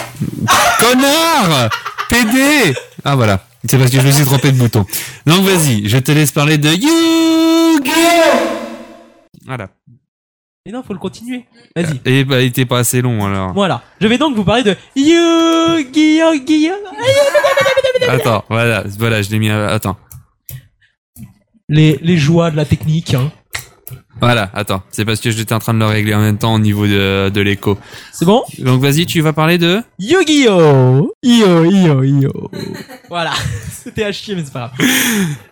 [SPEAKER 4] Connard! PD! Ah voilà, c'est parce que je me suis trompé de bouton. Donc vas-y, je te laisse parler de Yu-Gi-Oh! Voilà.
[SPEAKER 6] Mais non, faut le continuer. Vas-y.
[SPEAKER 4] Et bah, il était pas assez long alors.
[SPEAKER 6] Voilà. Je vais donc vous parler de Yu-Gi-Oh! Gi-Oh!
[SPEAKER 4] Attends, voilà, voilà, je l'ai mis. à- Attends,
[SPEAKER 6] Les, les joies de la technique. Hein.
[SPEAKER 4] voilà, attends. C'est parce que j'étais en train de le régler en même temps au niveau de, de l'écho.
[SPEAKER 6] C'est bon
[SPEAKER 4] Donc vas-y, tu vas parler de.
[SPEAKER 6] Yu-Gi-Oh! Yu-Oh! Yu-Oh! Yu-Oh! (laughs) voilà. C'était à chier, mais c'est pas grave.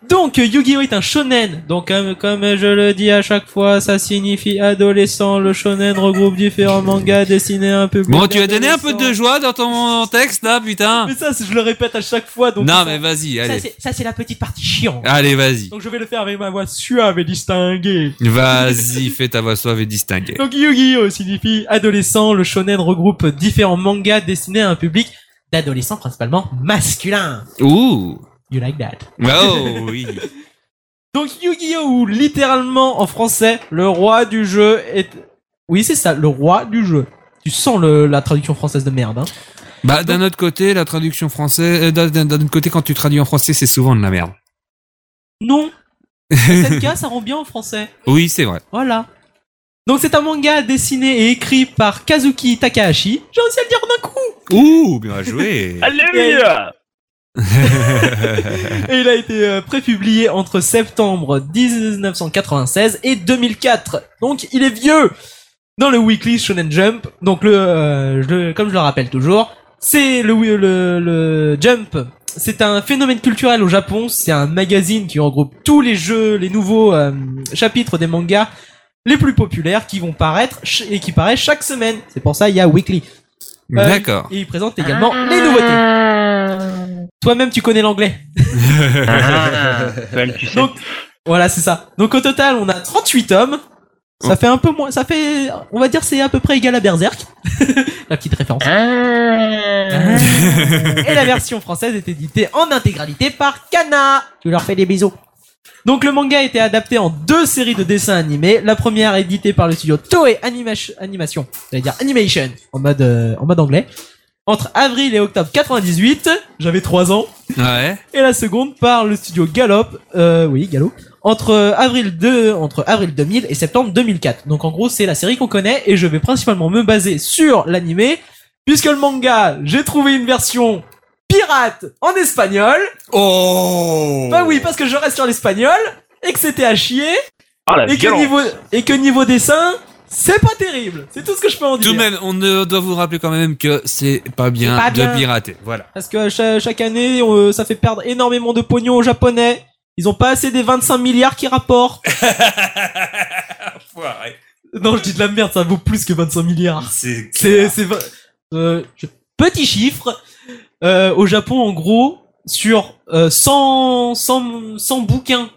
[SPEAKER 6] Donc, euh, Yu-Gi-Oh! est un shonen. Donc, comme, comme je le dis à chaque fois, ça signifie adolescent. Le shonen regroupe différents mangas destinés à un public.
[SPEAKER 4] Bon, tu as donné un peu de
[SPEAKER 6] adolescent.
[SPEAKER 4] joie dans ton texte là, putain.
[SPEAKER 6] Mais ça, c'est- je le répète à chaque fois. Donc
[SPEAKER 4] Non,
[SPEAKER 6] ça-
[SPEAKER 4] mais vas-y,
[SPEAKER 6] ça,
[SPEAKER 4] allez, Ah.
[SPEAKER 6] c'est- ça, c'est la petite partie chiante.
[SPEAKER 4] allez, vas-y.
[SPEAKER 6] Donc, je vais le faire avec ma voix suave et distinguée.
[SPEAKER 4] Vas-y, fais ta voix suave et distinguée.
[SPEAKER 6] Donc Yu-Gi-Oh signifie adolescent. Le shonen regroupe différents mangas destinés à un public d'adolescents principalement masculins.
[SPEAKER 4] Ouh
[SPEAKER 6] You like that.
[SPEAKER 4] Oh
[SPEAKER 6] (laughs)
[SPEAKER 4] oui
[SPEAKER 6] Donc Yu-Gi-Oh ou littéralement en français le roi du jeu est. Oui c'est ça, le roi du jeu. Tu sens le, la traduction française de merde. Hein.
[SPEAKER 4] Bah, d'un autre côté, la traduction française... euh, d'un- d'un d'un autre côté, quand tu traduis en français, c'est souvent de la merde.
[SPEAKER 6] Non. SNK ça rend bien en français.
[SPEAKER 4] Oui, c'est vrai.
[SPEAKER 6] Voilà. Donc c'est un manga dessiné et écrit par Kazuki Takahashi. J'ai réussi à le dire d'un coup.
[SPEAKER 4] Ouh, bien
[SPEAKER 6] (laughs)
[SPEAKER 4] joué
[SPEAKER 5] Alléluia
[SPEAKER 6] Et il a été euh, prépublié entre septembre 1996 et 2004. Donc il est vieux dans le Weekly Shonen Jump. Donc le, euh, je le- comme je le rappelle toujours, c'est le, le le Jump. C'est un phénomène culturel au Japon. C'est un magazine qui regroupe tous les jeux, les nouveaux euh, chapitres des mangas les plus populaires qui vont paraître ch- et qui paraissent chaque semaine. C'est pour ça il y a Weekly. Euh,
[SPEAKER 4] D'accord.
[SPEAKER 6] Et il présente également les nouveautés. Toi-même tu connais l'anglais.
[SPEAKER 5] Même tu sais.
[SPEAKER 6] Ah. Donc, voilà, c'est ça. Donc, au total, on a 38 tomes. Ça fait un peu moins, ça fait, on va dire, c'est à peu près égal à Berserk. (laughs) la petite référence. (laughs) Et la version française est éditée en intégralité par Kana. Tu leur fais des bisous. Donc, le manga a été adapté en deux séries de dessins animés. La première éditée par le studio Toei Animation, Animation. J'allais dire Animation. En mode, euh, en mode anglais. Entre avril et octobre 98. J'avais 3 ans
[SPEAKER 4] Ouais.
[SPEAKER 6] et la seconde par le studio Gallop, euh, oui Gallop, entre euh, avril 2, entre avril 2000 et septembre 2004. Donc en gros c'est la série qu'on connaît et je vais principalement me baser sur l'animé puisque le manga j'ai trouvé une version pirate en espagnol.
[SPEAKER 4] Oh
[SPEAKER 6] Bah oui parce que je reste sur l'espagnol et que c'était à chier
[SPEAKER 5] Ah la
[SPEAKER 6] et que
[SPEAKER 5] violence
[SPEAKER 6] niveau et que niveau dessin c'est pas terrible. C'est tout ce que je peux en
[SPEAKER 4] Tout
[SPEAKER 6] dire.
[SPEAKER 4] de même, on ne doit vous rappeler quand même que c'est pas bien,
[SPEAKER 6] C'est pas
[SPEAKER 4] de
[SPEAKER 6] bien.
[SPEAKER 4] pirater. Voilà.
[SPEAKER 6] Parce que cha- chaque année, on- euh, ça fait perdre énormément de pognon aux Japonais. Ils ont pas assez des 25 milliards qui rapportent. Non, je dis de la merde, ça vaut plus que 25 milliards.
[SPEAKER 4] C'est...
[SPEAKER 6] C'est, c'est, vrai. euh, je- petit chiffre. Euh, au Japon, en gros, sur euh, 100, 100, 100 bouquins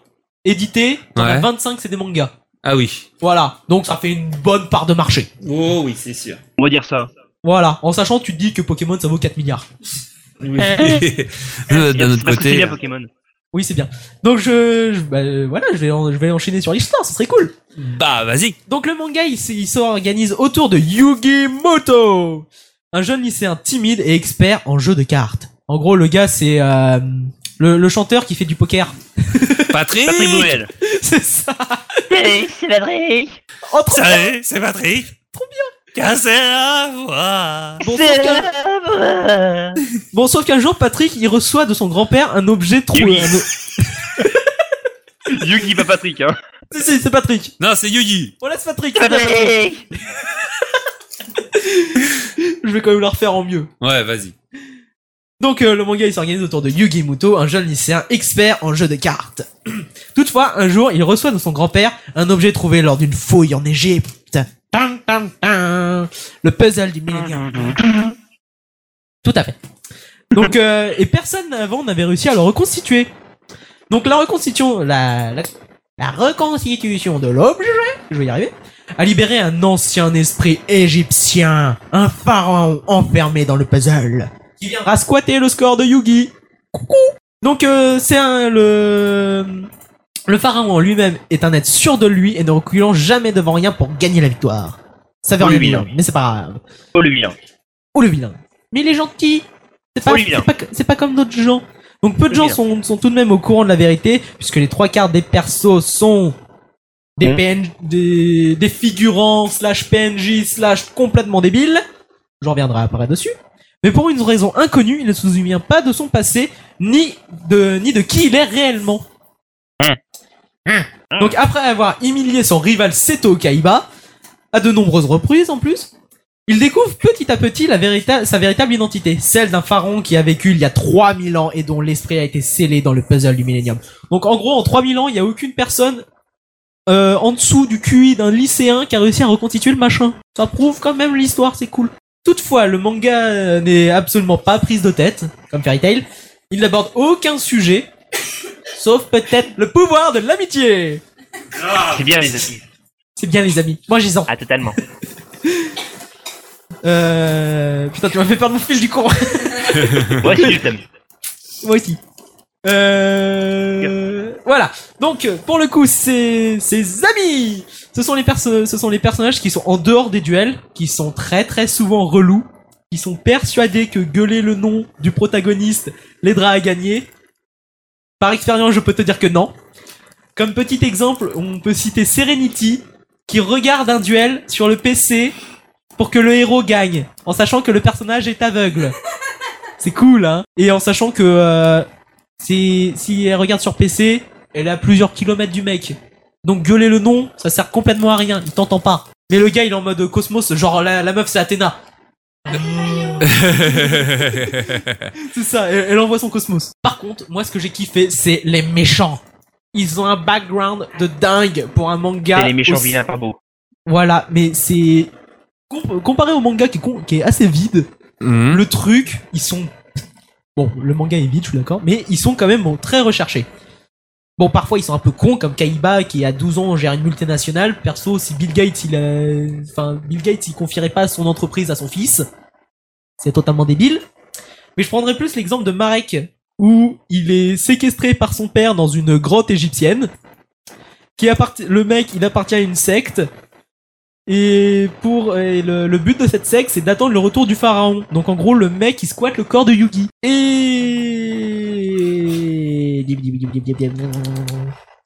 [SPEAKER 6] édités, t'en as
[SPEAKER 4] Ouais.
[SPEAKER 6] 25 c'est des mangas.
[SPEAKER 4] Ah oui.
[SPEAKER 6] Voilà. Donc ça fait une bonne part de marché.
[SPEAKER 12] Oh oui, c'est sûr.
[SPEAKER 5] On va dire ça.
[SPEAKER 6] Voilà. En sachant, tu te dis que Pokémon, ça vaut 4 milliards.
[SPEAKER 12] Oui.
[SPEAKER 4] (laughs) Euh, D'un autre
[SPEAKER 5] Parce que C'est
[SPEAKER 4] côté,
[SPEAKER 5] bien Pokémon.
[SPEAKER 6] Oui, c'est bien. Donc je, je- bah, euh, voilà, je vais, en- je vais enchaîner sur l'histoire, ce serait cool.
[SPEAKER 4] bah vas-y.
[SPEAKER 6] Donc le manga, il, s- il s'organise autour de Yugi Moto, un jeune lycéen timide et expert en jeu de cartes. En gros, le gars, c'est euh, le, le chanteur qui fait du poker. (laughs)
[SPEAKER 4] Patrick.
[SPEAKER 5] Patrick Bruel.
[SPEAKER 6] c'est ça. Oh,
[SPEAKER 13] C'est Patrick
[SPEAKER 6] Entre
[SPEAKER 4] Salut, c'est Patrick. Trop bien. Casser la voix.
[SPEAKER 6] bon, sauf qu'un- bon, sauf qu'un jour, Patrick, il reçoit de son grand-père un objet trop.
[SPEAKER 5] Yugi.
[SPEAKER 6] un o-
[SPEAKER 5] Yugi, pas Patrick, hein.
[SPEAKER 6] Si, si, c'est Patrick.
[SPEAKER 4] Non, c'est Yugi.
[SPEAKER 6] On laisse Patrick.
[SPEAKER 13] Patrick
[SPEAKER 6] (laughs) Je vais quand même le refaire en mieux.
[SPEAKER 4] Ouais, vas-y.
[SPEAKER 6] Donc euh, le manga il s'organise autour de Yugi Muto, un jeune lycéen expert en jeu de cartes. (clears throat) Toutefois, un jour, il reçoit de son grand-père un objet trouvé lors d'une fouille en Égypte. Tan, tan, tan. Le puzzle du millénaire. Tout à fait. Donc euh, et personne avant n'avait réussi à le reconstituer. Donc la reconstitution, la, la, la reconstitution de l'objet, je vais y arriver, a libéré un ancien esprit égyptien, un pharaon enfermé dans le puzzle qui viendra squatter le score de Yugi. Coucou. Donc euh, c'est un le le pharaon en lui-même est un être sûr de lui et ne reculant jamais devant rien pour gagner la victoire. Ça veut
[SPEAKER 5] Oh,
[SPEAKER 6] rien
[SPEAKER 5] lui,
[SPEAKER 6] dire,
[SPEAKER 5] lui.
[SPEAKER 6] mais c'est pas grave.
[SPEAKER 5] Oh, le vilain.
[SPEAKER 6] Oh le vilain. Mais il est gentil. C'est pas,
[SPEAKER 5] Oh, le vilain.
[SPEAKER 6] c'est pas, c'est pas comme d'autres gens. Donc peu de
[SPEAKER 5] Le
[SPEAKER 6] gens
[SPEAKER 5] vilain.
[SPEAKER 6] sont, sont tout de même au courant de la vérité, puisque les trois quarts des persos sont des
[SPEAKER 5] Bon.
[SPEAKER 6] PNJ, des, des figurants slash PNJ slash complètement débiles. J'en reviendrai après dessus. Mais pour une raison inconnue, il ne se souvient pas de son passé, ni de, ni de qui il est réellement.
[SPEAKER 5] Hein.
[SPEAKER 6] Hein.
[SPEAKER 5] Hmm.
[SPEAKER 6] Donc après avoir humilié son rival Seto Kaiba, à de nombreuses reprises en plus, il découvre petit à petit la vérita- sa véritable identité, celle d'un pharaon qui a vécu il y a 3000 ans et dont l'esprit a été scellé dans le puzzle du millénium. Donc en gros, en 3000 ans, il n'y a aucune personne euh, en dessous du QI d'un lycéen qui a réussi à reconstituer le machin. Ça prouve quand même l'histoire, c'est cool. Toutefois, le manga euh, n'est absolument pas prise de tête, comme Fairy Tail. Il n'aborde aucun sujet, sauf peut-être le pouvoir de l'amitié.
[SPEAKER 5] C'est bien, les amis.
[SPEAKER 6] C'est bien les amis, moi j'y sens.
[SPEAKER 5] Ah,
[SPEAKER 6] (laughs)
[SPEAKER 5] totalement.
[SPEAKER 6] Euh... Putain, tu m'as fait perdre mon fil du con.
[SPEAKER 5] Ouais, c'est juste, amis.
[SPEAKER 6] Moi aussi. Euh... Voilà. Donc euh, pour le coup, c'est ses amis. Ce sont les perso- ce sont les personnages qui sont en dehors des duels, qui sont très très souvent relous, qui sont persuadés que gueuler le nom du protagoniste l'aidera à gagner. Par expérience, je peux te dire que non. Comme petit exemple, on peut citer Serenity qui regarde un duel sur le PC pour que le héros gagne, en sachant que le personnage est aveugle. C'est cool, hein. Et en sachant que euh, c'est si elle regarde sur PC, elle est à plusieurs kilomètres du mec. Donc gueuler le nom, ça sert complètement à rien. Il t'entend pas. Mais le gars, il est en mode Cosmos, genre la, la meuf, c'est Athéna. C'est ça, elle, elle envoie son Cosmos. Par contre, moi, ce que j'ai kiffé, c'est les méchants. Ils ont un background de dingue pour un manga.
[SPEAKER 5] C'est les méchants
[SPEAKER 6] Ah, aussi-
[SPEAKER 5] vilains par beau.
[SPEAKER 6] Voilà, mais c'est com- comparé au manga qui est con- qui est assez vide.
[SPEAKER 4] Mhm.
[SPEAKER 6] Le truc, ils sont. (laughs) Bon, le manga est vide, je suis d'accord, mais ils sont quand même bon, très recherchés. Bon, parfois ils sont un peu cons, comme Kaiba qui à 12 ans gère une multinationale. Perso, si Bill Gates il, euh, enfin Bill Gates il confierait pas son entreprise à son fils, c'est totalement débile. Mais je prendrais plus l'exemple de Marek où il est séquestré par son père dans une grotte égyptienne. Qui apparti- le mec, il appartient à une secte et pour et le, le but de cette secte, c'est d'attendre le retour du pharaon. Donc en gros, le mec il squatte le corps de Yugi. Et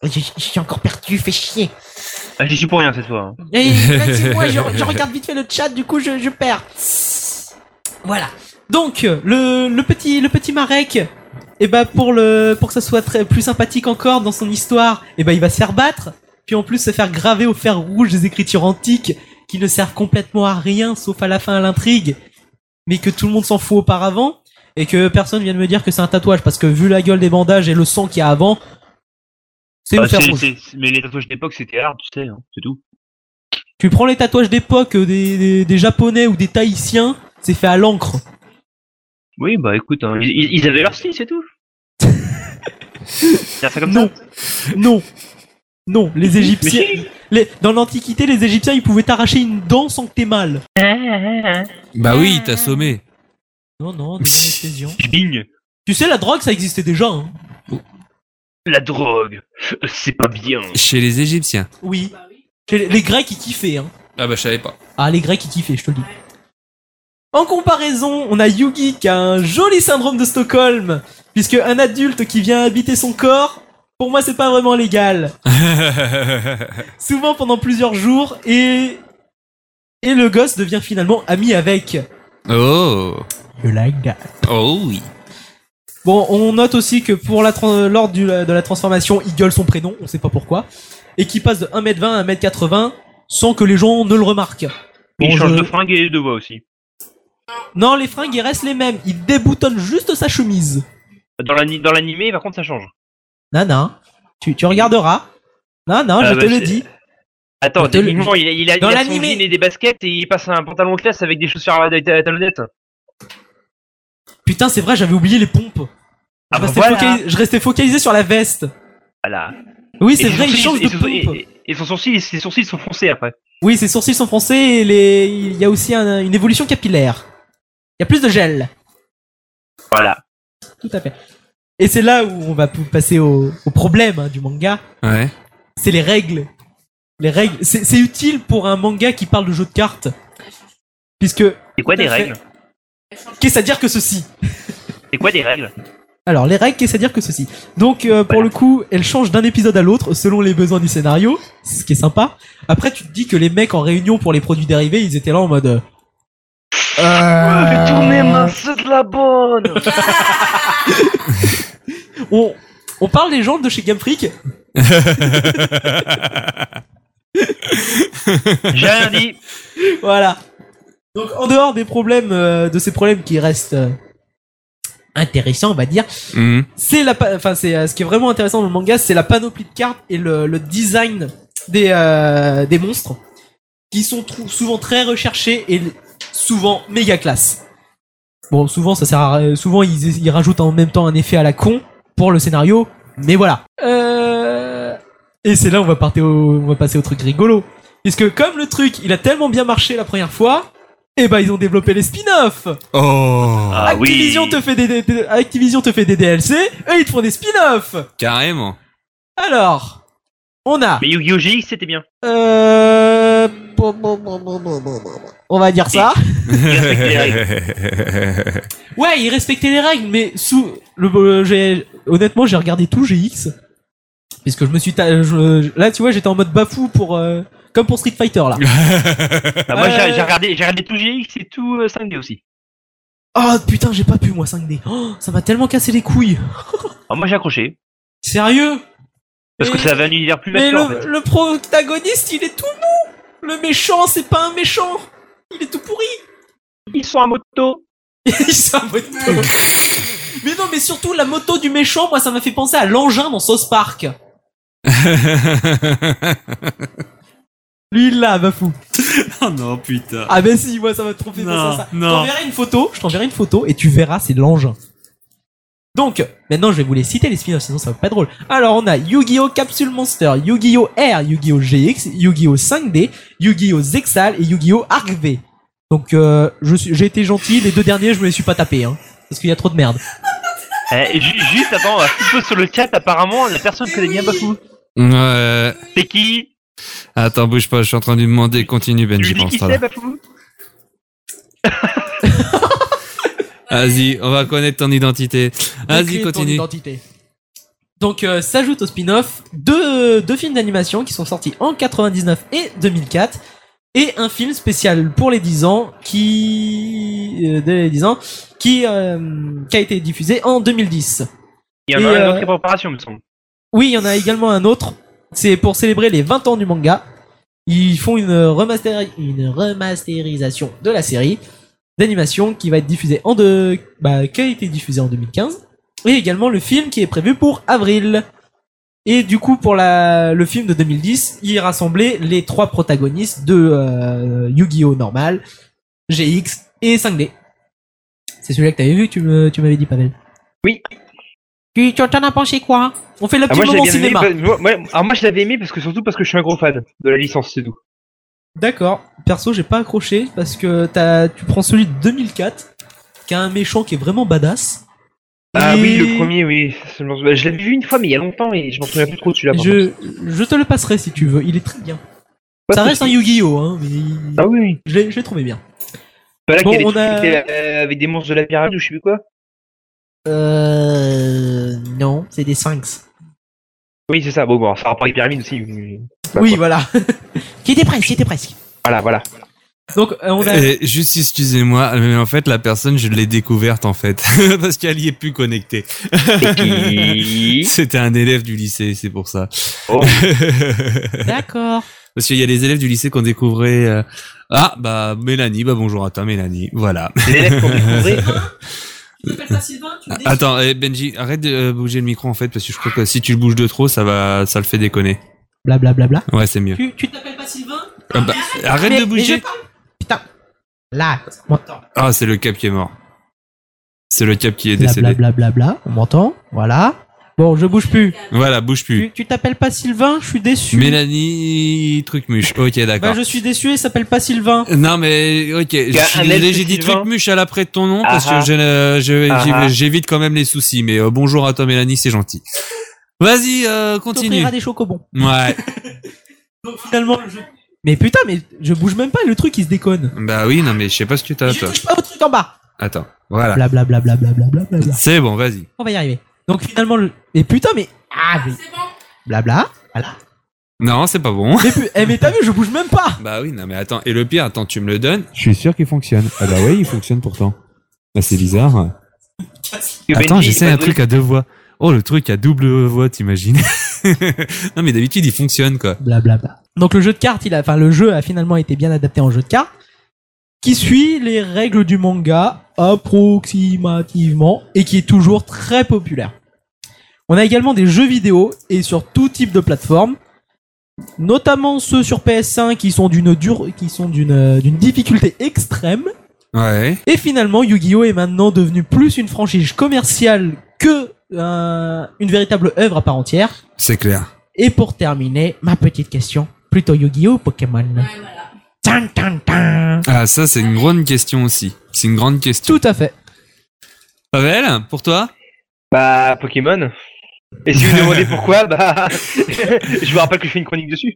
[SPEAKER 6] je je suis encore perdu, fais chier.
[SPEAKER 5] Ah, j'y suis pour rien cette fois. hein.
[SPEAKER 6] Et c'est moi, je, je regarde vite fait le chat, du coup je, je perds. Voilà. Donc le, le petit le petit Marek, et bah pour le pour que ça soit très, plus sympathique encore dans son histoire, et ben il va se faire battre, puis en plus se faire graver au fer rouge des écritures antiques qui ne servent complètement à rien sauf à la fin à l'intrigue, mais que tout le monde s'en fout auparavant et que personne vienne me dire que c'est un tatouage parce que vu la gueule des bandages et le sang qu'il y a avant, c'est
[SPEAKER 5] Ah,
[SPEAKER 6] le fer
[SPEAKER 5] c'est-
[SPEAKER 6] rouge.
[SPEAKER 5] c'est- c'est- mais les tatouages d'époque, c'était rare, tu sais, hein, c'est tout.
[SPEAKER 6] Tu prends les tatouages d'époque euh, des, des, des japonais ou des tahitiens, c'est fait à l'encre.
[SPEAKER 5] Oui, bah écoute, hein, ils, ils- ils avaient leur style, c'est
[SPEAKER 6] (laughs)
[SPEAKER 5] tout. Faire ça comme
[SPEAKER 6] Non.
[SPEAKER 5] ça.
[SPEAKER 6] Non. Non, les
[SPEAKER 5] Mais
[SPEAKER 6] Égyptiens.
[SPEAKER 5] si,
[SPEAKER 6] les- dans l'Antiquité, les Égyptiens, ils pouvaient t'arracher une dent sans que t'aies mal.
[SPEAKER 4] Bah oui, il t'a
[SPEAKER 6] Hmm.
[SPEAKER 4] sommé.
[SPEAKER 6] Non, (laughs) non, des anesthésiants. Tu sais, la drogue, ça existait déjà. Hein.
[SPEAKER 5] La drogue, euh, c'est pas bien.
[SPEAKER 4] Chez les Égyptiens.
[SPEAKER 6] Oui. Chez Les, les Grecs, ils kiffaient. Hein.
[SPEAKER 4] Ah bah je savais pas.
[SPEAKER 6] Ah, les Grecs, ils kiffaient, je te le dis. En comparaison, on a Yugi qui a un joli syndrome de Stockholm, puisque un adulte qui vient habiter son corps, pour moi, c'est pas vraiment légal. souvent pendant plusieurs jours et et le gosse devient finalement ami avec.
[SPEAKER 4] oh.
[SPEAKER 6] You like that.
[SPEAKER 4] Oh oui.
[SPEAKER 6] Bon, on note aussi que pour la tran- lors du- de la transformation, il gueule son prénom, on sait pas pourquoi, et qui passe de 1m20 à 1m80 sans que les gens ne le remarquent.
[SPEAKER 5] Il
[SPEAKER 6] Bon,
[SPEAKER 5] change
[SPEAKER 6] je-
[SPEAKER 5] de fringue et de voix aussi.
[SPEAKER 6] Non, les fringues, ils restent les mêmes. Il déboutonne juste sa chemise.
[SPEAKER 5] Dans l'ani- dans l'animé, par contre, ça change.
[SPEAKER 6] Nana, tu, tu regarderas. Non, non,
[SPEAKER 5] Ah
[SPEAKER 6] je
[SPEAKER 5] bah,
[SPEAKER 6] te le
[SPEAKER 5] c'est-
[SPEAKER 6] dis.
[SPEAKER 5] Attends,
[SPEAKER 6] Je te le-
[SPEAKER 5] techniquement, il a, il a,
[SPEAKER 6] Dans
[SPEAKER 5] il a son
[SPEAKER 6] l'animé-
[SPEAKER 5] jean et des baskets et il passe à un pantalon de classe avec des chaussures à, à- à talonnettes.
[SPEAKER 6] Putain, c'est vrai, j'avais oublié les pompes.
[SPEAKER 5] Ah bah
[SPEAKER 6] je, restais
[SPEAKER 5] voilà.
[SPEAKER 6] focalisé, je restais focalisé sur la veste.
[SPEAKER 5] Voilà.
[SPEAKER 6] Oui,
[SPEAKER 5] Et
[SPEAKER 6] c'est
[SPEAKER 5] ses
[SPEAKER 6] vrai, il
[SPEAKER 5] sourcils-
[SPEAKER 6] change
[SPEAKER 5] et
[SPEAKER 6] de
[SPEAKER 5] son- et-
[SPEAKER 6] pompe.
[SPEAKER 5] Et, et son sourcil, ses sourcils sont foncés après.
[SPEAKER 6] Oui, ses sourcils sont français et les- il y a aussi un- une évolution capillaire. Il y a plus de gel.
[SPEAKER 5] Voilà.
[SPEAKER 6] Tout à fait. Et c'est là où on va pou- passer au, au problème hein, du manga.
[SPEAKER 4] (laughs) Ouais.
[SPEAKER 6] C'est les règles. Les règles. C'est c'est utile pour un manga qui parle de jeu de cartes. Puisque...
[SPEAKER 5] C'est quoi
[SPEAKER 6] Tout
[SPEAKER 5] des
[SPEAKER 6] à fait.
[SPEAKER 5] règles
[SPEAKER 6] Qu'est-ce à dire que ceci
[SPEAKER 5] C'est quoi des règles
[SPEAKER 6] Alors, les règles, qu'est-ce à dire que ceci Donc, euh, pour le coup, elles changent d'un épisode à l'autre selon les besoins du scénario, ce qui est sympa. Après, tu te dis que les mecs en réunion pour les produits dérivés, ils étaient là en mode... euh,
[SPEAKER 5] Tournez, c'est de la bonne
[SPEAKER 6] on, on parle des gens de chez Game Freak.
[SPEAKER 5] (laughs)
[SPEAKER 6] (laughs)
[SPEAKER 5] J'ai rien dit.
[SPEAKER 6] Voilà. Donc en dehors des problèmes, euh, de ces problèmes qui restent euh, intéressants, on va dire,
[SPEAKER 4] Mhm.
[SPEAKER 6] c'est la, pa- enfin c'est euh, ce qui est vraiment intéressant dans le manga, c'est la panoplie de cartes et le, le design des euh, des monstres qui sont trou- souvent très recherchés et l- souvent méga classe. Bon, souvent ça sert, à- euh, souvent ils, ils rajoutent en même temps un effet à la con pour le scénario, mais voilà. Euh, Et c'est là où on va partir au- on va passer au truc rigolo. Puisque comme le truc, il a tellement bien marché la première fois, eh ben ils ont développé les spin-offs.
[SPEAKER 4] Oh.
[SPEAKER 5] Ah oui
[SPEAKER 6] Activision te fait des, des- des- Activision te fait des DLC, eux ils te font des spin-offs.
[SPEAKER 4] Carrément.
[SPEAKER 6] Alors, on a
[SPEAKER 5] Mais Yu-Gi-Oh! GX, c'était
[SPEAKER 6] (laughs)
[SPEAKER 5] bien.
[SPEAKER 6] euh, bon, bon, bon, bon, bon, bon, bon. on va dire ça. Ouais, ils respectaient les règles, mais sous le, le- j'ai- honnêtement j'ai regardé tout GX parce que je me suis ta- je- là tu vois j'étais en mode bafou pour euh, comme pour Street Fighter
[SPEAKER 5] (laughs)
[SPEAKER 6] là.
[SPEAKER 5] Ah, moi, j'ai
[SPEAKER 6] Euh.
[SPEAKER 5] j'ai regardé, j'ai regardé tout GX et tout euh, 5D aussi.
[SPEAKER 6] Oh putain, j'ai pas pu moi 5D. Oh, ça m'a tellement cassé les couilles.
[SPEAKER 5] Ah, moi, j'ai accroché.
[SPEAKER 6] Sérieux
[SPEAKER 5] Parce que
[SPEAKER 6] Mais-
[SPEAKER 5] ça avait un univers plus
[SPEAKER 6] Mais
[SPEAKER 5] mature,
[SPEAKER 6] le,
[SPEAKER 5] en fait.
[SPEAKER 6] le protagoniste, il est tout mou. Le méchant, c'est pas un méchant. Il est tout pourri.
[SPEAKER 5] Ils sont à moto.
[SPEAKER 6] (laughs) Il s'est inventé. (laughs) mais non, mais surtout la moto du méchant, moi ça m'a fait penser à l'engin dans Sauce
[SPEAKER 12] (laughs)
[SPEAKER 6] Park. Lui là, bah fou.
[SPEAKER 12] (laughs) Oh non, putain.
[SPEAKER 6] Ah ben si, moi ça m'a trop fait
[SPEAKER 12] Non,
[SPEAKER 6] penser à ça. Je
[SPEAKER 12] non.
[SPEAKER 6] t'enverrai une photo, je t'enverrai une photo et tu verras, c'est l'engin. Donc, maintenant je vais vous les citer les spin-offs, sinon ça va pas être drôle. Alors on a Yu-Gi-Oh! Capsule Monster, Yu-Gi-Oh! R, Yu-Gi-Oh! GX, Yu-Gi-Oh! 5D, Yu-Gi-Oh! Zexal et Yu-Gi-Oh! Arc V. Donc euh, je suis- j'ai été gentil, les deux derniers je me les suis pas tapé, hein. Parce qu'il y a trop de merde.
[SPEAKER 5] Eh, ju- juste, attends, un petit peu sur le chat, apparemment, la personne connaît bien Bafou.
[SPEAKER 4] (laughs) Ouais.
[SPEAKER 5] C'est qui
[SPEAKER 4] Attends, bouge pas, je suis en train de lui demander. Continue,
[SPEAKER 6] Ben,
[SPEAKER 5] Tu
[SPEAKER 4] Benji,
[SPEAKER 5] lui dis
[SPEAKER 4] pense
[SPEAKER 5] qui c'est, Bafou
[SPEAKER 4] Vas-y, on va connaître ton identité. Vas-y,
[SPEAKER 6] Décrit ton
[SPEAKER 4] continue.
[SPEAKER 6] identité. Donc euh, s'ajoutent au spin-off deux, deux films d'animation qui sont sortis en 99 et 2004 et un film spécial pour les 10 ans qui euh, de les 10 ans qui euh, qui a été diffusé en 2010.
[SPEAKER 5] Il y en a
[SPEAKER 6] Et,
[SPEAKER 5] un
[SPEAKER 6] euh,
[SPEAKER 5] autre qui est en préparation, il me semble.
[SPEAKER 6] Oui, il y en a également un autre, c'est pour célébrer les 20 ans du manga. Ils font une, remasteri- une remasterisation de la série d'animation qui va être diffusée en deux, bah, qui a été diffusée en 2015 et également le film qui est prévu pour avril. Et du coup, pour la, le film de 2010, il rassemblait les trois protagonistes de euh, Yu-Gi-Oh! normal, GX et 5D. C'est celui-là que t'avais vu, tu me- tu m'avais dit, Pavel.
[SPEAKER 5] Oui.
[SPEAKER 6] Tu tu en as pensé quoi On fait le
[SPEAKER 5] Ah,
[SPEAKER 6] petit
[SPEAKER 5] moi, je l'ai
[SPEAKER 6] moment
[SPEAKER 5] bien aimé,
[SPEAKER 6] cinéma.
[SPEAKER 5] parce- moi- moi- alors moi je l'avais aimé parce que surtout parce que je suis un gros fan de la licence, c'est tout.
[SPEAKER 6] D'accord. Perso, j'ai pas accroché parce que t'as, tu prends celui de 2004 qui a un méchant qui est vraiment badass.
[SPEAKER 5] Ah
[SPEAKER 6] Et
[SPEAKER 5] oui, le premier, oui. Je m'en souviens- je l'avais vu une fois, mais il y a longtemps et je m'en souviens plus trop de celui-là. par
[SPEAKER 6] Je,
[SPEAKER 5] contre.
[SPEAKER 6] je te le passerai si tu veux. Il est très bien.
[SPEAKER 5] Pas
[SPEAKER 6] Ça
[SPEAKER 5] de
[SPEAKER 6] reste un
[SPEAKER 5] souci.
[SPEAKER 6] Yu-Gi-Oh, hein, mais
[SPEAKER 5] Ah oui, oui.
[SPEAKER 6] je l'ai, je l'ai trouvé bien.
[SPEAKER 5] Pas là
[SPEAKER 6] Bon,
[SPEAKER 5] qu'il y a des
[SPEAKER 6] on
[SPEAKER 5] trucs
[SPEAKER 6] a-
[SPEAKER 5] qui étaient, euh, avec des monstres de la pyramide ou je sais plus quoi.
[SPEAKER 6] Euh, non, c'est des sphinx.
[SPEAKER 5] Oui, c'est ça. Bon, bon, ça rapport avec les pyramides aussi. oui, oui. Bah,
[SPEAKER 6] oui,
[SPEAKER 5] quoi.
[SPEAKER 6] voilà. (laughs) qui était presque, qui était presque.
[SPEAKER 5] Voilà, voilà.
[SPEAKER 6] Donc, euh, on a.
[SPEAKER 4] Eh, juste excusez-moi, mais en fait la personne je l'ai découverte en fait (laughs) parce qu'elle y est plus connectée.
[SPEAKER 6] (laughs)
[SPEAKER 4] C'était un élève du lycée, c'est pour ça.
[SPEAKER 5] Oh.
[SPEAKER 6] D'accord.
[SPEAKER 4] (laughs) parce qu'il y a des élèves du lycée qu'on découvrait. euh, Ah bah Mélanie, bah bonjour à toi Mélanie, voilà.
[SPEAKER 5] L'élève qu'on découvrait.
[SPEAKER 4] Attends eh, Benji, arrête de euh, bouger le micro en fait parce que je crois que si tu le bouges de trop ça va, ça le fait déconner.
[SPEAKER 6] Blablabla.
[SPEAKER 4] Ouais c'est mieux.
[SPEAKER 6] Tu, tu t'appelles pas Sylvain
[SPEAKER 4] Ah, bah, arrête
[SPEAKER 6] Mais-
[SPEAKER 4] de
[SPEAKER 6] mais
[SPEAKER 4] bouger.
[SPEAKER 6] je parle. Putain. Là, on m'entend.
[SPEAKER 4] Ah c'est le cap qui est mort. C'est le cap qui est décédé.
[SPEAKER 6] Blablabla. on m'entend. Voilà. Bon, je bouge plus.
[SPEAKER 4] Voilà, bouge plus.
[SPEAKER 6] Tu, tu t'appelles pas Sylvain Je suis déçu.
[SPEAKER 4] Mélanie truc muche. Ok d'accord.
[SPEAKER 6] Bah, je suis déçu, il s'appelle pas Sylvain.
[SPEAKER 4] Non mais ok, je
[SPEAKER 5] a
[SPEAKER 4] suis
[SPEAKER 5] un
[SPEAKER 4] désolé,
[SPEAKER 5] elfe
[SPEAKER 4] j'ai dit
[SPEAKER 5] Sylvain.
[SPEAKER 4] truc muche à l'après de ton nom
[SPEAKER 5] Ah
[SPEAKER 4] parce
[SPEAKER 5] ah.
[SPEAKER 4] que je, ne- je-
[SPEAKER 5] Ah
[SPEAKER 4] j'y-
[SPEAKER 5] ah.
[SPEAKER 4] j'évite quand même les soucis. Mais euh, bonjour à toi Mélanie, c'est gentil. Vas-y, euh,
[SPEAKER 6] On
[SPEAKER 4] continue.
[SPEAKER 6] t'offrira des chocobons.
[SPEAKER 4] Ouais.
[SPEAKER 6] Donc finalement, je... Mais putain, mais je bouge même pas, le truc il se déconne.
[SPEAKER 4] bah oui, non mais je sais pas ce que t'as
[SPEAKER 6] Je
[SPEAKER 4] toi.
[SPEAKER 6] touche pas au truc en bas.
[SPEAKER 4] Attends, voilà.
[SPEAKER 6] Blablabla. Bla, bla, bla, bla, bla, bla.
[SPEAKER 4] C'est bon, vas-y.
[SPEAKER 6] On va y arriver. Donc finalement, le... mais putain, mais ah mais blabla, voilà.
[SPEAKER 4] Non, c'est pas bon.
[SPEAKER 6] Mais, pu- eh, mais t'as vu, je bouge même pas.
[SPEAKER 4] Bah oui, non mais attends. Et le pire, attends, tu me le donnes Je suis sûr qu'il fonctionne. Ah bah oui, il fonctionne pourtant. Bah c'est bizarre. Attends,
[SPEAKER 5] Benji,
[SPEAKER 4] j'essaie un
[SPEAKER 5] Patrick,
[SPEAKER 4] truc à deux voix. Oh, le truc à double voix, t'imagines (laughs) Non mais d'habitude, il fonctionne quoi.
[SPEAKER 6] Blablabla. Donc le jeu de cartes, il a, enfin le jeu a finalement été bien adapté en jeu de cartes, qui suit les règles du manga approximativement et qui est toujours très populaire. On a également des jeux vidéo et sur tout type de plateforme, notamment ceux sur PS5 qui sont d'une dure, qui sont d'une d'une difficulté extrême.
[SPEAKER 4] Ouais.
[SPEAKER 6] Et finalement, Yu-Gi-Oh est maintenant devenu plus une franchise commerciale que euh, une véritable œuvre à part entière.
[SPEAKER 4] C'est clair.
[SPEAKER 6] Et pour terminer, ma petite question. Plutôt Yu-Gi-Oh ou Pokémon Tan, tan, tan.
[SPEAKER 4] Ah, ça, c'est une grande question aussi. C'est une grande question.
[SPEAKER 6] Tout à fait.
[SPEAKER 4] Pavel, pour toi
[SPEAKER 5] Bah, Pokémon. Et si vous me demandez pourquoi, bah, (laughs) je vous rappelle que je fais une chronique dessus.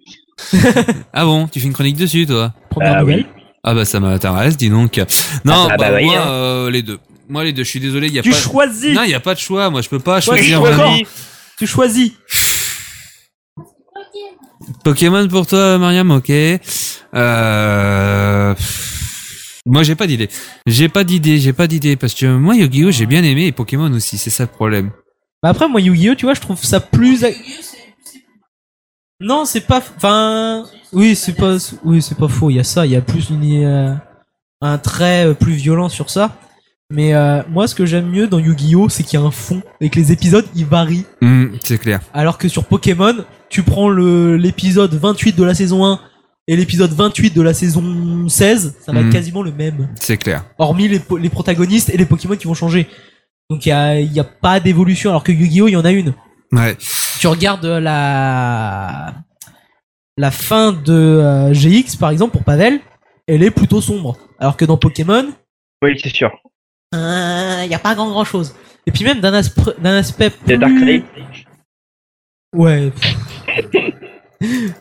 [SPEAKER 4] Ah bon, tu fais une chronique dessus, toi
[SPEAKER 6] Première
[SPEAKER 5] Ah oui.
[SPEAKER 6] nouvelle.
[SPEAKER 4] Ah bah ça m'intéresse, dis donc. Non, bah,
[SPEAKER 5] Ah bah, bah,
[SPEAKER 4] moi,
[SPEAKER 5] oui, hein.
[SPEAKER 4] euh, les deux. Moi, les deux, je suis désolé, il y a
[SPEAKER 6] Tu
[SPEAKER 4] pas...
[SPEAKER 6] choisis.
[SPEAKER 4] Non, il n'y a pas de choix, moi, je peux pas
[SPEAKER 6] Choisis,
[SPEAKER 4] choisir
[SPEAKER 6] choisis.
[SPEAKER 4] vraiment.
[SPEAKER 6] Tu choisis.
[SPEAKER 4] Pokémon pour toi, Mariam, ok. Euh... pff, Moi, j'ai pas d'idée. J'ai pas d'idée, j'ai pas d'idée, parce que moi, Yu-Gi-Oh, j'ai bien aimé, et Pokémon aussi, c'est ça le problème.
[SPEAKER 6] Bah après, moi, Yu-Gi-Oh, tu vois, je trouve ça plus. ac- Non, c'est pas. Enfin. Oui, c'est pas. Oui, c'est pas faux. Il y a ça. Il y a plus une, euh, un trait euh, plus violent sur ça. Mais euh, moi, ce que j'aime mieux dans Yu-Gi-Oh, c'est qu'il y a un fond et que les épisodes ils varient.
[SPEAKER 4] Hmm, c'est clair.
[SPEAKER 6] Alors que sur Pokémon, tu prends le- l'épisode 28 de la saison 1 et l'épisode 28 de la saison 16, ça va
[SPEAKER 4] Mhm.
[SPEAKER 6] être quasiment le même.
[SPEAKER 4] C'est clair.
[SPEAKER 6] Hormis les, po- les protagonistes et les Pokémon qui vont changer. Donc il y a, il y a pas d'évolution, alors que Yu-Gi-Oh, il y en a une.
[SPEAKER 4] Ouais.
[SPEAKER 6] Tu regardes euh, la, la fin de euh, GX, par exemple, pour Pavel, elle est plutôt sombre. Alors que dans Pokémon, euh,
[SPEAKER 5] Oui, c'est sûr.
[SPEAKER 6] il n'y a pas grand grand chose. Et puis même d'un aspre- d'un aspect
[SPEAKER 5] The
[SPEAKER 6] plus...
[SPEAKER 5] Dark Knight.
[SPEAKER 6] Ouais. (laughs)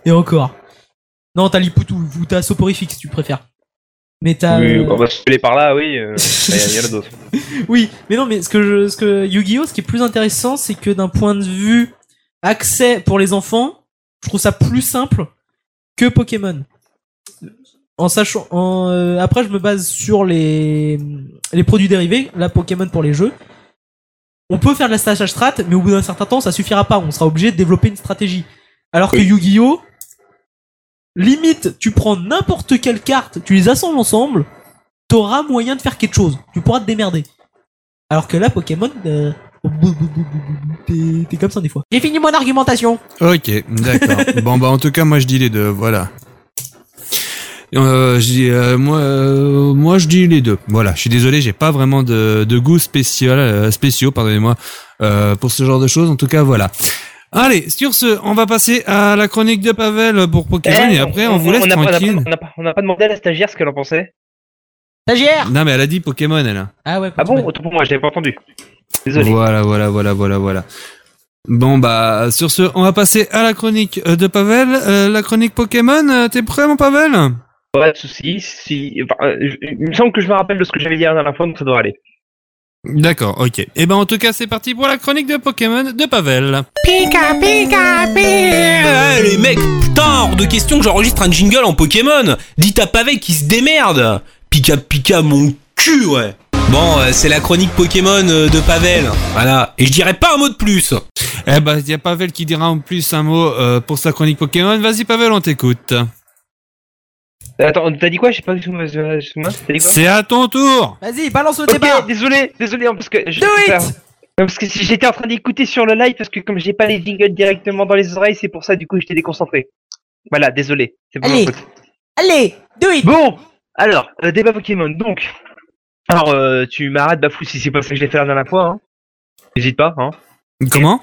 [SPEAKER 6] Et encore. Non, t'as Lipoutou, ou t'as Soporifix, tu préfères. Mais t'as.
[SPEAKER 5] Oui,
[SPEAKER 6] euh,
[SPEAKER 5] on
[SPEAKER 6] (laughs)
[SPEAKER 5] va se les par là, oui. euh, Il y en a d'autres.
[SPEAKER 6] oui, mais non, mais ce que, je, ce que Yu-Gi-Oh, ce qui est plus intéressant, c'est que d'un point de vue accès pour les enfants, je trouve ça plus simple que Pokémon. En sachant, en, euh, après, je me base sur les les produits dérivés, la Pokémon pour les jeux. On peut faire de la stage à strat, mais au bout d'un certain temps, ça suffira pas. On sera obligé de développer une stratégie. Alors que Yu-Gi-Oh, limite, tu prends n'importe quelle carte, tu les assembles ensemble, t'auras moyen de faire quelque chose. Tu pourras te démerder. Alors que là, Pokémon, euh, bou- bou- bou- bou- bou- t'es- t'es comme ça des fois. J'ai fini mon argumentation.
[SPEAKER 4] Ok, d'accord. bon, bah en tout cas, moi je dis les deux, voilà. Euh, je dis, euh, moi, euh, moi je dis les deux. Voilà, je suis désolé, j'ai pas vraiment de, de goût spécial, euh, spéciaux, pardonnez-moi, euh, pour ce genre de choses. En tout cas, voilà. Allez, sur ce, on va passer à la chronique de Pavel pour Pokémon
[SPEAKER 5] Eh,
[SPEAKER 4] et après on, vous laisse
[SPEAKER 5] n'a pas- on n'a pas-
[SPEAKER 4] tranquille.
[SPEAKER 5] on n'a pas- On n'a pas demandé à la stagiaire ce qu'elle en pensait.
[SPEAKER 6] Stagiaire
[SPEAKER 4] Non mais elle a dit Pokémon elle. hein.
[SPEAKER 6] Ah ouais,
[SPEAKER 5] Ah bon Autant pour moi, je l'avais pas entendu. Désolé.
[SPEAKER 4] Voilà, voilà, voilà, voilà, voilà. Bon bah sur ce, on va passer à la chronique euh, de Pavel, Euh, la chronique Pokémon. euh, T'es prêt mon Pavel
[SPEAKER 5] Pas de soucis. Si... enfin, euh, je- Il me semble que je me rappelle de ce que j'avais dit la dernière fois, donc ça devrait aller.
[SPEAKER 4] D'accord, ok. Et ben en tout cas c'est parti pour la chronique de Pokémon de Pavel.
[SPEAKER 14] Pika pika pika
[SPEAKER 3] Eh, les mecs, putain, hors de question que j'enregistre un jingle en Pokémon. Dites à Pavé qui se démerde. Pika pika mon cul, ouais. Bon, euh, c'est la chronique Pokémon euh, de Pavel. Voilà. Et je dirais pas un mot de plus.
[SPEAKER 4] Eh ben il y a Pavel qui dira en plus un mot euh, pour sa chronique Pokémon. Vas-y Pavel, on t'écoute.
[SPEAKER 5] Attends, t'as dit quoi J'ai pas vu sous ma- sous ma- sous ma- t'as dit quoi
[SPEAKER 4] C'est à ton tour
[SPEAKER 6] Vas-y, balance le
[SPEAKER 5] Ok,
[SPEAKER 6] débat
[SPEAKER 5] désolé, désolé, hein, parce que. Je...
[SPEAKER 6] Do it
[SPEAKER 5] enfin, Parce que si j'étais en train d'écouter sur le live, parce que comme j'ai pas les jingles directement dans les oreilles, c'est pour ça, du coup, j'étais déconcentré. Voilà, désolé. C'est pour
[SPEAKER 6] Allez.
[SPEAKER 5] ma faute.
[SPEAKER 6] Allez, do it
[SPEAKER 5] Bon, alors, euh, débat Pokémon, donc. Alors, euh, tu m'arrêtes, Bafou, si c'est pas ça que je l'ai fait la dernière fois, hein. N'hésite pas, hein.
[SPEAKER 4] Comment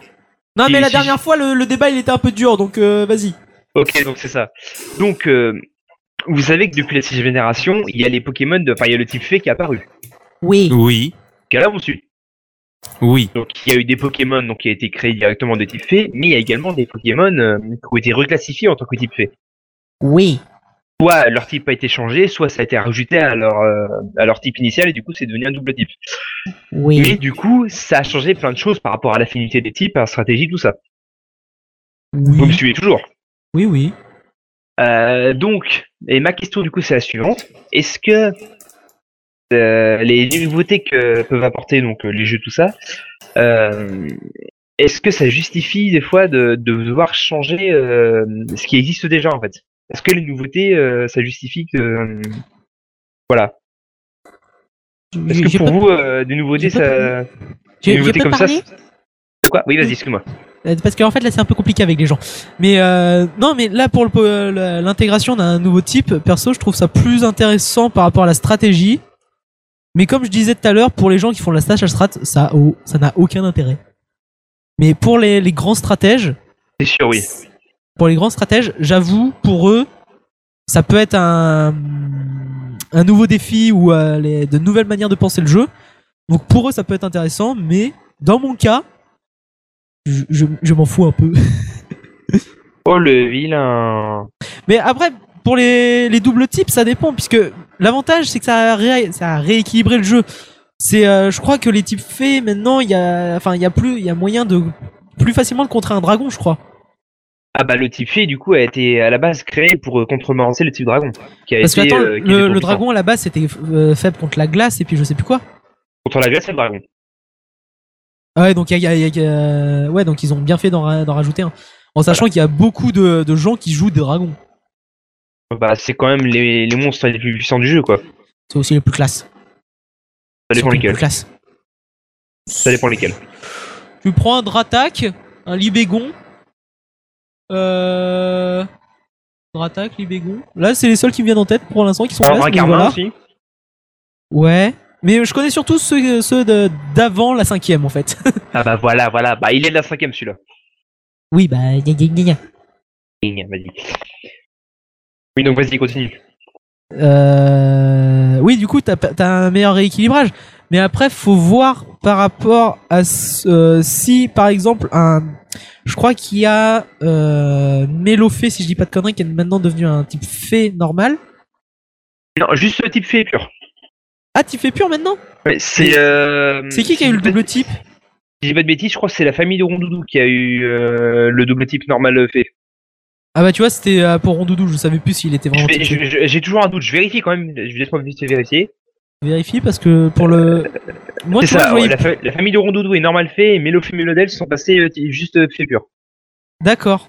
[SPEAKER 6] Non, mais
[SPEAKER 5] Si,
[SPEAKER 6] la
[SPEAKER 5] si,
[SPEAKER 6] dernière fois, le, le débat, il était un peu dur, donc euh, vas-y.
[SPEAKER 5] Ok, donc c'est ça. Donc, euh, vous savez que depuis la 6 génération, il y a les Pokémon, de... enfin, il y a le type fée qui est apparu.
[SPEAKER 6] Oui.
[SPEAKER 4] Oui.
[SPEAKER 5] Quel là, on suit.
[SPEAKER 4] Oui.
[SPEAKER 5] Donc, il y a eu des Pokémon donc, qui a été créé directement de type fée, mais il y a également des Pokémon euh, qui ont été reclassifiés en tant que type fée.
[SPEAKER 6] Oui.
[SPEAKER 5] Soit leur type a été changé, soit ça a été rajouté à leur, euh, à leur type initial et du coup, c'est devenu un double type.
[SPEAKER 6] Oui.
[SPEAKER 5] Mais du coup, ça a changé plein de choses par rapport à l'affinité des types, à la stratégie, tout ça. Vous me suivez toujours
[SPEAKER 6] Oui, oui.
[SPEAKER 5] Euh, donc, et ma question du coup c'est la suivante. Est-ce que euh, les nouveautés que peuvent apporter donc euh, les jeux tout ça, euh, est-ce que ça justifie des fois de, de devoir changer euh, ce qui existe déjà en fait Est-ce que les nouveautés euh, ça justifie que euh, voilà Est-ce que
[SPEAKER 6] J'ai
[SPEAKER 5] pour
[SPEAKER 6] pas-
[SPEAKER 5] vous euh, des nouveautés
[SPEAKER 6] j'ai pas
[SPEAKER 5] ça des
[SPEAKER 6] J'ai- j'ai
[SPEAKER 5] nouveautés
[SPEAKER 6] pas
[SPEAKER 5] comme ça
[SPEAKER 6] parlé
[SPEAKER 5] c'est- quoi Oui vas-y excuse-moi.
[SPEAKER 6] Euh, Parce qu'en fait, là, c'est un peu compliqué avec les gens. Mais euh, non, mais là, pour le po- euh, la- l'intégration d'un nouveau type, perso, je trouve ça plus intéressant par rapport à la stratégie. Mais comme je disais tout à l'heure, pour les gens qui font de la stage à strat, ça au- ça n'a aucun intérêt. Mais pour les, les grands stratèges,
[SPEAKER 5] C'est sûr oui.
[SPEAKER 6] pour les grands stratèges, j'avoue, pour eux, ça peut être un, un nouveau défi ou euh, les- de nouvelles manières de penser le jeu. Donc pour eux, ça peut être intéressant, mais dans mon cas, je, je- je m'en fous un peu.
[SPEAKER 5] Oh le vilain.
[SPEAKER 6] mais après, pour les, les doubles types, ça dépend, puisque l'avantage, c'est que ça a, ré- ça a rééquilibré le jeu. C'est, euh, je crois que les types faits, maintenant, il y a, enfin, il y a plus, il y a moyen de plus facilement de contrer un dragon, je crois.
[SPEAKER 5] Ah bah le type fée du coup a été à la base créé pour euh, contrebalancer le type dragon. Qui a
[SPEAKER 6] Parce que
[SPEAKER 5] été,
[SPEAKER 6] attends,
[SPEAKER 5] euh, qui était
[SPEAKER 6] le,
[SPEAKER 5] trop
[SPEAKER 6] le
[SPEAKER 5] puissant.
[SPEAKER 6] dragon à la base c'était euh, faible contre la glace et puis je sais plus quoi.
[SPEAKER 5] Contre la glace c'est le dragon.
[SPEAKER 6] Ah ouais, donc, il y a- il y a- il y a- ouais, donc ils ont bien fait d'en ra- d'en rajouter un. En sachant qu'il y a beaucoup de, de gens qui jouent des dragons.
[SPEAKER 5] Bah c'est quand même les, les monstres les plus puissants du jeu quoi.
[SPEAKER 6] C'est aussi les plus classes.
[SPEAKER 5] Ça dépend lesquels.
[SPEAKER 6] Classe.
[SPEAKER 5] Ça dépend lesquels.
[SPEAKER 6] Tu prends un Dratak, un Libégon. Euh... Dratak, Libégon. Là, c'est les seuls qui me viennent en tête pour l'instant qui sont
[SPEAKER 5] Alors,
[SPEAKER 6] classes,
[SPEAKER 5] un
[SPEAKER 6] mais
[SPEAKER 5] Carmin
[SPEAKER 6] voilà.
[SPEAKER 5] aussi.
[SPEAKER 6] Ouais. Mais je connais surtout ceux, ceux de- d'avant la cinquième en fait. (laughs)
[SPEAKER 5] Ah bah voilà voilà bah il est de la cinquième celui-là.
[SPEAKER 6] oui, bah, gna gna gna gna.
[SPEAKER 5] Ligne, vas-y. Oui donc vas-y continue.
[SPEAKER 6] Euh... Oui, du coup, t'as t'as un meilleur rééquilibrage. Mais après, faut voir par rapport à ce- euh, si, par exemple, un. Je crois qu'il y a euh, Mélofée, si je dis pas de conneries, qui est maintenant devenu un type fée normal.
[SPEAKER 5] Non juste le type fée pur.
[SPEAKER 6] Ah, type fée pur maintenant
[SPEAKER 5] Ouais, c'est euh,
[SPEAKER 6] C'est qui qui a eu le double type
[SPEAKER 5] Si j'ai pas de bêtises je crois que c'est la famille de Rondoudou qui a eu euh, le double type normal euh, fée.
[SPEAKER 6] Ah bah tu vois, c'était euh, pour Rondoudou, je savais plus s'il était
[SPEAKER 5] Je
[SPEAKER 6] vraiment
[SPEAKER 5] vais-
[SPEAKER 6] type fée.
[SPEAKER 5] je- je- J'ai toujours un doute je vérifie quand même. Je laisse moi vite vérifier.
[SPEAKER 6] Vérifie parce que pour le. Moi,
[SPEAKER 5] C'est
[SPEAKER 6] tu vois,
[SPEAKER 5] ça
[SPEAKER 6] je voyais-
[SPEAKER 5] ouais, la, fa- la famille de Rondoudou est normal fée et Mélofée Mélodel sont passés euh, juste euh, fée pure.
[SPEAKER 6] D'accord.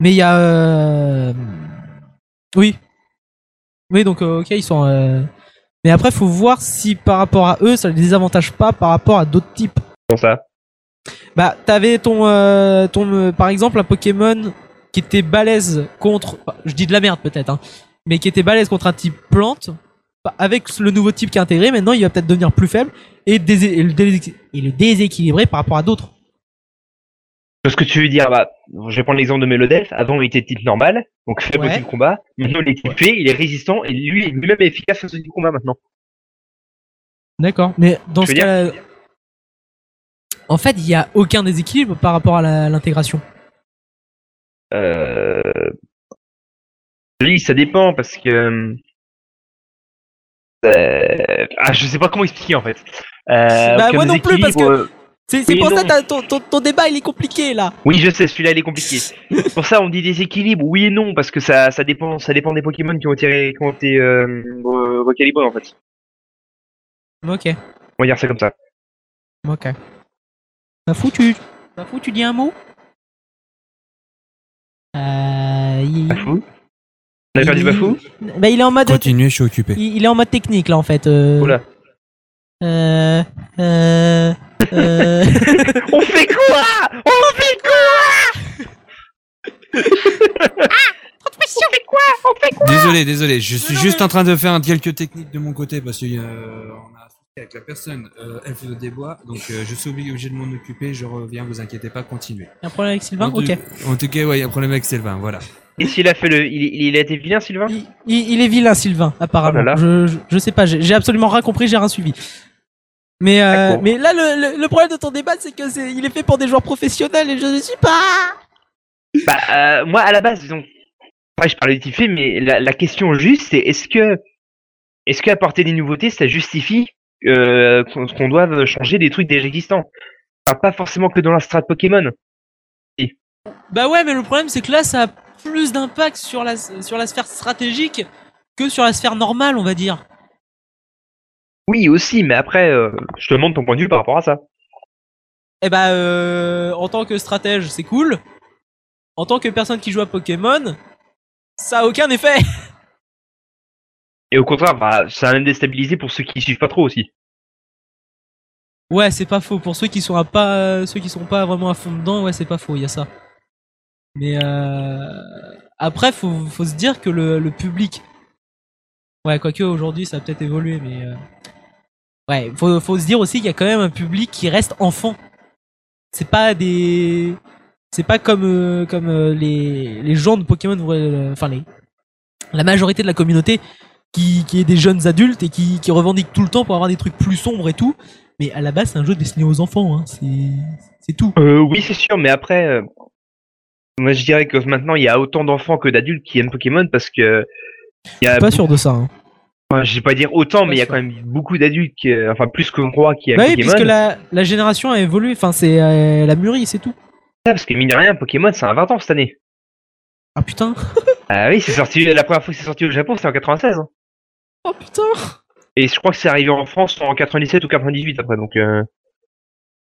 [SPEAKER 6] Mais il y a. euh, Oui. Oui, donc euh, ok, ils sont. euh, Mais après, faut voir si par rapport à eux, ça les désavantage pas par rapport à d'autres types.
[SPEAKER 5] Comment ça
[SPEAKER 6] Bah, t'avais ton, euh, ton, euh, par exemple, un Pokémon qui était balèze contre. bah, je dis de la merde peut-être, hein, mais qui était balèze contre un type plante. bah, avec le nouveau type qui est intégré, maintenant, il va peut-être devenir plus faible et, désé- et le, désé- et le déséquilibrer par rapport à d'autres.
[SPEAKER 5] Ce que tu veux dire, bah, je vais prendre l'exemple de Melodelf. Avant, il était type normal, donc faible
[SPEAKER 6] Ouais.
[SPEAKER 5] au type combat. Maintenant, il est typé, il est résistant, et lui, lui-même est efficace face au type combat maintenant.
[SPEAKER 6] D'accord. Mais dans
[SPEAKER 5] Je
[SPEAKER 6] ce
[SPEAKER 5] veux dire-
[SPEAKER 6] cas, en fait, il n'y a aucun déséquilibre par rapport à la- l'intégration.
[SPEAKER 5] Euh... Oui, ça dépend parce que. Euh, Ah, je sais pas comment expliquer en fait. Euh,
[SPEAKER 6] bah
[SPEAKER 5] aucun
[SPEAKER 6] moi non plus parce
[SPEAKER 5] déséquilibre,
[SPEAKER 6] que
[SPEAKER 5] euh,
[SPEAKER 6] c'est c'est
[SPEAKER 5] oui et
[SPEAKER 6] pour ça
[SPEAKER 5] non.
[SPEAKER 6] que t'as- ton, ton, ton débat il est compliqué là.
[SPEAKER 5] Oui, je sais, celui-là il est compliqué. C'est pour ça on dit déséquilibre, oui et non, parce que ça, ça dépend, ça dépend des Pokémon qui ont été, qui ont été euh, re- recalibrés en fait.
[SPEAKER 6] Ok.
[SPEAKER 5] On va dire ça comme ça.
[SPEAKER 6] Ok. T'as foutu T'as foutu, tu dis un mot Euh. il-
[SPEAKER 5] On a perdu
[SPEAKER 6] il-
[SPEAKER 5] Bafou
[SPEAKER 6] Bah il est en mode.
[SPEAKER 4] Continuez, je suis occupé.
[SPEAKER 6] Il, il est en mode technique là en fait. Euh...
[SPEAKER 5] Oula.
[SPEAKER 6] Euh. Euh. euh...
[SPEAKER 5] On fait quoi On fait quoi
[SPEAKER 14] On fait quoi On fait quoi
[SPEAKER 4] Désolé, désolé, je suis juste en train de faire un- quelques techniques de mon côté parce qu'on on a un souci avec la personne euh, elfe des bois, donc euh, je suis obligé, obligé de m'en occuper, je reviens, vous inquiétez pas, continuez.
[SPEAKER 6] Y'a (laughs) un problème avec Sylvain
[SPEAKER 4] En tout-
[SPEAKER 6] Ok.
[SPEAKER 4] En tout cas, ouais, il y a un problème avec Sylvain, voilà.
[SPEAKER 5] Et s'il a fait le. Il, il a été vilain, Sylvain
[SPEAKER 6] Il, il est vilain Sylvain apparemment.
[SPEAKER 5] Oh là là.
[SPEAKER 6] Je, je, je sais pas, j'ai j'ai absolument rien compris, j'ai rien suivi. Mais euh,
[SPEAKER 5] D'accord.
[SPEAKER 6] mais là le, le, le problème de ton débat c'est que c'est il est fait pour des joueurs professionnels et je ne suis pas.
[SPEAKER 5] Bah, euh, moi, à la base, disons, pareil, je parlais de Tiffé, mais la, la question juste, c'est est-ce que, est-ce que apporter des nouveautés, ça justifie euh, qu'on qu'on doive changer des trucs déjà existants Enfin, Pas forcément que dans la strat Pokémon.
[SPEAKER 6] Bah ouais, mais le problème c'est que là, ça a plus d'impact sur la, sur la sphère stratégique que sur la sphère normale, on va dire.
[SPEAKER 5] Oui, aussi, mais après, euh, je te demande ton point de vue par rapport à ça.
[SPEAKER 6] Eh bah, euh, en tant que stratège, c'est cool. En tant que personne qui joue à Pokémon, ça a aucun effet.
[SPEAKER 5] Et au contraire, bah, ça a même déstabilisé pour ceux qui suivent pas trop aussi.
[SPEAKER 6] Ouais, c'est pas faux. Pour ceux qui sont à pas, euh, ceux qui sont pas vraiment à fond dedans, ouais, c'est pas faux. Il y a ça. Mais euh, après, faut, faut se dire que le, le public. Ouais, quoique aujourd'hui, ça a peut-être évolué, mais euh, ouais, faut, faut se dire aussi qu'il y a quand même un public qui reste enfant. C'est pas des, c'est pas comme euh, comme euh, les les gens de Pokémon, euh, enfin les la majorité de la communauté qui, qui est des jeunes adultes et qui, qui revendique tout le temps pour avoir des trucs plus sombres et tout. Mais à la base, c'est un jeu destiné aux enfants. Hein. C'est- C'est tout.
[SPEAKER 5] Euh, oui, c'est sûr, mais après, euh, moi je dirais que maintenant il y a autant d'enfants que d'adultes qui aiment Pokémon parce que. il y a
[SPEAKER 6] pas sûr de ça. Hein.
[SPEAKER 5] Enfin, je vais pas dire autant, mais il y a quand même beaucoup d'adultes, qui, euh, enfin plus qu'on croit, qui aiment
[SPEAKER 6] Bah oui,
[SPEAKER 5] Pokémon.
[SPEAKER 6] puisque la, la génération a évolué. Enfin, c'est euh, elle a mûri, c'est tout.
[SPEAKER 5] Ah, Parce que mine de rien, Pokémon, c'est un 20 ans cette année.
[SPEAKER 6] Ah putain (laughs)
[SPEAKER 5] Ah oui, c'est sorti, la première fois que c'est sorti au Japon, c'était en 96. hein.
[SPEAKER 6] Oh putain
[SPEAKER 5] Et je crois que c'est arrivé en France en 97 ou 98 après, donc... Euh...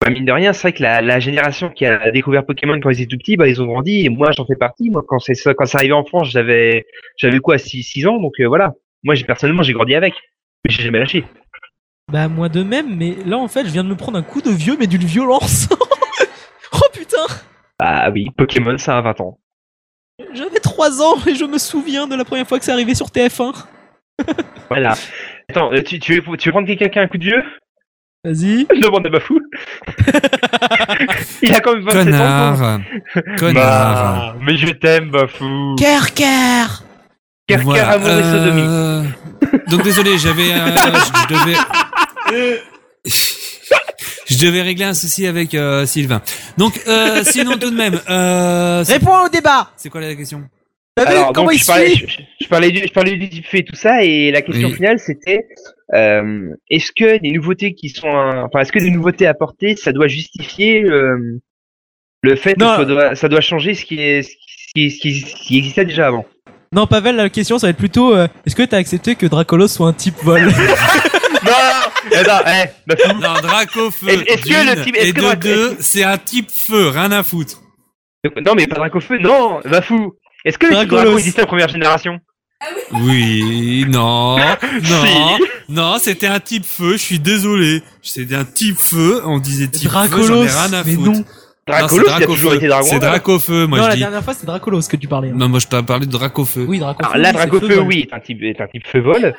[SPEAKER 5] bah, mine de rien, c'est vrai que la, la génération qui a découvert Pokémon quand ils étaient tout petits, bah, ils ont grandi, et moi j'en fais partie. Moi, quand c'est ça- quand c'est arrivé en France, j'avais j'avais quoi, 6, 6 ans, donc euh, voilà. Moi, j'ai personnellement, j'ai grandi avec. Mais j'ai jamais lâché.
[SPEAKER 6] Bah moi de même, mais là en fait, je viens de me prendre un coup de vieux, mais d'une violence. (laughs) oh putain
[SPEAKER 5] Ah oui, Pokémon, ça a 20 ans.
[SPEAKER 6] J'avais 3 ans et je me souviens de la première fois que c'est arrivé sur TF1.
[SPEAKER 5] Voilà. Attends, euh, tu, tu, veux, tu veux prendre quelqu'un un coup de vieux (laughs)
[SPEAKER 6] Vas-y.
[SPEAKER 5] Demande à Bafou.
[SPEAKER 4] (laughs)
[SPEAKER 5] Il a quand même 27 ans.
[SPEAKER 4] Connard.
[SPEAKER 5] donc.
[SPEAKER 4] Connard.
[SPEAKER 5] Bah, mais je t'aime, Bafou.
[SPEAKER 6] Kerker
[SPEAKER 5] Kerker
[SPEAKER 4] Voilà,
[SPEAKER 5] amour et sodomie.
[SPEAKER 4] euh, (laughs) Donc désolé, j'avais, euh, je je devais, (laughs) je devais régler un souci avec euh, Sylvain. Donc euh, sinon tout de même, euh, c'est-
[SPEAKER 6] Réponds au débat
[SPEAKER 4] c'est quoi la question
[SPEAKER 6] T'as vu
[SPEAKER 5] Alors,
[SPEAKER 6] Ah, comment
[SPEAKER 5] donc,
[SPEAKER 6] il
[SPEAKER 5] je,
[SPEAKER 6] se
[SPEAKER 5] parlais,
[SPEAKER 6] fait
[SPEAKER 5] je, je- je parlais du, je parlais du deepfake et tout ça, et la question
[SPEAKER 4] Oui.
[SPEAKER 5] finale c'était euh, est-ce que des nouveautés qui sont, un- enfin, est-ce que des nouveautés apportées, ça doit justifier euh, le fait
[SPEAKER 6] Non.
[SPEAKER 5] que ça doit, ça doit changer ce qui est, ce qui, ce qui, ce qui existait déjà avant.
[SPEAKER 6] Non, Pavel, la question ça va être plutôt euh, est-ce que t'as accepté que Dracolos soit un type
[SPEAKER 5] (laughs)
[SPEAKER 6] vol
[SPEAKER 5] non, attends, eh, Bafou.
[SPEAKER 4] Non, Draco feu.
[SPEAKER 5] Est-ce- est-ce que le
[SPEAKER 4] d'une,
[SPEAKER 5] type- est-ce
[SPEAKER 4] et
[SPEAKER 5] que
[SPEAKER 4] de
[SPEAKER 5] Draco-
[SPEAKER 4] deux, c'est un type feu, rien à foutre.
[SPEAKER 5] Non, mais pas Dracofeu, non, Bafou. Est-ce que le
[SPEAKER 6] Dracolos.
[SPEAKER 5] Draco existait en première génération
[SPEAKER 4] Oui,
[SPEAKER 5] (laughs)
[SPEAKER 4] non, non, non, c'était un type feu. Je suis désolé. C'était un type feu. On disait type feu. J'en
[SPEAKER 6] Dracolos
[SPEAKER 4] ai rien à
[SPEAKER 6] Mais
[SPEAKER 4] foutre.
[SPEAKER 6] non
[SPEAKER 5] Dracolos,
[SPEAKER 4] c'est
[SPEAKER 5] il a toujours
[SPEAKER 4] Dracofeu.
[SPEAKER 5] été dragon. hein.
[SPEAKER 4] C'est Dracofeu, moi
[SPEAKER 6] Non,
[SPEAKER 4] je
[SPEAKER 6] la
[SPEAKER 4] dis.
[SPEAKER 6] dernière fois c'est Dracolos que tu parlais. hein.
[SPEAKER 4] Non, moi je t'ai parlé de Dracofeu.
[SPEAKER 6] Oui, Dracofeu.
[SPEAKER 5] Alors Ah, là,
[SPEAKER 6] oui, c'est
[SPEAKER 5] Dracofeu,
[SPEAKER 6] Feuvol.
[SPEAKER 5] oui, est un type, est un type feu vol.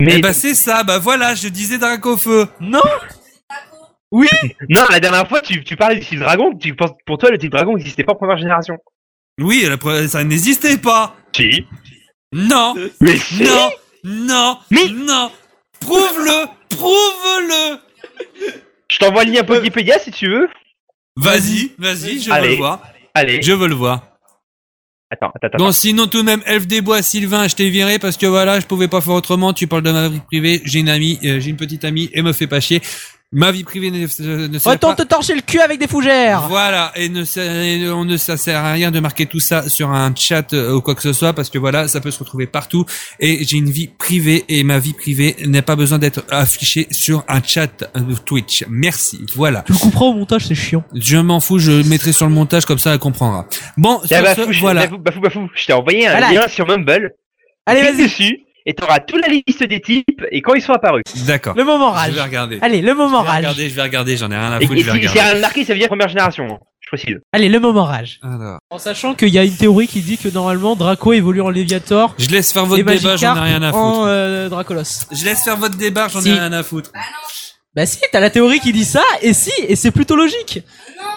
[SPEAKER 4] Mais
[SPEAKER 5] Mais
[SPEAKER 4] ben, bah c'est ça, bah voilà, je disais Dracofeu.
[SPEAKER 6] Non
[SPEAKER 7] Oui
[SPEAKER 5] Non, la dernière fois, tu, tu parlais du Steel Dragon, tu penses, pour toi, le Steel Dragon n'existait pas en première génération.
[SPEAKER 4] Oui, la pre- ça n'existait pas.
[SPEAKER 5] Si.
[SPEAKER 4] Non.
[SPEAKER 5] Mais si.
[SPEAKER 4] Non. Non. Non. Prouve-le. Prouve-le.
[SPEAKER 5] Je t'envoie le lien
[SPEAKER 4] Euh,
[SPEAKER 5] Wikipédia si tu veux.
[SPEAKER 4] Vas-y, vas-y, je veux
[SPEAKER 5] Allez.
[SPEAKER 4] le voir.
[SPEAKER 5] Allez.
[SPEAKER 4] Je veux le voir.
[SPEAKER 5] Attends, attends, attends.
[SPEAKER 4] Bon, sinon tout de même, Elf des Bois, Sylvain, je t'ai viré parce que voilà, je pouvais pas faire autrement. Tu parles de ma vie privée, j'ai une amie, euh, j'ai une petite amie et me fait pas chier. Ma vie privée ne, se- ne sert
[SPEAKER 6] Autant
[SPEAKER 4] pas-
[SPEAKER 6] te torcher le cul avec des fougères.
[SPEAKER 4] Voilà, et, ne, sert- et on ne ça sert à rien de marquer tout ça sur un chat euh, ou quoi que ce soit parce que voilà, ça peut se retrouver partout. Et j'ai une vie privée et ma vie privée n'a pas besoin d'être affichée sur un chat euh, Twitch. Merci. Voilà.
[SPEAKER 6] Tu le comprends au montage, c'est chiant.
[SPEAKER 4] Je m'en fous, je le mettrai sur le montage comme ça, elle comprendra. Bon,
[SPEAKER 5] Eh,
[SPEAKER 4] sur
[SPEAKER 5] bafou,
[SPEAKER 4] ce,
[SPEAKER 5] je-
[SPEAKER 4] voilà.
[SPEAKER 5] bafou, bafou, bafou. Je t'ai envoyé un
[SPEAKER 4] Voilà.
[SPEAKER 5] lien sur Mumble.
[SPEAKER 6] Allez,
[SPEAKER 5] vas-y. dessus et t'auras toute la liste des types et quand ils sont apparus.
[SPEAKER 4] D'accord.
[SPEAKER 6] Le moment rage.
[SPEAKER 4] Je vais regarder.
[SPEAKER 6] Allez, le moment
[SPEAKER 4] Je vais
[SPEAKER 6] rage.
[SPEAKER 4] regarder, je vais regarder, j'en ai rien à
[SPEAKER 5] Et,
[SPEAKER 4] foutre,
[SPEAKER 5] et
[SPEAKER 4] je vais
[SPEAKER 5] si c'est
[SPEAKER 4] regarder.
[SPEAKER 5] un marqué, ça veut dire première génération. hein. Je précise.
[SPEAKER 6] Allez, le moment rage.
[SPEAKER 4] Alors.
[SPEAKER 6] En sachant qu'il y a une théorie qui dit que normalement Draco évolue en Léviator.
[SPEAKER 4] Je laisse faire votre
[SPEAKER 6] et
[SPEAKER 4] débat, j'en ai
[SPEAKER 6] Magikarp
[SPEAKER 4] rien à foutre.
[SPEAKER 6] En euh, Dracolos.
[SPEAKER 4] Je laisse faire votre débat, j'en
[SPEAKER 6] Si.
[SPEAKER 4] ai rien à foutre.
[SPEAKER 6] Bah si, t'as la théorie qui dit ça, et si, et c'est plutôt logique.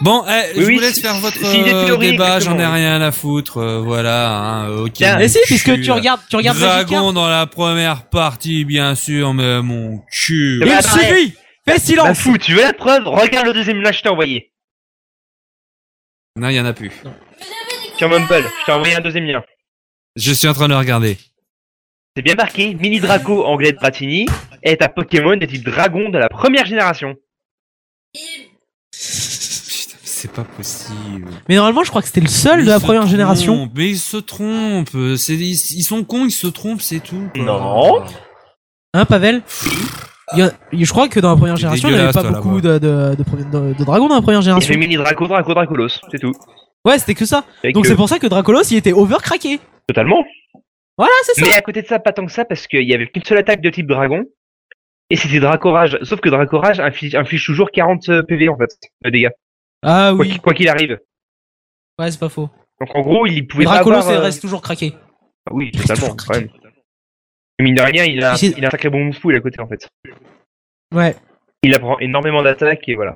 [SPEAKER 4] Bon, eh, je
[SPEAKER 6] Oui,
[SPEAKER 4] vous
[SPEAKER 6] oui,
[SPEAKER 4] laisse
[SPEAKER 6] si-
[SPEAKER 4] faire votre
[SPEAKER 6] si des
[SPEAKER 4] euh,
[SPEAKER 6] théories,
[SPEAKER 4] débat, j'en ai
[SPEAKER 6] exactement, oui.
[SPEAKER 4] rien à foutre, euh, voilà, hein, euh, ok.
[SPEAKER 6] Tiens,
[SPEAKER 4] mon
[SPEAKER 6] mais si,
[SPEAKER 4] cul,
[SPEAKER 6] puisque tu
[SPEAKER 4] euh,
[SPEAKER 6] regardes- tu regardes
[SPEAKER 4] Dragon
[SPEAKER 6] Magikarp.
[SPEAKER 4] dans la première partie, bien sûr, mais mon cul.
[SPEAKER 5] Il suffit
[SPEAKER 6] Fais
[SPEAKER 4] Bah,
[SPEAKER 6] silence
[SPEAKER 5] Bafou, tu veux la preuve Regarde le deuxième lien que je t'ai envoyé.
[SPEAKER 4] Non, il y en a plus.
[SPEAKER 5] Sur Mumble, je t'ai envoyé un deuxième lien.
[SPEAKER 4] Je suis en train de regarder.
[SPEAKER 5] C'est bien marqué, Mini Draco anglais de Patini est un Pokémon de type dragon de la première génération.
[SPEAKER 4] C'est pas possible.
[SPEAKER 6] Mais normalement, je crois que c'était le seul de la première génération.
[SPEAKER 4] Trompe, mais ils se trompent. C'est, ils, ils sont cons, ils se trompent, c'est tout. quoi.
[SPEAKER 5] Non.
[SPEAKER 6] Hein, Pavel Il y a- Je crois que dans la première génération, il n'y avait
[SPEAKER 4] dégueulasse, toi,
[SPEAKER 6] pas beaucoup de, de, de, première- de- de dragons dans la première
[SPEAKER 5] Il
[SPEAKER 6] génération.
[SPEAKER 5] fait Mini Draco, Draco, Dracolos, c'est tout.
[SPEAKER 6] Ouais, c'était que ça.
[SPEAKER 5] Avec
[SPEAKER 6] Donc
[SPEAKER 5] eux.
[SPEAKER 6] c'est pour ça que Dracolos, il était overcraqué.
[SPEAKER 5] Totalement.
[SPEAKER 6] Voilà, c'est ça.
[SPEAKER 5] Mais à côté de ça, pas tant que ça, parce qu'il y avait qu'une seule attaque de type dragon, et c'était Dracorage. Sauf que Dracorage inflige, inflige toujours 40 euh, PV en fait, de dégâts.
[SPEAKER 6] Ah
[SPEAKER 5] oui. Quoi qu'il- quoi qu'il arrive.
[SPEAKER 6] Ouais, c'est pas faux.
[SPEAKER 5] Donc en gros, il pouvait pas
[SPEAKER 6] Dracolos,
[SPEAKER 5] avoir,
[SPEAKER 6] il
[SPEAKER 5] euh,
[SPEAKER 6] reste toujours craqué.
[SPEAKER 5] Ah oui, totalement, quand même. Mine de rien, il a,
[SPEAKER 6] Tu sais-
[SPEAKER 5] il a un sacré bon move pool à côté en fait.
[SPEAKER 6] Ouais.
[SPEAKER 5] Il apprend énormément d'attaques et voilà.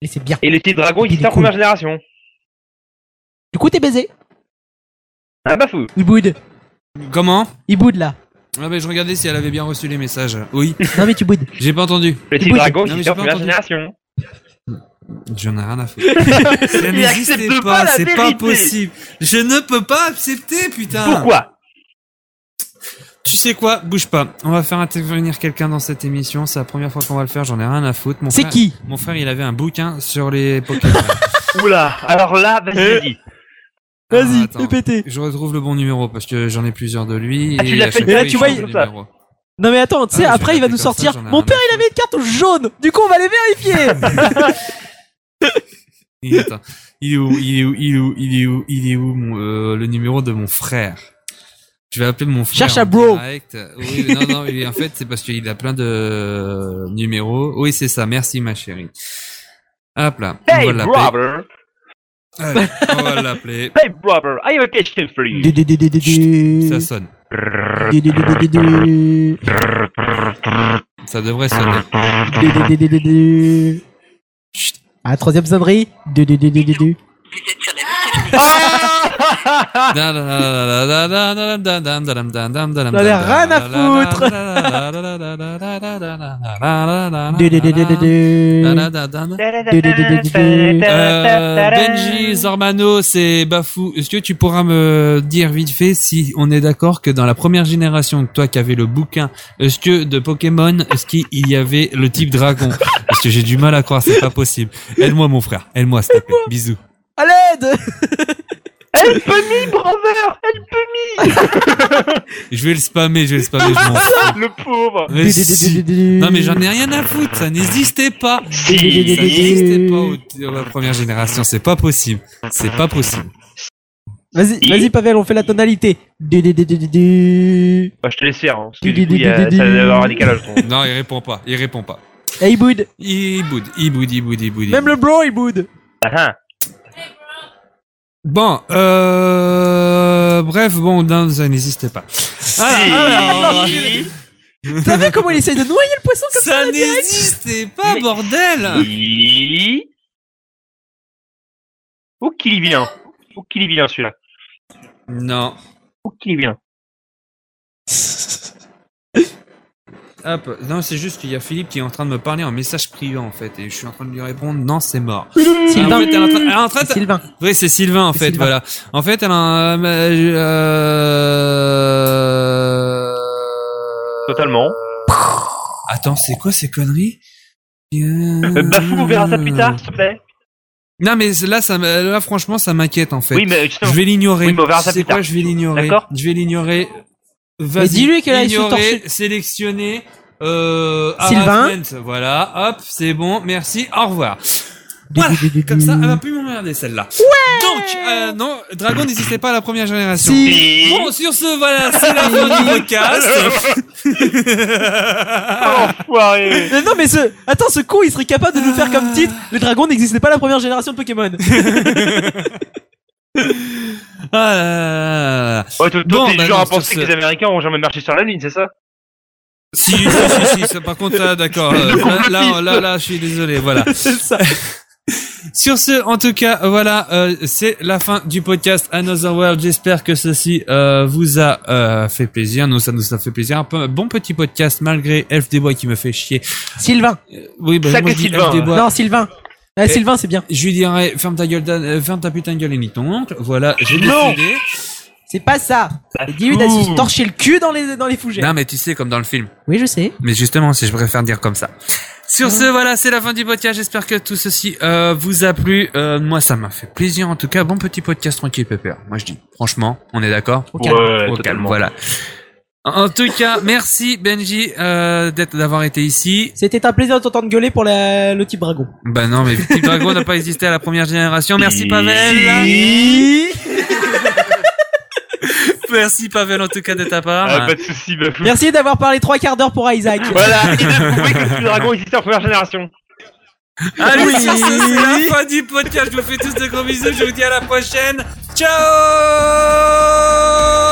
[SPEAKER 6] Et c'est bien.
[SPEAKER 5] Et le type dragon, il est en première génération.
[SPEAKER 6] Du coup, t'es baisé.
[SPEAKER 5] Ah bah fou.
[SPEAKER 6] Il boude.
[SPEAKER 4] Comment
[SPEAKER 6] Il
[SPEAKER 5] (laughs)
[SPEAKER 6] boude là.
[SPEAKER 4] Ah bah, je regardais si elle avait bien reçu les messages. Oui.
[SPEAKER 6] Non mais tu boudes.
[SPEAKER 4] J'ai pas entendu.
[SPEAKER 5] Le
[SPEAKER 4] petit
[SPEAKER 5] type dragon, il
[SPEAKER 4] j'ai
[SPEAKER 5] est en
[SPEAKER 4] pas
[SPEAKER 5] première
[SPEAKER 4] entendu.
[SPEAKER 5] génération.
[SPEAKER 4] J'en ai rien à
[SPEAKER 6] (laughs)
[SPEAKER 4] foutre. Ça
[SPEAKER 5] Il
[SPEAKER 4] n'existe
[SPEAKER 5] accepte
[SPEAKER 4] pas,
[SPEAKER 5] pas la
[SPEAKER 4] c'est pas
[SPEAKER 5] vérité.
[SPEAKER 4] possible. Je ne peux pas accepter, putain.
[SPEAKER 5] Pourquoi
[SPEAKER 4] Tu sais quoi Bouge pas. On va faire intervenir quelqu'un dans cette émission. C'est la première fois qu'on va le faire. J'en ai rien à foutre. Mon
[SPEAKER 6] C'est
[SPEAKER 4] frère-
[SPEAKER 6] qui
[SPEAKER 4] Mon frère, il avait un bouquin sur les
[SPEAKER 6] (laughs)
[SPEAKER 4] Pokémon.
[SPEAKER 5] Oula, alors là, vas-y, vas-y.
[SPEAKER 4] Vas-y, fais péter. Je retrouve le bon numéro parce que j'en ai plusieurs de lui.
[SPEAKER 6] Ah, tu l'as
[SPEAKER 4] à
[SPEAKER 6] fait-
[SPEAKER 4] chaque
[SPEAKER 6] Et là,
[SPEAKER 4] fois,
[SPEAKER 6] tu
[SPEAKER 4] il
[SPEAKER 6] vois,
[SPEAKER 4] change
[SPEAKER 6] il-
[SPEAKER 4] de numéro.
[SPEAKER 6] Non mais attends, tu sais,
[SPEAKER 4] Ah, je
[SPEAKER 6] après
[SPEAKER 4] vais
[SPEAKER 6] il va nous
[SPEAKER 4] taper comme ça,
[SPEAKER 6] sortir.
[SPEAKER 4] j'en ai
[SPEAKER 6] Mon
[SPEAKER 4] rien
[SPEAKER 6] père, il avait une carte jaune. Du coup, on va les
[SPEAKER 4] (laughs)
[SPEAKER 6] vérifier.
[SPEAKER 4] Il, attends. Il est où Il est où Il est où Il est où Il est où mon- euh, le numéro de mon frère Je vais appeler mon frère.
[SPEAKER 6] Cherche
[SPEAKER 4] en
[SPEAKER 6] à bro.
[SPEAKER 4] direct. Oui, mais non, non. il est- en fait, c'est parce qu'il a plein de euh, numéros. Oui, c'est ça. Merci, ma chérie. Hop là.
[SPEAKER 5] Hey,
[SPEAKER 4] on va l'appeler.
[SPEAKER 5] brother.
[SPEAKER 4] Allez, on va l'appeler.
[SPEAKER 5] Hey, brother, I have a question for you.
[SPEAKER 4] Ça sonne. Ça devrait sonner.
[SPEAKER 6] Ah, troisième sonnerie. Du, du, du, du, du, du.
[SPEAKER 4] J'en
[SPEAKER 6] ai rien à foutre. Du, du, du, du, du, du. Du, du, du, du, du, du.
[SPEAKER 4] Euh, Benji, Zormano, c'est Bafou. Est-ce que tu pourras me dire vite fait si on est d'accord que dans la première génération, toi qui avais le bouquin, est-ce que de Pokémon, est-ce qu'il y avait le type dragon Parce que j'ai du mal à croire, c'est pas possible. Aide-moi mon frère, aide-moi s'il te plaît. Bisous.
[SPEAKER 6] À l'aide
[SPEAKER 5] Help me, brother Help
[SPEAKER 4] Je vais le spammer, je vais le spammer, je m'en fous.
[SPEAKER 5] me (laughs) Le
[SPEAKER 4] (laughs)
[SPEAKER 5] pauvre
[SPEAKER 4] Mais si. Non mais j'en ai rien à foutre, ça n'existait pas. Ça n'existait pas au- à la première génération, c'est pas possible. C'est pas possible.
[SPEAKER 6] Vas-y, vas-y Pavel, on fait la tonalité. Du, du, du, du, du, du.
[SPEAKER 5] Bah, je te laisse faire, hein, parce que du coup, il y a- ça va avoir un décalage. ton-
[SPEAKER 4] Non, il répond pas, il répond pas.
[SPEAKER 6] Et il boude.
[SPEAKER 4] Il boude, il boude, il boude, il boude.
[SPEAKER 6] Même le blanc, il boude.
[SPEAKER 5] Ah,
[SPEAKER 4] Bon, Ah,
[SPEAKER 6] Ah,
[SPEAKER 4] euh... Bref, bon, non, ça n'existait pas. Alors, alors,
[SPEAKER 6] T'as vu comment il essaye de noyer le poisson comme ça
[SPEAKER 4] Ça n'existait pas, bordel
[SPEAKER 5] Il- Oh qu'il est vilain Oh qu'il est vilain celui-là
[SPEAKER 4] Non.
[SPEAKER 5] Oh qu'il est vilain
[SPEAKER 4] Hop, non, c'est juste qu'il y a Philippe qui est en train de me parler en message privé en fait, et je suis en train de lui répondre non, c'est mort. Ah,
[SPEAKER 6] Sylvain. Ah,
[SPEAKER 4] En fait, elle est en train- elle est en train de-
[SPEAKER 6] Sylvain.
[SPEAKER 4] Oui, c'est Sylvain en fait,
[SPEAKER 6] Sylvain.
[SPEAKER 4] voilà. En euh, fait, elle a. un- euh,
[SPEAKER 5] Totalement.
[SPEAKER 4] Attends, c'est quoi ces conneries
[SPEAKER 5] Euh, Bafou, on verra ça plus tard, s'il te plaît.
[SPEAKER 4] Non, mais là, ça, me- là franchement, ça m'inquiète en fait.
[SPEAKER 5] Oui, mais justement.
[SPEAKER 4] je vais l'ignorer.
[SPEAKER 5] Oui, mais on verra ça
[SPEAKER 4] Tu sais
[SPEAKER 5] plus tard.
[SPEAKER 4] quoi, je vais l'ignorer.
[SPEAKER 5] D'accord
[SPEAKER 4] Je vais l'ignorer.
[SPEAKER 5] Mais
[SPEAKER 4] Vas-y.
[SPEAKER 5] dis-lui que là, il se
[SPEAKER 4] ignorer,
[SPEAKER 5] torche-
[SPEAKER 4] sélectionner. Euh,
[SPEAKER 6] Sylvain.
[SPEAKER 4] harassment. Voilà, hop, c'est bon, merci, au revoir. Voilà, comme ça, ah, bah. elle va plus m'emmerder celle-là. Donc, euh, non, Dragon n'existait pas à la première génération.
[SPEAKER 5] Si.
[SPEAKER 4] Bon, sur ce, voilà, c'est la fin du
[SPEAKER 5] (laughs)
[SPEAKER 4] podcast. Ah
[SPEAKER 5] Oh, Enfoiré
[SPEAKER 6] Mais non mais ce attends ce con il serait capable de nous faire comme titre les dragons n'existaient pas la première génération de Pokémon.
[SPEAKER 4] (laughs) Ah là là là là.
[SPEAKER 5] Ouais, toi, toi,
[SPEAKER 4] Bon,
[SPEAKER 5] t'es
[SPEAKER 4] bah
[SPEAKER 5] du genre
[SPEAKER 4] non,
[SPEAKER 5] à penser
[SPEAKER 4] sur
[SPEAKER 5] que
[SPEAKER 4] ce-
[SPEAKER 5] les Américains ont jamais marché sur la Lune, c'est ça
[SPEAKER 4] Si, si, si, si, ça, par contre, là, d'accord. euh, là, là, là, là, je suis désolé, voilà. Sur ce, en tout cas, voilà, euh, c'est la fin du podcast Another World. J'espère que ceci euh, vous a euh, fait plaisir. Nous, ça nous a fait plaisir. Un peu- bon petit podcast malgré Elf des Bois qui me fait chier.
[SPEAKER 6] Sylvain.
[SPEAKER 4] Oui, bah, moi, je dis Elf des Bois.
[SPEAKER 6] Non Sylvain. Ah,
[SPEAKER 4] Et-
[SPEAKER 6] Sylvain c'est bien.
[SPEAKER 4] Je lui dirais, ferme ta gueule, Dan- euh, ferme ta putain de gueule et nique ton oncle. Voilà, j'ai
[SPEAKER 6] Non.
[SPEAKER 4] décidé.
[SPEAKER 6] C'est pas ça. Et Dis-lui d'aller se torcher le cul dans les dans les fougères.
[SPEAKER 4] Non, mais tu sais, comme dans le film.
[SPEAKER 6] Bah, Oui je sais.
[SPEAKER 4] Mais justement, si je préfère dire comme ça. Sur ce, voilà, c'est la fin du podcast. J'espère que tout ceci euh, vous a plu. Euh, moi, ça m'a fait plaisir. En tout cas, bon petit podcast tranquille, pépère. Moi, je dis, franchement, on est d'accord
[SPEAKER 6] Au calme.
[SPEAKER 5] Ouais,
[SPEAKER 4] Au calme,
[SPEAKER 5] totalement.
[SPEAKER 4] voilà. En en tout cas, merci Benji euh, d'être d'avoir été ici.
[SPEAKER 6] C'était un plaisir de t'entendre gueuler pour la- le type dragon.
[SPEAKER 4] Bah non, mais Petit Dragon n'a pas existé à la première génération. Merci Pavel. Merci Pavel en tout cas de ta part.
[SPEAKER 5] Ah, pas de soucis, Bafou.
[SPEAKER 6] Merci d'avoir parlé trois quarts d'heure pour Isaac.
[SPEAKER 5] Voilà, (laughs) il a prouvé que le petit dragon existait en première génération.
[SPEAKER 4] Allez, sur ce, c'est la fin du podcast. Je vous fais tous de gros bisous. Je vous dis à la prochaine. Ciao